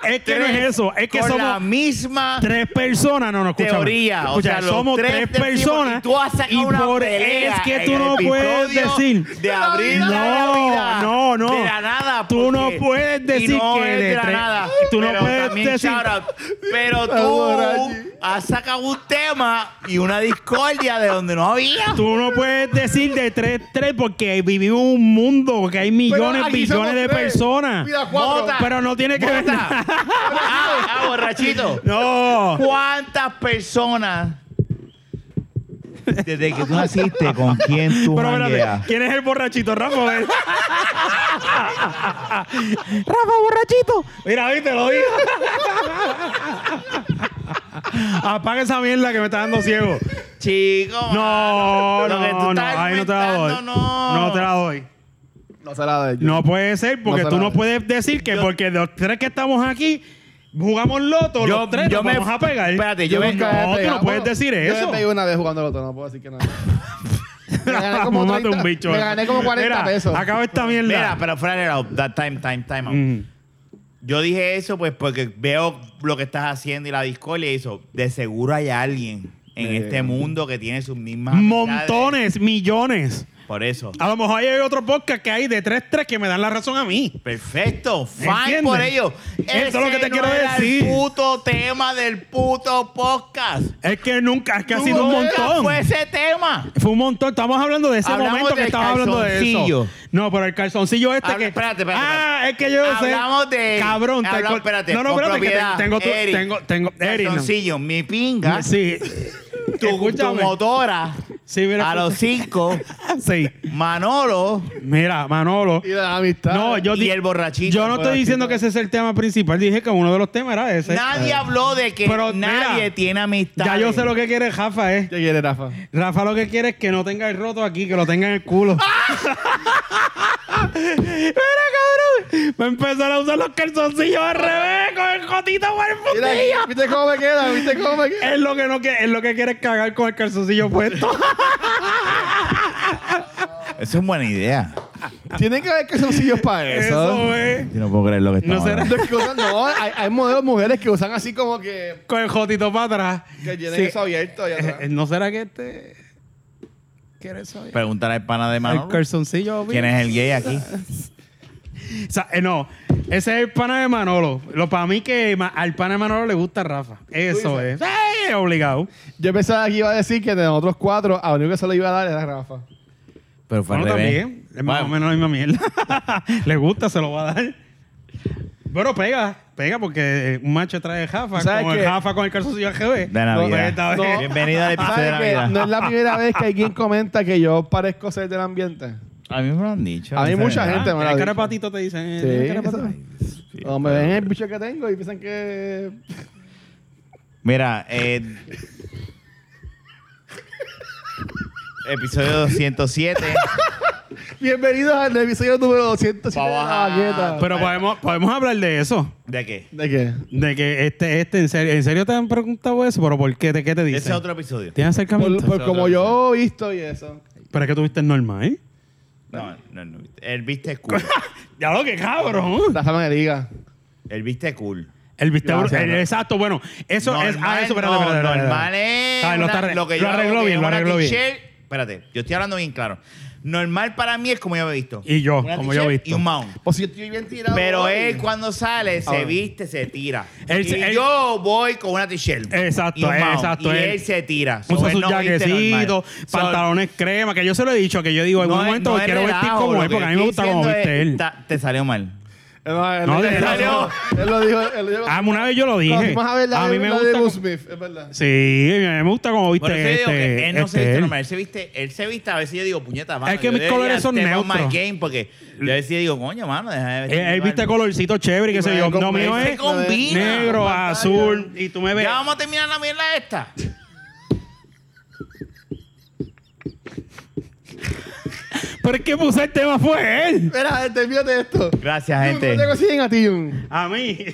Speaker 3: Es que no es
Speaker 1: tres
Speaker 3: eso. Es que
Speaker 1: con
Speaker 3: somos.
Speaker 1: la misma.
Speaker 3: Tres personas, no, no, escúchame.
Speaker 1: Teoría, o
Speaker 3: Escucha,
Speaker 1: sea, los
Speaker 3: somos
Speaker 1: tres
Speaker 3: tres,
Speaker 1: decimos,
Speaker 3: personas.
Speaker 1: y tú has sacado una
Speaker 3: por
Speaker 1: pelea
Speaker 3: es que
Speaker 1: en
Speaker 3: tú
Speaker 1: el
Speaker 3: no puedes
Speaker 1: episodio
Speaker 3: decir.
Speaker 1: de abril de la vida.
Speaker 3: No, no, no.
Speaker 1: De la nada,
Speaker 3: Tú no
Speaker 1: porque-
Speaker 3: puedes decir
Speaker 1: y no
Speaker 3: que
Speaker 1: es
Speaker 3: de
Speaker 1: de la
Speaker 3: tres-
Speaker 1: nada.
Speaker 3: tú no
Speaker 1: Pero
Speaker 3: puedes
Speaker 1: también,
Speaker 3: decir-
Speaker 1: shout out. Pero
Speaker 2: favor,
Speaker 1: tú
Speaker 2: Angie.
Speaker 1: has sacado un tema y una discordia de donde no había.
Speaker 3: Tú no puedes decir de tres, tres, porque vivimos un mundo que hay
Speaker 2: Pero
Speaker 3: millones,
Speaker 2: aquí somos
Speaker 3: billones de
Speaker 2: tres.
Speaker 3: personas.
Speaker 2: Mira, cuatro.
Speaker 1: Mota.
Speaker 3: Pero no tiene que ver.
Speaker 1: Bota. ah, ah, borrachito.
Speaker 3: No.
Speaker 1: ¿Cuántas personas desde que tú naciste con quién tú
Speaker 3: Pero espérate,
Speaker 1: jangueas?
Speaker 3: ¿quién es el borrachito, Rafa? Rafa, borrachito. Mira, viste, lo digo. Apaga esa mierda que me está dando ciego.
Speaker 1: Chico, mano,
Speaker 3: No, no,
Speaker 1: lo que tú
Speaker 3: no,
Speaker 1: estás
Speaker 3: ahí no te la doy.
Speaker 1: inventando, no.
Speaker 3: te la doy.
Speaker 2: No se la de yo.
Speaker 3: No puede ser porque
Speaker 2: No se
Speaker 3: tú
Speaker 2: la
Speaker 3: no
Speaker 2: doy.
Speaker 3: puedes decir que porque los tres que estamos aquí jugamos loto, los tres nos vamos a pegar.
Speaker 1: Espérate, yo,
Speaker 3: no,
Speaker 1: me-
Speaker 3: tú
Speaker 2: nunca he
Speaker 3: no
Speaker 2: pegado.
Speaker 3: puedes decir
Speaker 2: Yo
Speaker 3: eso.
Speaker 2: me pegué una vez jugando al otro, no puedo decir que nada. Me gané como,
Speaker 3: Mámate
Speaker 2: 30,
Speaker 3: un bicho.
Speaker 2: me gané como 40
Speaker 3: Mira,
Speaker 2: pesos.
Speaker 3: Acaba esta mierda.
Speaker 1: Mira, pero fuera de la- that time, time, time out.
Speaker 3: Mm.
Speaker 1: Yo dije eso pues porque veo lo que estás haciendo y la discordia y eso. De seguro hay alguien en
Speaker 2: Eh.
Speaker 1: este mundo que tiene sus mismas amistades.
Speaker 3: Montones, millones.
Speaker 1: Por eso.
Speaker 3: A lo mejor hay otro podcast que hay de 3-3 que me dan la razón a mí.
Speaker 1: Perfecto, fine
Speaker 3: ¿Entiendes?
Speaker 1: por ello.
Speaker 3: Eso es lo que te
Speaker 1: no
Speaker 3: quiero
Speaker 1: era
Speaker 3: decir.
Speaker 1: El puto tema del puto podcast.
Speaker 3: Es que nunca, es que ha sido un
Speaker 1: Nunca
Speaker 3: montón.
Speaker 1: Fue ese tema.
Speaker 3: Fue un montón. Estamos hablando de ese
Speaker 1: Hablamos
Speaker 3: momento que
Speaker 1: del
Speaker 3: estabas hablando de eso.
Speaker 1: calzoncillo.
Speaker 3: No, pero el calzoncillo este
Speaker 1: Habla-
Speaker 3: que.
Speaker 1: espérate, espérate,
Speaker 3: Ah,
Speaker 1: espérate.
Speaker 3: es que yo sé.
Speaker 1: Hablamos de-
Speaker 3: Cabrón, te
Speaker 1: hablamos-
Speaker 3: col-
Speaker 1: espérate,
Speaker 3: No, no,
Speaker 1: con
Speaker 3: espérate, que te-
Speaker 1: propiedad,
Speaker 3: tengo tu.
Speaker 1: Eric.
Speaker 3: Tengo, tengo. Eric. no.
Speaker 1: Calzoncillo, mi pinga,
Speaker 3: Sí.
Speaker 1: tu, tu
Speaker 3: Escúchame.
Speaker 1: motora,
Speaker 3: Sí, mira,
Speaker 1: a los cinco,
Speaker 3: Sí.
Speaker 1: Manolo
Speaker 3: Mira, Manolo.
Speaker 2: Y de la amistad.
Speaker 3: No, yo
Speaker 1: y
Speaker 3: di-
Speaker 1: el borrachito.
Speaker 3: Yo no estoy diciendo que ese es el tema principal. Dije que uno de los temas era ese.
Speaker 1: Nadie habló de que
Speaker 3: Pero,
Speaker 1: nadie
Speaker 3: mira,
Speaker 1: tiene amistad.
Speaker 3: Ya yo sé lo que quiere Rafa, eh.
Speaker 2: ¿Qué quiere Rafa?
Speaker 3: Rafa lo que quiere es que no tenga el roto aquí, que lo tenga en el culo. Mira, cabrón. Va a empezar a usar los calzoncillos al revés con el jotito por el
Speaker 2: Mira,
Speaker 3: fundillo.
Speaker 2: ¿viste cómo me queda? ¿Viste cómo me queda?
Speaker 3: Es lo que no que, es lo que quiere es cagar con el calzoncillo puesto.
Speaker 1: Eso es buena idea.
Speaker 2: Tienen que haber calzoncillos para eso.
Speaker 3: Eh, Eso es.
Speaker 1: Yo no puedo creer lo que
Speaker 3: No
Speaker 1: estamos
Speaker 3: será-
Speaker 1: hablando.
Speaker 2: No, es que usan- no, hay, hay modelos mujeres que usan así como que,
Speaker 3: Con el jotito para atrás.
Speaker 2: que tienen
Speaker 3: Sí.
Speaker 2: eso abierto. allá
Speaker 3: Eh,
Speaker 2: atrás.
Speaker 3: eh, ¿No será que este quiere eso? ahí?
Speaker 1: Pregúntale al pana de
Speaker 3: El
Speaker 1: Manolo.
Speaker 3: calzoncillo.
Speaker 1: ¿Quién es el gay aquí?
Speaker 3: O sea, eh, no, ese es el pana de Manolo. Lo para mí que ma- al pana de Manolo le gusta Rafa. Eso es. Sí, obligado.
Speaker 2: Yo pensaba que iba a decir que de nosotros cuatro, a lo único que se lo iba a dar era a Rafa.
Speaker 1: Pero fue al
Speaker 3: Bueno,
Speaker 1: revés.
Speaker 3: también. Es más o
Speaker 1: Bueno,
Speaker 3: menos la misma mierda. le gusta, se lo va a dar. Bueno, pega, pega porque un macho trae Rafa,
Speaker 2: ¿Sabes
Speaker 3: como el
Speaker 2: qué?
Speaker 3: Rafa con el calzoncillo al GB.
Speaker 1: De Navidad.
Speaker 3: No,
Speaker 2: No. este
Speaker 1: Bienvenido al episodio de
Speaker 2: ¿Sabes que
Speaker 1: Navidad.
Speaker 2: no es la primera vez que alguien comenta que yo parezco ser del ambiente?
Speaker 1: A mí me lo han dicho.
Speaker 2: A mí
Speaker 1: no sé,
Speaker 2: mucha
Speaker 1: ¿verdad?
Speaker 2: gente- me lo ha
Speaker 3: el
Speaker 2: dicho.
Speaker 3: carapatito te dicen. eh,
Speaker 2: Sí,
Speaker 3: ¿tienes carapatito?
Speaker 2: eso.
Speaker 1: Sí,
Speaker 2: O me ven el bicho que tengo y piensan que...
Speaker 1: Mira, eh, episodio 207.
Speaker 2: Bienvenidos al episodio número 207 de
Speaker 1: Pa'
Speaker 2: la
Speaker 1: bajar.
Speaker 2: baqueta.
Speaker 3: Pero podemos, podemos hablar de eso.
Speaker 1: ¿De qué?
Speaker 2: ¿De qué?
Speaker 3: De que este, este, en serio, en serio te han preguntado eso, pero ¿por qué? ¿De qué te
Speaker 1: Ese es
Speaker 3: dicen?
Speaker 1: otro episodio.
Speaker 3: ¿Tienes acercamiento?
Speaker 2: Por, por
Speaker 1: otra
Speaker 2: como
Speaker 1: cosa.
Speaker 2: yo he visto y eso.
Speaker 3: Pero es que tuviste el normal, ¿eh?
Speaker 1: No, no, no. El viste cool.
Speaker 3: Ya lo que cabrón.
Speaker 2: La fama de liga.
Speaker 1: El viste cool.
Speaker 3: El viste
Speaker 2: Gracias,
Speaker 3: el-
Speaker 2: bro.
Speaker 3: exacto, bueno, eso es ah, eso, espérate,
Speaker 1: no,
Speaker 3: espérate, espérate,
Speaker 1: normal
Speaker 3: espérate.
Speaker 1: es
Speaker 3: Está bien, lo,
Speaker 1: una-
Speaker 3: está arre-
Speaker 1: que
Speaker 3: lo
Speaker 1: yo hago,
Speaker 3: arregló
Speaker 1: que
Speaker 3: bien,
Speaker 1: es
Speaker 3: lo
Speaker 1: una
Speaker 3: arregló bien.
Speaker 1: t-shirt. Espérate, yo estoy hablando bien claro. Normal para mí es como yo he visto.
Speaker 3: Y yo,
Speaker 1: Una
Speaker 3: como yo he
Speaker 1: t-shirt
Speaker 3: visto.
Speaker 1: Y un mount.
Speaker 2: Pues si yo estoy bien tirado.
Speaker 1: Pero eh,
Speaker 2: hoy.
Speaker 1: él cuando sale, se
Speaker 2: Ahora.
Speaker 1: viste, se tira.
Speaker 3: Él
Speaker 1: y
Speaker 3: se- él-
Speaker 1: yo voy con una t-shirt.
Speaker 3: Exacto,
Speaker 1: y un mount,
Speaker 3: exacto,
Speaker 1: Y
Speaker 3: él-
Speaker 1: él, se tira. So,
Speaker 3: Usa
Speaker 1: él
Speaker 3: sus
Speaker 1: no viste normal.
Speaker 3: jaquecitos,
Speaker 1: So,
Speaker 3: pantalones crema, que yo se lo he dicho, que yo digo, en
Speaker 1: no
Speaker 3: un
Speaker 1: es-
Speaker 3: momento
Speaker 1: no
Speaker 3: me
Speaker 1: es
Speaker 3: quiero vestir
Speaker 1: relajo,
Speaker 3: como
Speaker 1: lo
Speaker 3: él,
Speaker 1: que
Speaker 3: porque a mí me
Speaker 1: estoy
Speaker 3: gusta como
Speaker 1: diciendo
Speaker 3: viste
Speaker 1: es-
Speaker 3: él.
Speaker 1: ta- Te salió mal.
Speaker 2: No, él,
Speaker 3: No,
Speaker 2: él-
Speaker 3: de
Speaker 2: él-
Speaker 1: salió.
Speaker 2: él lo dijo. Él lo dijo.
Speaker 3: Ah, una vez yo lo
Speaker 2: Cuando
Speaker 3: dije.
Speaker 2: fuimos a ver la,
Speaker 3: A mí me
Speaker 2: la de
Speaker 3: gusta.
Speaker 2: Will
Speaker 3: como-
Speaker 2: Smith, es verdad.
Speaker 3: Sí, a mí me gusta como
Speaker 1: Por eso
Speaker 3: viste
Speaker 1: yo digo
Speaker 3: este.
Speaker 1: que él no se
Speaker 3: este
Speaker 1: viste
Speaker 3: él.
Speaker 1: normal, él se viste, él se viste a veces yo digo, puñeta, mano.
Speaker 3: Es que
Speaker 1: yo
Speaker 3: mis
Speaker 1: debería
Speaker 3: colores son
Speaker 1: step up
Speaker 3: neutros.
Speaker 1: my game porque yo a veces digo, coño, mano, deja de vestir
Speaker 3: Él, él
Speaker 1: igual.
Speaker 3: viste colorcito chévere, qué sé yo.
Speaker 2: Con-
Speaker 3: No, mío
Speaker 2: ese
Speaker 3: es
Speaker 1: con- combina.
Speaker 3: negro,
Speaker 2: Pantalla.
Speaker 3: azul, y tú me ves.
Speaker 1: Ya vamos a terminar la mierda esta.
Speaker 3: Pero es que puse el tema fue él.
Speaker 2: Mira, gente, envíate esto.
Speaker 1: Gracias,
Speaker 2: Jun,
Speaker 1: gente.
Speaker 2: ¿cómo te consiguen a ti, Jun?
Speaker 3: A mí,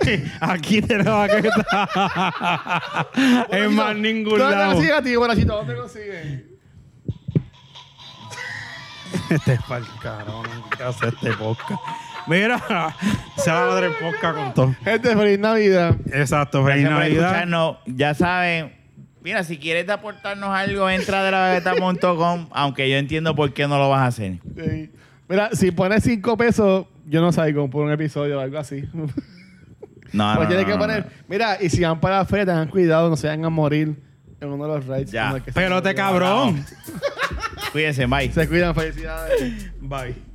Speaker 3: aquí te lo va a quitar. en más ningún
Speaker 2: ¿Dónde te
Speaker 3: lado.
Speaker 2: consiguen a ti, Guarachito? ¿Dónde te consiguen?
Speaker 3: Este es pa'l carajo, nunca hace este podcast. Mira, se va a dar el podcast con todo.
Speaker 2: Gente, feliz Navidad.
Speaker 3: Exacto, feliz
Speaker 1: Gracias por
Speaker 3: Navidad.
Speaker 1: escucharnos. Ya saben, mira, si quieres aportarnos algo, entra de la bagueta.com, aunque yo entiendo por qué no lo vas a hacer.
Speaker 2: Sí. Mira, si pones 5 pesos, yo no salgo por un episodio o algo así.
Speaker 1: No, Ah, no,
Speaker 2: Porque Pues
Speaker 1: no,
Speaker 2: tienes que
Speaker 1: no,
Speaker 2: poner.
Speaker 1: no.
Speaker 2: Mira, y si van para la feria, tengan cuidado, no se vayan a morir en uno de los rides.
Speaker 1: Ya.
Speaker 2: En el que se-
Speaker 3: Pelote cabrón.
Speaker 1: Cuídense, bye.
Speaker 2: Se cuidan, felicidades.
Speaker 3: Bye.